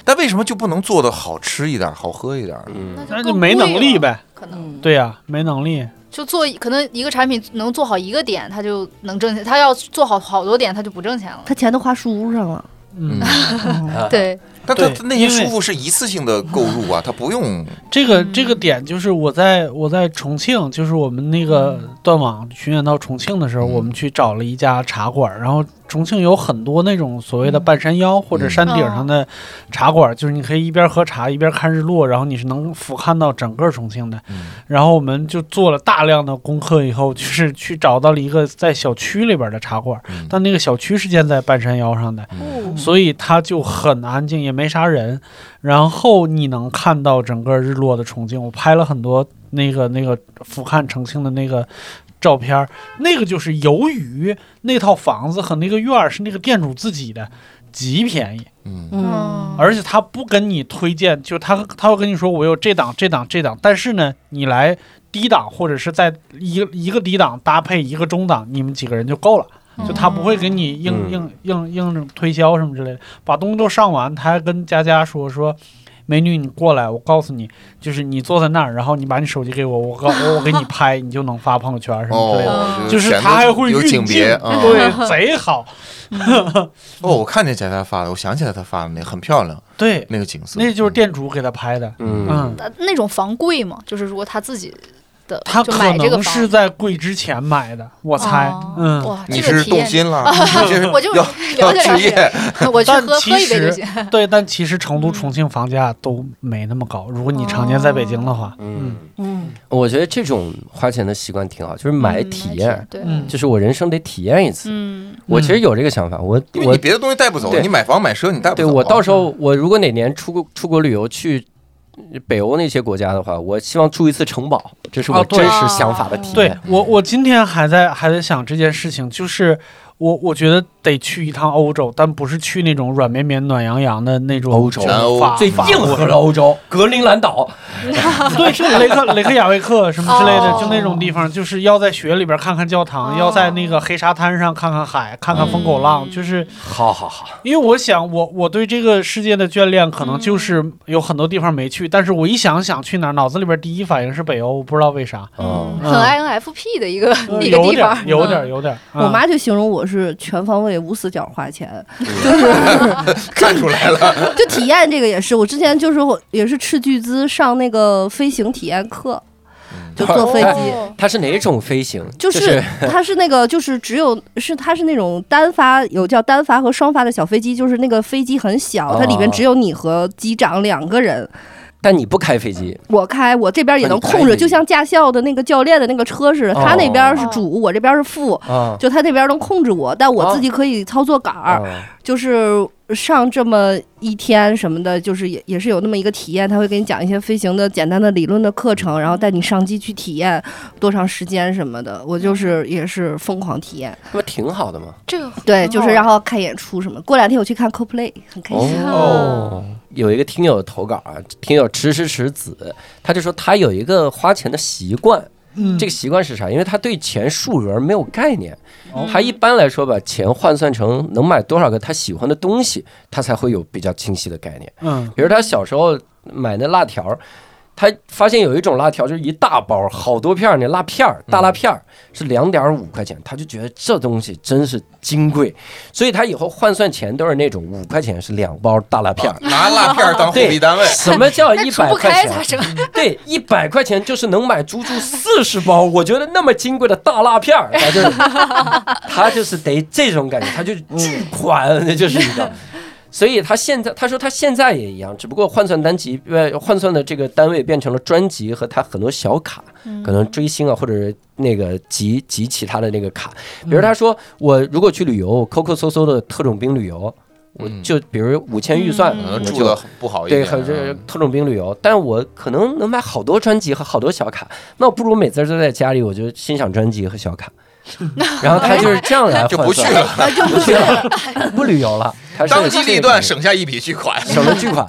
S9: 但为什么就不能做的好吃一点儿、好喝一点儿？
S4: 嗯，
S5: 那就没能力，呗。
S10: 可
S8: 啊
S10: 能
S8: 嗯
S5: 对呀、没能力。
S10: 嗯就做一可能一个产品能做好一个点，他就能挣钱；他要做好好多点，他就不挣钱了。
S8: 他钱都花书屋上了。
S5: 嗯，
S4: 啊
S10: 对，
S9: 但它
S5: 对
S9: 那些
S5: 因为
S9: 舒服是一次性的购入啊，它
S5: (laughs)
S9: 不用。
S5: 这个这个点就是我在我在重庆，就是我们那个断网巡演到重庆的时候，
S9: 嗯
S5: 我们去找了一家茶馆，然后重庆有很多那种所谓的半山腰或者
S9: 嗯
S5: 山顶上的茶馆，就是你可以一边喝茶一边看日落，然后你是能俯瞰到整个重庆的。
S9: 嗯
S5: 然后我们就做了大量的功课，以后就是去找到了一个在小区里边的茶馆，
S9: 嗯
S5: 但那个小区是建在半山腰上的，
S9: 嗯
S5: 所以它就很安静，也没啥人。然后你能看到整个日落的重庆，我拍了很多那个那个俯瞰重庆的那个照片儿，那个就是由于那套房子和那个院儿是那个店主自己的，极便宜。
S9: 嗯
S8: 嗯，
S5: 而且他不跟你推荐，就他他会跟你说我有这档这档这档，但是呢，你来低档或者是在一个一个低档搭配一个中档，你们几个人就够了。哦就他不会给你硬
S4: 嗯
S5: 硬硬硬推销什么之类的，把东西都上完，他还跟佳佳说说，美女你过来，我告诉你，就是你坐在那儿，然后你把你手机给我，我告我我给
S10: (laughs)
S5: 你拍，你就能发朋友圈什么之
S10: 嗯
S5: 类的，
S9: 哦，
S5: 就是
S9: 全
S5: 他
S9: 都
S5: 还会
S9: 有
S5: 运
S9: 景
S5: 镜， (laughs)
S9: 别啊。
S5: 对，贼好，
S9: 哦，我看见佳佳发的，我想起来他发的那个很漂亮，
S5: 对，
S9: 那个景色，嗯
S5: 那就是店主给他拍的，
S4: 嗯，
S5: 嗯。
S10: 呃那种房贵嘛，就是如果他自己的，
S5: 他
S10: 就
S5: 可
S10: 买这个
S5: 能
S10: 房
S5: 是在贵之前买的，我猜，
S10: 哦
S5: 嗯，
S10: 哇，
S9: 你
S10: 这个
S9: 是
S10: 体
S9: 动
S10: 验 (laughs) 哦
S9: 心了，你这是
S10: 我就
S9: 要
S10: 了
S9: 要
S10: 解了
S9: 置
S10: 解，
S9: 业，
S10: (laughs) 我去
S5: 但
S10: 喝
S5: 其
S10: 喝一杯就
S5: 实
S10: 行。
S5: 嗯对，但其实成
S10: 嗯
S5: 都、重庆房价都没那么高，如果你常年在北京的话，嗯
S4: 我觉得这种花钱的习惯挺好，就是买体验，
S10: 对，
S5: 嗯，
S4: 就是我人生得体验一次。
S10: 嗯，
S4: 我其实有这个想法，我
S9: 因为
S4: 我
S9: 你别的东西带不走，
S4: 对
S9: 你买房买车你带不
S4: 对
S9: 走。啊
S4: 我到时候我如果哪年出国出国旅游去北欧那些国家的话，我希望住一次城堡，这是我
S8: 哦
S5: 啊对
S4: 真实想法的体
S5: 对
S4: 验。
S5: 我我今天还在还在想这件事情，就是我我觉得得去一趟欧洲，但不是去那种软绵绵、暖洋洋的那种
S4: 欧洲
S5: 就是
S9: 南欧
S5: 法
S4: 最
S5: 法
S4: 硬
S5: 国
S4: 核的欧洲，格陵兰岛，
S5: 对，就雷克雷克雅未克什么之类的
S10: 哦，
S5: 就那种地方，就是要在雪里边看看教堂，
S10: 哦
S5: 要在那个黑沙滩上看看海，看看
S4: 嗯
S5: 疯狗浪，就是
S4: 好好好，
S5: 因为我想我我对这个世界的眷恋，可能就是有很多地方没去，但是我一想想去哪儿，脑子里边第一反应是北欧，我不知道为啥，
S4: 嗯，
S10: 很 INFP 的一个
S5: 呃
S10: 一个
S5: 有
S10: 地
S5: 点
S10: 方
S5: 儿，有点儿有点儿。
S8: 我
S5: 嗯
S8: 妈就形容我是全方位无死角花钱，
S9: (laughs) 看出来了，
S8: (laughs) 就体验这个也是。我之前就是我也是斥巨资上那个飞行体验
S4: (laughs)
S8: 课，
S9: 嗯
S8: 就坐飞机。
S10: 哦
S4: 哎它是哪种飞行？
S8: 就是它是那个，就是只有是它是那种单发，有叫单发
S4: 哦
S8: 和双发的小飞机，就是那个飞机很小，它里边只有你和机长两个人。
S4: 但你不开飞机，
S8: 我开，我这边也能控
S4: 那你开
S8: 制，就像驾校的那个教练的那个车似的，
S4: 哦
S8: 他那边是主，我这边是副，
S4: 啊
S8: 就他那边能控制我，但我
S4: 哦
S8: 自己可以操作杆儿，
S4: 啊
S8: 就是上这么一天什么的，就是也也是有那么一个体验，他会给你讲一些飞行的简单的理论的课程，然后带你上机去体验多长时间什么的，我就是也是疯狂体验，
S4: 那不挺好的吗？
S10: 这个
S8: 对，就是然后看演出什么的，过两天我去看 CoPlay，很开心。
S4: 哦，有一个听友投稿啊，听友迟迟迟子，他就说他有一个花钱的习惯，
S5: 嗯
S4: 这个习惯是啥？因为他对钱数额没有概念
S5: 哦，
S4: 他一般来说把钱换算成能买多少个他喜欢的东西，他才会有比较清晰的概念。
S5: 嗯
S4: 比如他小时候买那辣条儿，他发现有一种辣条就是一大包，好多片儿，那辣片儿、
S10: 嗯
S4: 大辣片儿是两点五块钱，他就觉得这东西真是金贵，所以他以后换算钱都是那种五块钱是两包大辣片儿。
S9: 拿辣片儿当货币单位，
S4: 什么叫
S10: 哦那
S4: 一
S10: 除
S4: 百
S10: 不
S4: 块
S10: 开咋
S4: 钱？
S10: 整？
S4: (laughs) 对，一百块钱就是能买足足四十包，我觉得那么金贵的大辣片儿，他就是 (laughs) 他就是得这种感觉，他就是巨款，那就是一个。所以他现在他说他现在也一样，只不过换算单集呃换算的这个单位变成了专辑和他很多小卡，可能追星啊或者是那个集集其他的那个卡。比如他说我如果去旅游，我抠抠搜搜的特种兵旅游，我
S9: 嗯
S4: 就比如五千预算，
S9: 可
S4: 我
S9: 能
S4: 嗯就
S9: 嗯住的不好一
S4: 对，
S9: 点。啊
S4: 很这特种兵旅游，但我可能能买好多专辑和好多小卡，那我不如每次都在家里，我就欣赏专辑和小卡。然后他就是这样来
S9: (laughs) 就
S4: 换
S9: 不去
S4: 算，
S9: 了，
S4: 不去了，不旅游了。他是
S9: 当机立断，
S4: 这
S9: 省嗯下一笔巨
S4: (laughs)
S9: 款。
S4: 个省了巨款，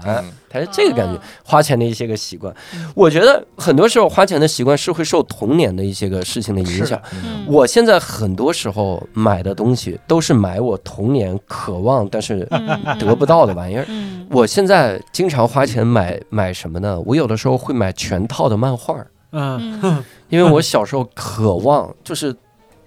S4: 他是这个感觉。花钱的一些个习惯，我觉得很多时候花钱的习惯是会受童年的一些个事情的影响。
S10: 嗯
S4: 我现在很多时候买的东西都是买我童年渴望但是得不到的玩意儿。
S10: 嗯
S4: 我现在经常花钱买买什么呢？我有的时候会买全套的漫画儿，
S5: 嗯
S10: 嗯
S4: 因为我小时候渴望，就是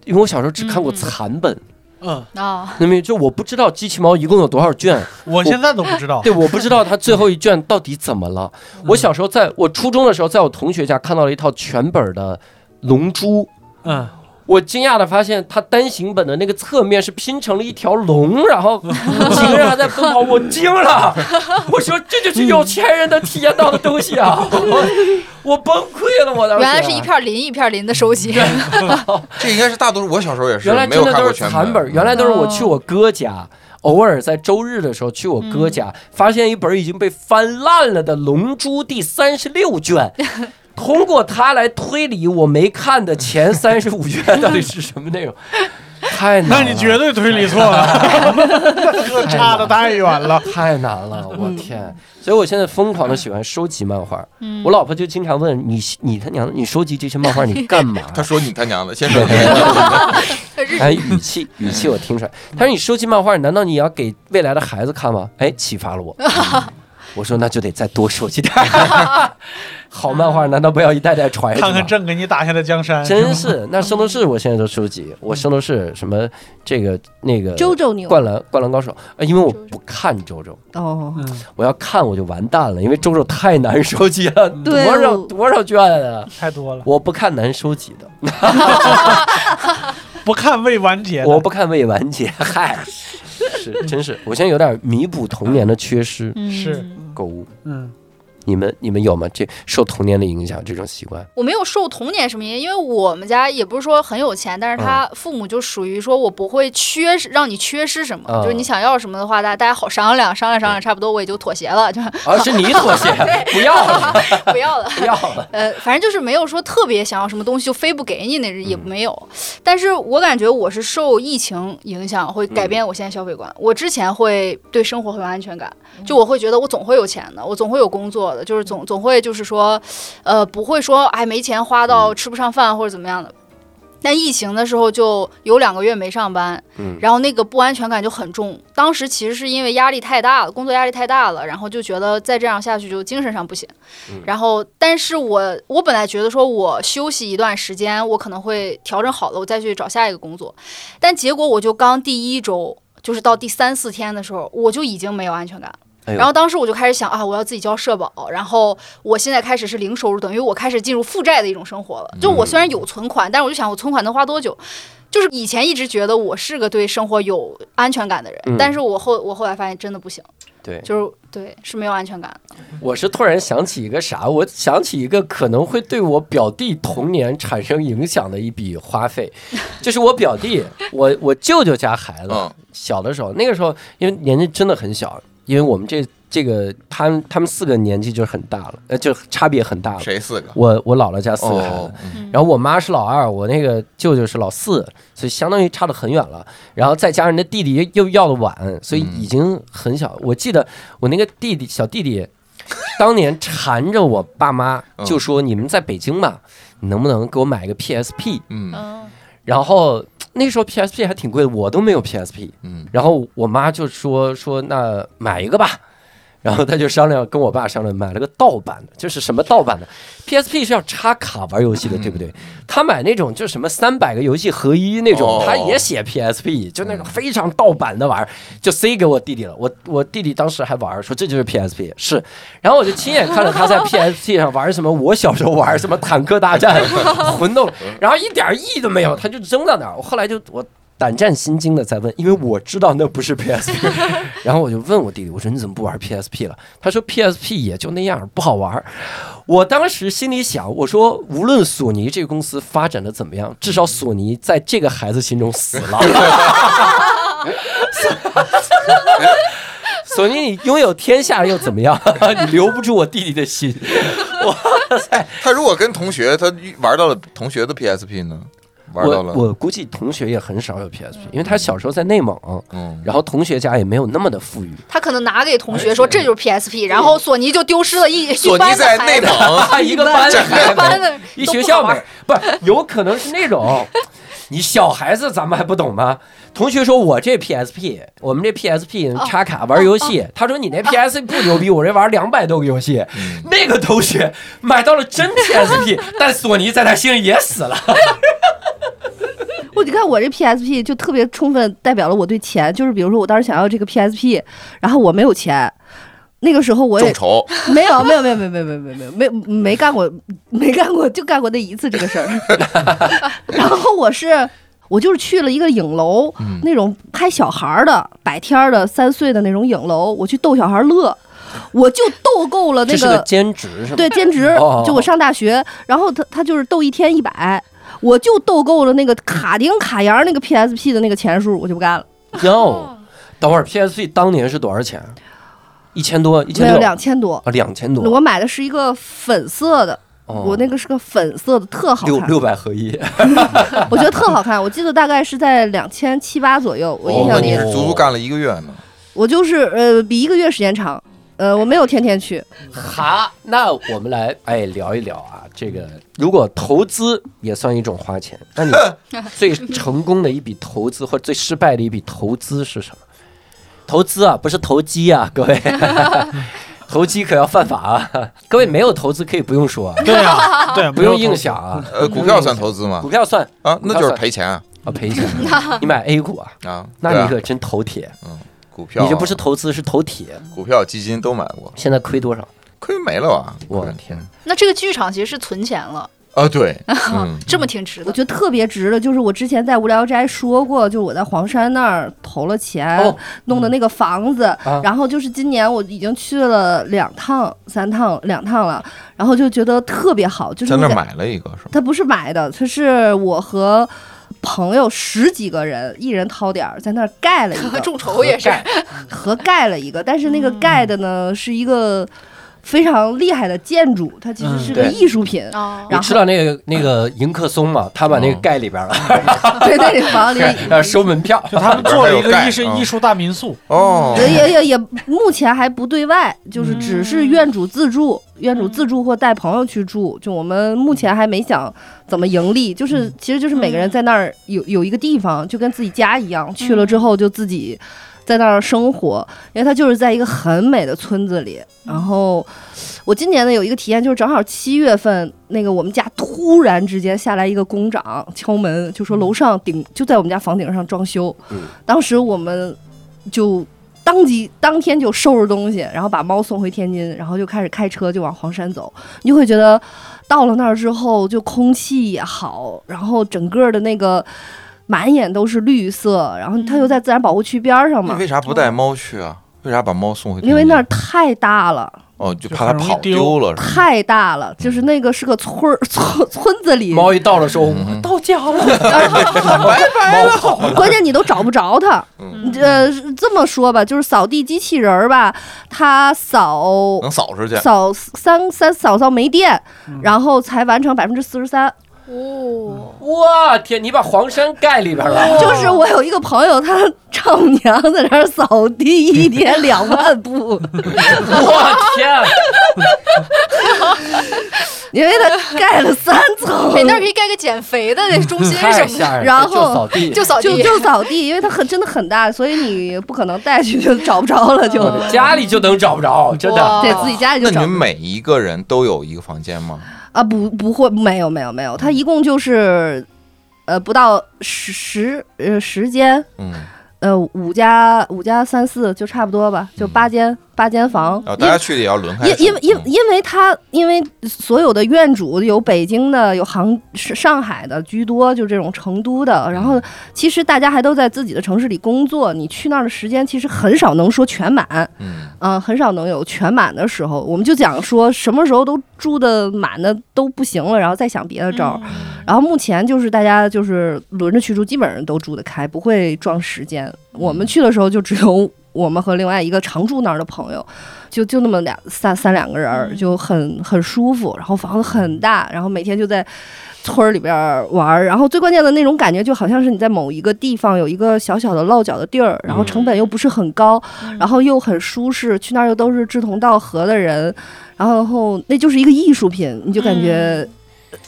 S4: 因为我小时候只看过残本，
S5: 嗯，
S10: 啊，
S4: 那么就我不知道机器猫一共有多少卷，
S5: 我现在都不知道
S4: 对，我不知道它最后一卷到底怎么了。我小时候在我初中的时候，在我同学家看到了一套全本的《龙珠》，
S5: 嗯
S4: 我惊讶的发现，它单行本的那个侧面是拼成了一条龙，然
S9: (laughs)
S4: 后几个人还在奔跑，我惊了，我说这就是有钱人能体验到的东西
S9: (laughs)
S4: 啊！我我崩溃了，我当
S10: 原
S4: 时啊
S10: 来是一片林一片林的
S4: (laughs)
S10: 收集，
S9: 这应该是大多数，我小时候也是
S4: 原来
S9: 没
S4: 真
S9: 有
S4: 的
S9: 看
S4: 都
S9: 过
S4: 是
S9: 全嗯
S4: 残本，原来都是我去我哥
S10: 嗯
S4: 家。偶尔在周日的时候去我哥家，发现一本已经被翻烂了的《龙珠》第三十六
S10: (laughs)
S4: 卷，通过它来推理我没看的前三十五卷到底是什么
S9: (laughs)
S4: 内容，太难了。
S5: 那你绝对推理错 (laughs) 了，这差的太远了。
S4: 太难了，
S8: 嗯
S4: 我天！所以我现在疯狂的喜欢收集漫画。
S8: 嗯
S4: 我老婆就经常问你，你他娘的，你收集这些漫
S8: (laughs)
S4: 画你干嘛？
S9: 他说你他娘的，先说
S4: (laughs)
S9: 你，
S4: 哎，语
S8: (laughs)
S4: 气语气我听出来。他说你收集漫画，难道你要给未来的孩子看吗？哎，启发了
S8: (laughs)
S4: 我。嗯我说那就得再多收集点儿 (laughs) 好漫画，难道不要一代代传下去吗？
S5: 看看朕给你打下的江山，
S4: 哎真是，那圣斗士我现在都收集，我圣斗士什么这个那个
S8: 周周牛
S4: 灌篮灌篮高手，哎，因为我不看周周。
S8: 哦，
S5: 嗯
S4: 我要看我就完蛋了，因为周周太难收集了，
S8: 对
S4: 多少
S8: 我
S4: 多少卷啊！
S5: 太多了。
S4: 我不看难收集的，
S5: 不看未完结的，
S4: 我不看未完结， (laughs) 嗨，是真是，我现在有点弥补童年的缺失，
S5: 是
S4: 购物。
S5: 嗯
S4: 你们你们有吗？这受童年的影响，这种习惯，
S10: 我没有受童年什么影响，因为我们家也不是说很有钱，但
S4: 嗯
S10: 是他父母就属于说我不会缺让你缺失什么，
S4: 嗯
S10: 就是你想要什么的话，大大家好商量商量商量，差不多我也就妥协
S4: (laughs)
S10: 了，就
S4: 而、啊是你妥协，不要了，
S10: 不要了。
S4: 不要
S10: (laughs)
S4: 了。
S10: 呃，反正就是没有说特别想要什么东西就非不给你那也没有。但是我感觉我是受疫情影响，会改变我现在消费观。我之前会对生活很有安全感，就我会觉得我总会有钱的，我总会有工作的，就是总总会就是说，呃，不会说哎没钱花到吃不上饭或者怎么样的。但疫情的时候就有两个月没上班，
S4: 嗯
S10: 然后那个不安全感就很重。当时其实是因为压力太大了，工作压力太大了，然后就觉得再这样下去就精神上不行。然后，但是我我本来觉得说我休息一段时间，我可能会调整好了，我再去找下一个工作。但结果我就刚第一周，就是到第三四天的时候，我就已经没有安全感了。
S4: 哎呦
S10: 然后当时我就开始想啊，我要自己交社保，然后我现在开始是零嗯收入，等于我开始进入负债的一种生活了。就我虽然有存款，但是我就想我存款能花多久？就是以前一直觉得我是个对生活有安全感的人，
S4: 嗯
S10: 但是我后我后来发现真的不行，
S4: 对，
S10: 就是对是没有安全感的。
S4: 我是突然想起一个啥，我想起一个可能会对我表弟童年产生影响的一笔花费，就是我表弟，我我舅舅家孩子
S9: 嗯
S4: 小的时候，那个时候因为年纪真的很小，因为我们这这个他们他们四个年纪就是很大了，呃，就差别很大了。
S9: 谁四个？
S4: 我我姥姥家 (laughs) 四个孩子，
S9: 哦，
S4: 然后我妈是老二，我那个舅舅是老四，所以相当于差得很远了。然后再加上人家弟弟又要的晚，所以已经很小。我记得我那个弟弟小弟弟，当年缠着我爸妈
S9: 嗯
S4: 就说：“你们在北京嘛，你能不能给我买个 PSP？”
S9: 嗯
S4: 然后那时候 PSP 还挺贵的，我都没有 PSP。
S9: 嗯
S4: 然后我妈就说说那买一个吧，然后她就商量跟我爸商量买了个盗版的，就是什么盗版的，PSP 是要插卡玩游戏的，对不对？他买那种就什么三百个游戏合一那种
S9: 哦，
S4: 他也写 PSP，就那种非常盗版的玩意儿，就塞给我弟弟了。我我弟弟当时还玩儿，说这就是 PSP，是。然后我就亲眼看着他在 PSP 上玩什么，我小时候玩什么坦克大战、魂斗罗，然后一点意义都没有，他就扔到那儿。我后来就我胆战心惊的在问，因为我知道那不是 PSP，然后我就问我弟弟，我说你怎么不玩 PSP 了？他说 PSP 也就那样，不好玩儿。我当时心里想，我说无论索尼这个公司发展的怎么样，至少索尼在这个孩子心中死了。 (laughs) 索尼，你拥有天下又怎么样？你留不住我弟弟的心。
S9: 他如果跟同学，他玩到了同学的 PSP 呢？玩到
S4: 我
S9: 了，
S4: 我估计同学也很少有 PSP，因为他小时候在内蒙，
S9: 嗯，
S4: 然后同学家也没有那么的富裕。
S10: 他可能拿给同学说这就是 PSP，然后索尼就丢失了一
S9: 索
S10: 一
S9: 尼
S10: 班的
S9: 在
S10: 孩
S9: 内
S10: 子，
S9: 蒙，
S4: (laughs) 啊，一个班的孩
S10: 一
S4: 子
S10: 班的
S4: 一
S10: 都
S4: 学
S10: 不
S4: 校
S10: 好
S4: 没不
S10: 玩，
S4: 是有可能是那种，你小孩子咱们还不懂吗？同学说我这 PSP，我们这 PSP 插卡玩游戏，他说你那 PSP 不牛逼，我这玩两百多个游戏。那个同学买到了真 PSP，但索尼在他心里也死了。
S8: 我你看我这 PSP 就特别充分代表了我对钱，就是比如说我当时想要这个 PSP，然后我没有钱，那个时候我也
S9: 众筹，
S8: (laughs) 没有没有没有没有没有没有没有没有没没干过没干过就干过那一次这个事儿，
S4: (laughs)
S8: 然后我是。我就是去了一个影楼，那种拍小孩儿的、白天儿的、三岁的那种影楼，我去逗小孩儿乐，我就逗够了那
S4: 这是个兼职是吧？
S8: 对，兼职
S4: 哦哦哦，
S8: 就我上大学，然后他他就是斗一天一百，我就斗够了那个卡丁卡洋那个 PSP 的那个钱数，我就不干了，
S4: 哟，等会儿 PSP 当年是多少钱？啊一千多，一
S8: 没
S4: 千
S8: 有
S4: 六
S8: 两千多。
S4: 啊，两千多。
S8: 我买的是一个粉色的，
S4: 哦
S8: 我那个是个粉色的，特好
S4: 六
S8: 看，
S4: 六百合一，
S8: 我觉得特好看。我记得大概是在两千七八左右，我印
S9: 哦那
S8: 象
S9: 你
S8: 里，
S9: 是足足干了一个月呢。
S8: 我就是呃比一个月时间长，呃我没有天天去，
S4: 好，那我们来哎聊一聊啊，这个如果投资也算一种花钱， (laughs) 那你最成功的一笔投资或者最失败的一笔投资是什么？投资啊，不是投机啊，各 (laughs) 位，投机可要犯法啊！各位没有投资可以不用说啊，
S5: 对啊，
S4: (laughs)
S5: 对，
S4: 不用硬想啊，
S9: 呃，股票算投资吗
S4: 股？票算
S9: 啊，那就是赔钱啊！
S4: 啊赔钱，你买 A 股啊，
S9: 啊对
S4: 那
S9: 啊
S4: 你可真头铁，
S9: 股票，啊
S4: 你这不是投资是头铁，
S9: 股票、基金都买过，
S4: 现在亏多少？
S9: 亏没了吧？
S4: 我的天！
S10: 那这个剧场其实是存钱了，
S9: 啊，
S8: (laughs)
S9: 对，嗯，
S10: 这么挺值
S8: 我
S10: 的。
S8: 觉得特别值的，就是我之前在无聊斋说过，就是我在黄山那儿投了钱，
S4: 哦
S8: 弄的那个房子，
S9: 嗯
S4: 啊
S8: 然后就是今年我已经去了两趟、三趟、两趟了，然后就觉得特别好，就是
S9: 在
S8: 你
S9: 那儿
S8: 在
S9: 买了一个
S8: (laughs)
S9: 是吗？
S8: 他不是买的，他是我和朋友十几个人，一人掏点儿，在那儿盖了一个，
S10: 众筹也是，
S8: 合盖了一个，但是那个盖的呢、是一个非常厉害的建筑，它其实
S5: 嗯
S8: 是个
S4: 对
S8: 艺术品， (laughs)
S10: 哦
S4: 你
S8: 然后
S4: 知道那个那个迎客松嘛？他把那
S9: 嗯
S4: 个盖里边了，
S8: 对，那个房里
S4: (laughs) 要收门票。
S5: 就他们做
S4: (laughs)
S5: 了一个艺术
S9: 还有盖嗯
S5: 艺术大民 (laughs) 宿，
S9: 哦，
S8: 也也也也，目前还不对外，就是只是院主自住，院主自住或带朋友去住。就我们目前还没想怎么盈利，就是其实就是每个人在那儿有有一个地方，就跟自己家一样，去了之后就自己在那儿生活，因为它就是在一个很美的村子里。然后我今年呢有一个体验，就是正好七月份，那个我们家突然之间下来一个工长敲门，就说楼上顶就在我们家房顶上装修，
S4: 嗯
S8: 当时我们就。当即当天就收拾东西，然后把猫送回天津，然后就开始开车就往黄山走。你就会觉得到了那儿之后，就空气也好，然后整个的那个满眼都是绿色，然后它又在自然保护区边儿上
S9: 你
S8: 嘛，
S9: 为啥不带猫去啊？为啥把猫送回天津？
S8: 因为那儿太大了。
S9: 哦，就
S5: 就
S9: 怕
S5: 很
S9: 它
S5: 容易
S9: 跑丢了，是吧
S8: 太大了，就是那个是个村儿村村子里，
S4: 猫一到的时候，
S9: 嗯
S4: 我
S8: 嗯
S4: 到家了， (laughs) 拜拜了。
S8: (laughs) 关键你都找不着它。
S9: 嗯
S8: 呃，这么说吧，就是扫地机器人儿吧，它扫
S9: 能扫出去。
S8: 扫三三扫扫没电，
S9: 嗯
S8: 然后才完成百分之四十三。
S10: 哦，
S4: (laughs) 哇天，你把黄山盖里边了，
S8: 就是我有一个朋友，他丈母娘在那儿扫地，
S9: (laughs)
S8: 一天两万步，
S4: 我天，啊
S8: 因为他盖了三层。
S10: 哎，那儿可以盖个减肥的那中心什
S4: 嗯太
S10: 么的，
S4: 吓人了，
S8: 然后
S4: 就扫地，
S10: 就扫
S8: 就
S10: 地。
S8: 就扫地，因为它很真的很大，所以你不可能带去就找不着了，就
S4: 我的家里就能找不着，真的。
S10: 哇
S8: 对自己家里
S9: 哦那
S8: 就
S9: 你
S8: 找不
S9: 们
S8: 着。
S9: 每一个人都有一个房间吗？
S8: 啊，不，不会，没有，没有，没有，它一共就是，呃，不到十十呃十间，
S9: 嗯，
S8: 呃五加五加三四就差不多吧，就八间八间房
S9: 然后。
S8: 因
S9: 哦大家去的也要轮开
S8: 因
S9: 始。
S8: 因因
S9: 嗯
S8: 因为它因为所有的院主有北京的有杭是上海的居多，就这种成都的。然后其实大家还都在自己的城市里工作，你去那儿的时间其实很少能说全满。
S9: 嗯，
S8: 嗯，很少能有全满的时候。我们就讲说什么时候都住的满的都不行了，然后再想别的
S10: 嗯
S8: 招儿。
S9: 嗯
S8: 然后目前就是大家就是轮着去住，基本上都住得开，不会撞时间。我们去的时候就只有我们和另外一个常住那儿的朋友，就就那么俩三三两个人儿，就很很舒服。然后房子很大，然后每天就在。村儿里边儿玩儿，然后最关键的那种感觉，就好像是你在某一个地方有一个小小的落脚的地儿，然后成本又不是很高，
S6: 嗯
S10: 嗯
S8: 然后又很舒适，去那儿又都是志同道合的人，然后那就是一个艺术品，你就感觉，
S6: 嗯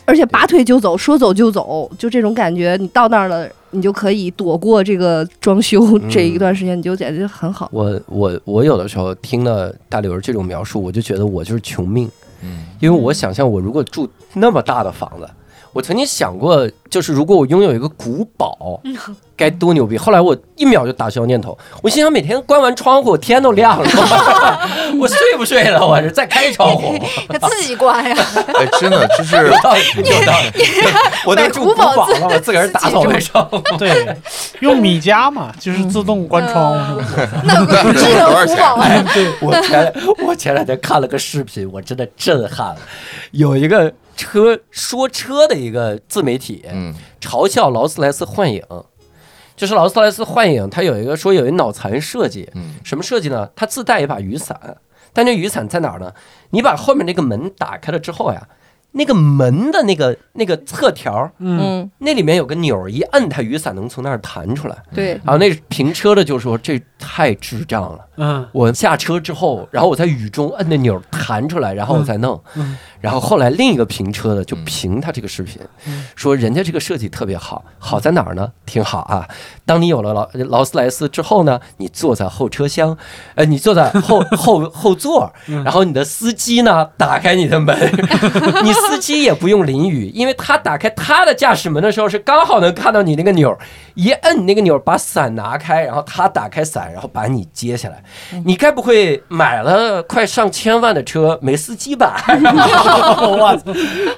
S8: 而且拔腿就走，说走就走，就这种感觉，你到那儿了，你就可以躲过这个装修这一段时间，你就感觉很好。
S4: 我我我有的时候听了大刘这种描述，我就觉得我就是穷命，
S9: 嗯，
S4: 因为我想象我如果住那么大的房子，我曾经想过，就是如果我拥有一个古堡，该多牛逼！后来我一秒就打消念头，我心想每天关完窗户，天都亮了， (laughs) 我睡不睡了？我这再开窗户，
S10: 他自己关呀，
S9: 哎，真的
S8: (laughs)
S9: 就是
S4: 有道理，有道理，我都住古堡
S10: 买古
S4: 了，我自个儿打扫卫 (laughs) 生，
S5: 对，用米家嘛，就是自动关窗户。
S10: 那有个智能古堡，
S4: 哎，对我前我前两天看了个视频，我真的震撼了，有一个车说车的一个自媒体，
S9: 嗯
S4: 嘲笑劳斯莱斯幻影，就是劳斯莱斯幻影，它有一个说有一脑残设计，
S9: 嗯
S4: 什么设计呢？它自带一把雨伞，但这雨伞在哪儿呢？你把后面那个门打开了之后呀，那个门的那个那个侧条，
S5: 嗯，
S8: 嗯，
S4: 那里面有个钮儿，一摁它雨伞能从那儿弹出来。
S8: 对，
S4: 然后那停车的就说这太智障了。
S5: 嗯，
S4: 我下车之后，然后我在雨中摁那钮儿弹出来，然后我再弄。
S5: 嗯嗯
S4: 然后后来另一个评车的就评他这个视频，
S5: 嗯
S4: 说人家这个设计特别好，好在哪儿呢？挺好啊！当你有了劳劳斯莱斯之后呢，你坐在后车厢，呃，你坐在后 (laughs) 后后座，
S5: 嗯
S4: 然后你的司机呢打开你的门， (laughs) 你司机也不用淋雨，因为他打开他的驾驶门的时候是刚好能看到你那个钮儿，一摁你那个钮儿把伞拿开，然后他打开伞，然后把你接下来。
S5: 嗯
S4: 你该不会买了快上千万的车没司
S5: (laughs)
S4: 机吧？ (laughs) 我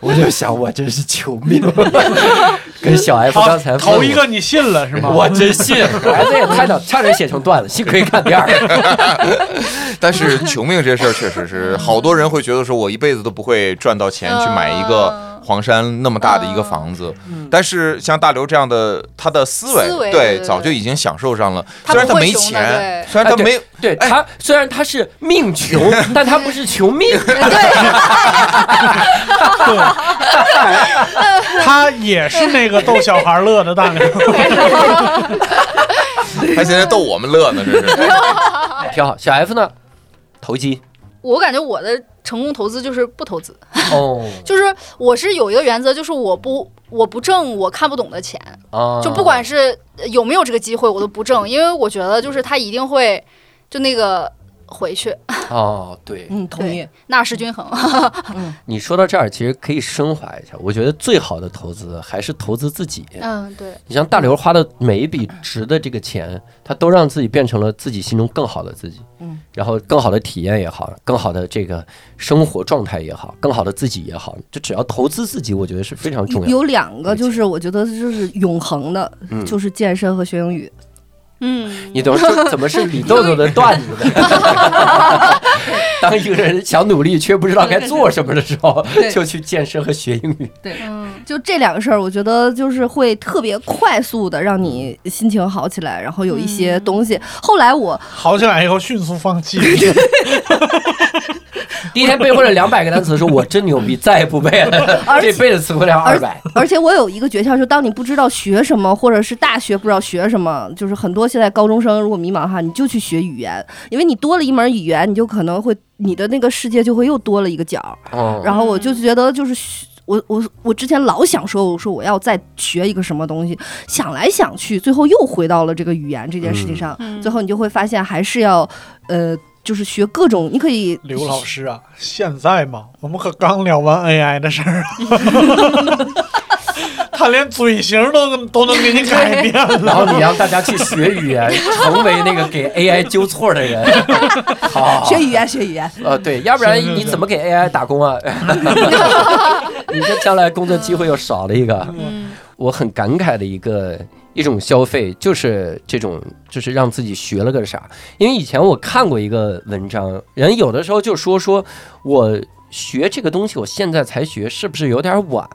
S4: 我就想，我真是求命， (laughs) 跟小 F 刚才问
S5: 头
S4: 我
S5: 一个你信了是
S4: (laughs)
S5: 吗？
S4: 我真信，孩子也太早，差点写成段子，幸亏看第二个。
S9: 但是穷命这事儿确
S10: (laughs)
S9: 实是，好多人会觉得说，我一辈子都不会赚到钱
S10: 嗯
S9: 去买一个黄山那么大的一个房子。但是像大刘这样的，他的思维
S10: 嗯思维对
S9: 对
S10: 对对
S9: 早就已经享受上了。
S10: 他
S9: 虽
S10: 不
S9: 然他
S10: 会
S9: 没
S10: 穷的
S9: 钱，
S10: 对
S9: 虽然他没，
S4: 对
S10: 哎
S4: 他，虽然他是命
S10: (laughs)
S4: 穷，但他不是穷命。
S10: 哎
S5: 他也是那个逗小孩乐的大牛。
S9: 他现在逗我们乐呢，这
S10: (laughs)
S9: 是。
S4: 哎挺好，小 F 呢？投机
S10: 我感觉我的成功投资就是不投资，
S4: 哦
S10: 就是我是有一个原则，就是我不我不挣我看不懂的钱，
S4: (laughs) 啊，
S10: 就不管是有没有这个机会，我都不挣，因为我觉得就是他一定会就那个回去，
S4: 哦，对，
S6: 嗯，同意。
S10: 纳什均衡。
S4: 你说到这儿，其实可以升华一下。我觉得最好的投资还是投资自己。
S10: 嗯，对，
S4: 你像大刘花的每一笔值的这个钱，他都让自己变成了自己心中更好的自己，
S6: 嗯，
S4: 然后更好的体验也好，更好的这个生活状态也好，更好的自己也好，就只要投资自己，我觉得是非常重要的。
S8: 有两个就是我觉得就是永恒的，
S4: 嗯
S8: 就是健身和学英语。
S10: 嗯，
S4: 你怎么是怎么是李豆豆的段子呢？ (laughs) 当一个人想努力却不知道该做什么的时候，
S6: 对
S4: 就去健身和学英语。
S10: 嗯
S8: 就这两个事儿，我觉得就是会特别快速的让你心情好起来，然后有一
S6: 嗯
S8: 些东西。后来我
S5: (laughs) 好起来以后迅速放
S4: (laughs)
S5: 弃。
S4: 第一天背会了两百个单词，说我真牛逼，再也不背了，
S8: (laughs) 而
S4: 这
S8: 且
S4: 辈子词汇量二百。
S10: (laughs)
S8: 而且我有一个诀窍，就当你不知道学什么，或者是大学不知道学什么，就是很多现在高中生如果迷茫哈，你就去学语言，因为你多了一门语言，你就可能会你的那个世界就会又多了一个角儿。
S4: 哦
S8: 然后我就觉得就是学我我我之前老想说，我说我要再学一个什么东西，想来想去，最后又回到了这个语言这件事情上。
S10: 嗯
S8: 最后你就会发现，还是要呃，就是学各种，你可以
S5: 刘老师啊，现在嘛，我们可刚聊完 AI 的事儿啊，他连嘴型都都能给你改变
S4: 然
S5: 了。
S4: 后你让大家去学语言，成为那个给 AI 纠错的人。好，
S8: 学语言，学语言。
S4: 呃，对，要不然
S5: 行
S4: 你怎么给 AI 打工啊？ (laughs) 你这将来工作机会又少了一个。
S10: 嗯
S4: 我很感慨的一个一种消费，就是这种，就是让自己学了个啥。因为以前我看过一个文章，人有的时候就说说我学这个东西，我现在才学，是不是有点晚？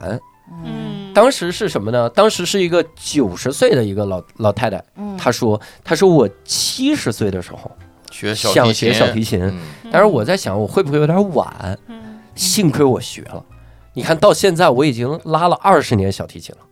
S10: 嗯，
S4: 当时是什么呢？当时是一个九十岁的一个老老太太，
S6: 嗯，
S4: 她说：“她说我七十岁的时候
S9: 学小
S4: 想学小提琴，
S9: 琴，嗯
S4: 但是我在想我会不会有点晚？
S10: 嗯
S4: 幸亏我学了。你看到现在我已经拉了二十年小提琴了，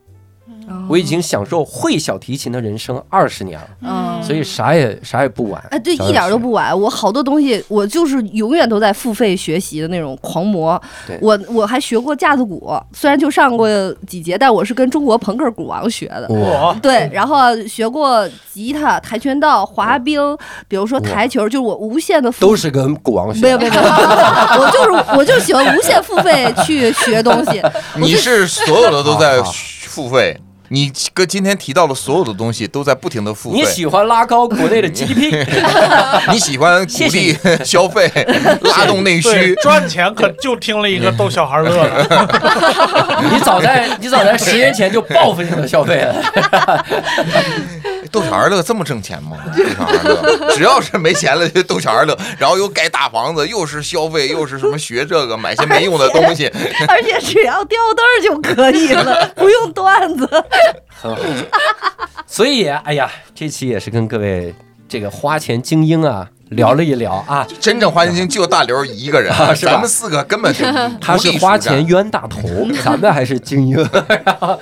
S4: 我已经享受会小提琴的人生二十年了。”
S8: 嗯
S4: 所以啥也啥也不晚。
S8: 哎，对，
S4: 啥也
S8: 一点都
S4: 学
S8: 不晚。我好多东西，我就是永远都在付费学习的那种狂魔
S4: 对。
S8: 我我还学过架子鼓，虽然就上过几节，但我是跟中国朋克鼓王学的。
S4: 哇，
S5: 我
S8: 对，然后学过吉他、跆拳道、滑冰，比如说台球，就是我无限的付
S4: 都是跟古王学
S8: 没有
S4: 的。
S8: 没有没
S4: (laughs)
S8: 有，我就是我就喜欢无限付费去学东
S4: (laughs)
S8: 西。
S9: 你是所有的都在
S4: 好好
S9: 付费，你哥今天提到的所有的东西都在不停的付费
S4: 你。喜欢拉高国内的 GDP，
S9: 你喜欢鼓励消费，拉动内
S5: 对
S9: 需，
S5: 赚钱可就听了一个逗小孩乐的，
S4: 你早在你早在十年前就报复性的消费了。 (laughs)
S9: 逗小孩乐这么挣钱吗？逗小孩乐，只要是没钱了就逗小孩乐，然后又盖大房子，又是消费，又是什么学这个，买些没用的东西。
S8: 而且只要吊灯儿就可以了，不用段子。
S4: 所以，哎呀，这期也是跟各位这个花钱精英啊聊了一聊啊，
S9: 真正花钱精就大刘一个人
S4: 啊，是吧
S9: 咱们四个根本就
S4: 他是
S9: 无力
S4: 花
S9: 舒展
S4: 钱冤大头， (laughs) 咱们还是精英。然后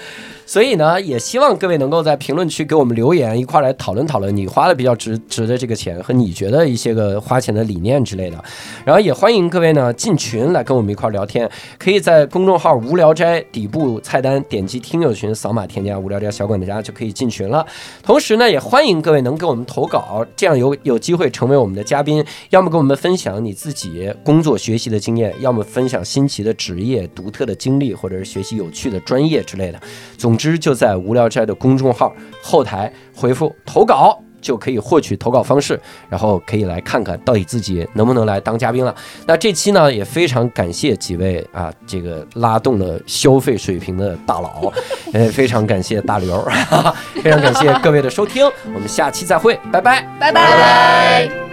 S4: 所以呢，也希望各位能够在评论区给我们留言，一块儿来讨论讨论你花的比较值值的这个钱和你觉得一些个花钱的理念之类的。然后也欢迎各位呢进群来跟我们一块儿聊天，可以在公众号“无聊斋”底部菜单点击听友群，扫码添加“无聊斋小管家”就可以进群了。同时呢，也欢迎各位能给我们投稿，这样有有机会成为我们的嘉宾，要么跟我们分享你自己工作学习的经验，要么分享新奇的职业、独特的经历，或者是学习有趣的专业之类的。总之，就在无聊斋的公众号后台回复投稿。就可以获取投稿方式，然后可以来看看到底自己能不能来当嘉宾了。那这期呢，也非常感谢几位啊，这个拉动了消费水平的大佬， (laughs) 呃，非常感谢大 (laughs) 刘，非常感谢各位的收听，我们下期再会，拜拜。
S8: 拜拜。
S10: 拜。